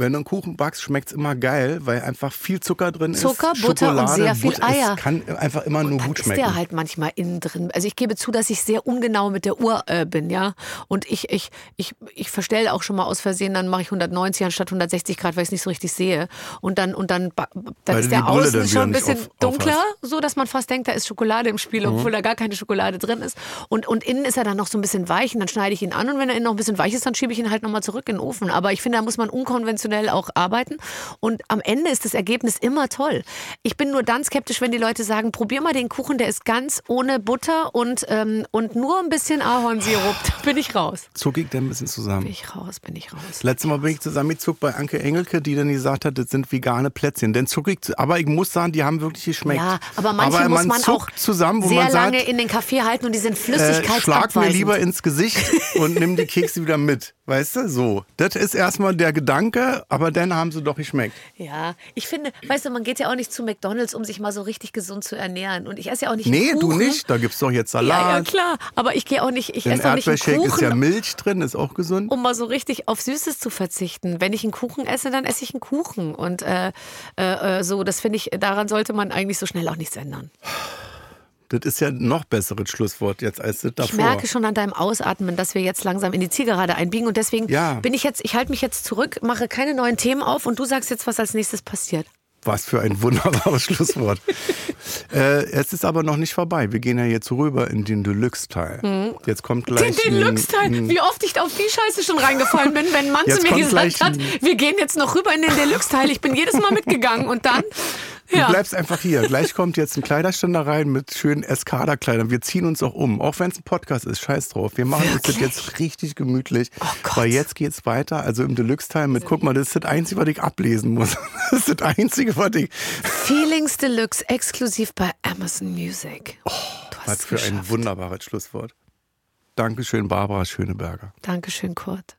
[SPEAKER 2] Wenn du einen Kuchen backst, schmeckt es immer geil, weil einfach viel Zucker drin
[SPEAKER 4] Zucker,
[SPEAKER 2] ist.
[SPEAKER 4] Butter und
[SPEAKER 2] Schokolade,
[SPEAKER 4] sehr viel
[SPEAKER 2] Butter.
[SPEAKER 4] Eier.
[SPEAKER 2] Es kann einfach immer nur
[SPEAKER 4] Dann
[SPEAKER 2] gut
[SPEAKER 4] ist
[SPEAKER 2] schmecken.
[SPEAKER 4] der halt manchmal innen drin. Also ich gebe zu, dass ich sehr ungenau mit der Uhr äh, bin, ja. Und ich, ich, ich, ich verstelle auch schon mal aus Versehen, dann mache ich 190 anstatt 160 Grad, weil ich es nicht so richtig sehe. Und dann, und dann, ba- dann
[SPEAKER 2] Weil du
[SPEAKER 4] ist
[SPEAKER 2] die Brille
[SPEAKER 4] der
[SPEAKER 2] dann
[SPEAKER 4] Außen
[SPEAKER 2] wieder
[SPEAKER 4] schon ein
[SPEAKER 2] nicht
[SPEAKER 4] bisschen
[SPEAKER 2] auf- Mhm. auf
[SPEAKER 4] dunkler,
[SPEAKER 2] hast.
[SPEAKER 4] so dass man fast denkt, da ist Schokolade im Spiel, obwohl da gar keine Schokolade drin ist. Und, und innen ist er dann noch so ein bisschen weich und dann schneide ich ihn an. Und wenn er innen noch ein bisschen weich ist, dann schiebe ich ihn halt nochmal zurück in den Ofen. Aber ich finde, da muss man unkonventionell auch arbeiten. Und am Ende ist das Ergebnis immer toll. Ich bin nur dann skeptisch, wenn die Leute sagen, probier mal den Kuchen, der ist ganz ohne Butter und, ähm, und nur ein bisschen Ahornsirup. Da bin ich raus.
[SPEAKER 2] Zucke ich dann ein bisschen
[SPEAKER 4] Bin
[SPEAKER 2] zusammen.
[SPEAKER 4] ich raus, bin ich raus.
[SPEAKER 2] Letztes Mal bin ich zusammengezuckt bei Anke Engelke, die dann gesagt hat, das sind vegane Plätzchen. Denn zucke ich, zu- aber ich muss sagen, die haben wirklich geschmeckt.
[SPEAKER 4] Ja, aber manche
[SPEAKER 2] aber
[SPEAKER 4] muss man
[SPEAKER 2] zuckt
[SPEAKER 4] auch
[SPEAKER 2] zusammen, wo
[SPEAKER 4] sehr
[SPEAKER 2] man
[SPEAKER 4] lange
[SPEAKER 2] sagt,
[SPEAKER 4] in den Kaffee halten und die sind
[SPEAKER 2] äh, schlag mir
[SPEAKER 4] flüssigkeitsabweisend.
[SPEAKER 2] lieber ins Gesicht und nimm die Kekse wieder mit. Weißt du, so. Das ist erstmal der Gedanke, aber dann haben sie doch geschmeckt.
[SPEAKER 4] Ja, ich finde, weißt du, man geht ja auch nicht zu McDonalds, um sich mal so richtig gesund zu ernähren. Und ich esse ja auch nicht
[SPEAKER 2] Nee,
[SPEAKER 4] einen
[SPEAKER 2] du
[SPEAKER 4] Kuchen.
[SPEAKER 2] nicht. Da gibt es doch jetzt
[SPEAKER 4] Ja, ja,
[SPEAKER 2] Salat.
[SPEAKER 4] klar. Aber ich gehe auch nicht, ich
[SPEAKER 2] Im
[SPEAKER 4] esse auch nicht einen
[SPEAKER 2] Erdbeershake ist
[SPEAKER 4] Kuchen,
[SPEAKER 2] ja Milch drin, ist auch gesund.
[SPEAKER 4] um mal so richtig auf Süßes zu verzichten. Wenn ich einen Kuchen esse, dann esse ich einen Kuchen. Und äh, äh, äh, so, das finde ich, daran sollte man eigentlich so schnell auch nichts ändern.
[SPEAKER 2] Das ist ja noch besseres Schlusswort jetzt als das davor.
[SPEAKER 4] Ich merke schon an deinem Ausatmen, dass wir jetzt langsam in die Zielgerade einbiegen und deswegen
[SPEAKER 2] Ja.
[SPEAKER 4] bin ich jetzt, ich halte mich jetzt zurück, mache keine neuen Themen auf und du sagst jetzt, was als nächstes passiert.
[SPEAKER 2] Was für ein wunderbares Schlusswort. äh, es ist aber noch nicht vorbei. Wir gehen ja jetzt rüber in den Deluxe-Teil. Jetzt kommt
[SPEAKER 4] Hm. Den
[SPEAKER 2] gleich.
[SPEAKER 4] Deluxe-Teil, wie oft ich auf die Scheiße schon reingefallen bin, wenn man zu
[SPEAKER 2] Jetzt
[SPEAKER 4] mir
[SPEAKER 2] kommt
[SPEAKER 4] gesagt
[SPEAKER 2] gleich
[SPEAKER 4] hat,
[SPEAKER 2] ein-
[SPEAKER 4] wir gehen jetzt noch rüber in den Deluxe-Teil. Ich bin jedes Mal mitgegangen und dann,
[SPEAKER 2] Du
[SPEAKER 4] ja,
[SPEAKER 2] bleibst einfach hier. Gleich kommt jetzt ein Kleiderständer rein mit schönen Eskaderkleidern. Wir ziehen uns auch um, auch wenn es ein Podcast ist. Scheiß drauf. Wir machen uns das
[SPEAKER 4] Wirklich? Oh
[SPEAKER 2] jetzt richtig gemütlich.
[SPEAKER 4] Gott.
[SPEAKER 2] Weil jetzt geht's weiter. Also im Deluxe-Teil mit, guck mal, das ist das Einzige, was ich ablesen muss. Das ist das Einzige, was ich.
[SPEAKER 4] Feelings Deluxe exklusiv bei Amazon Music. du hast
[SPEAKER 2] Oh, Was
[SPEAKER 4] es
[SPEAKER 2] für
[SPEAKER 4] geschafft.
[SPEAKER 2] ein wunderbares Schlusswort. Dankeschön, Barbara Schöneberger.
[SPEAKER 4] Dankeschön, Kurt.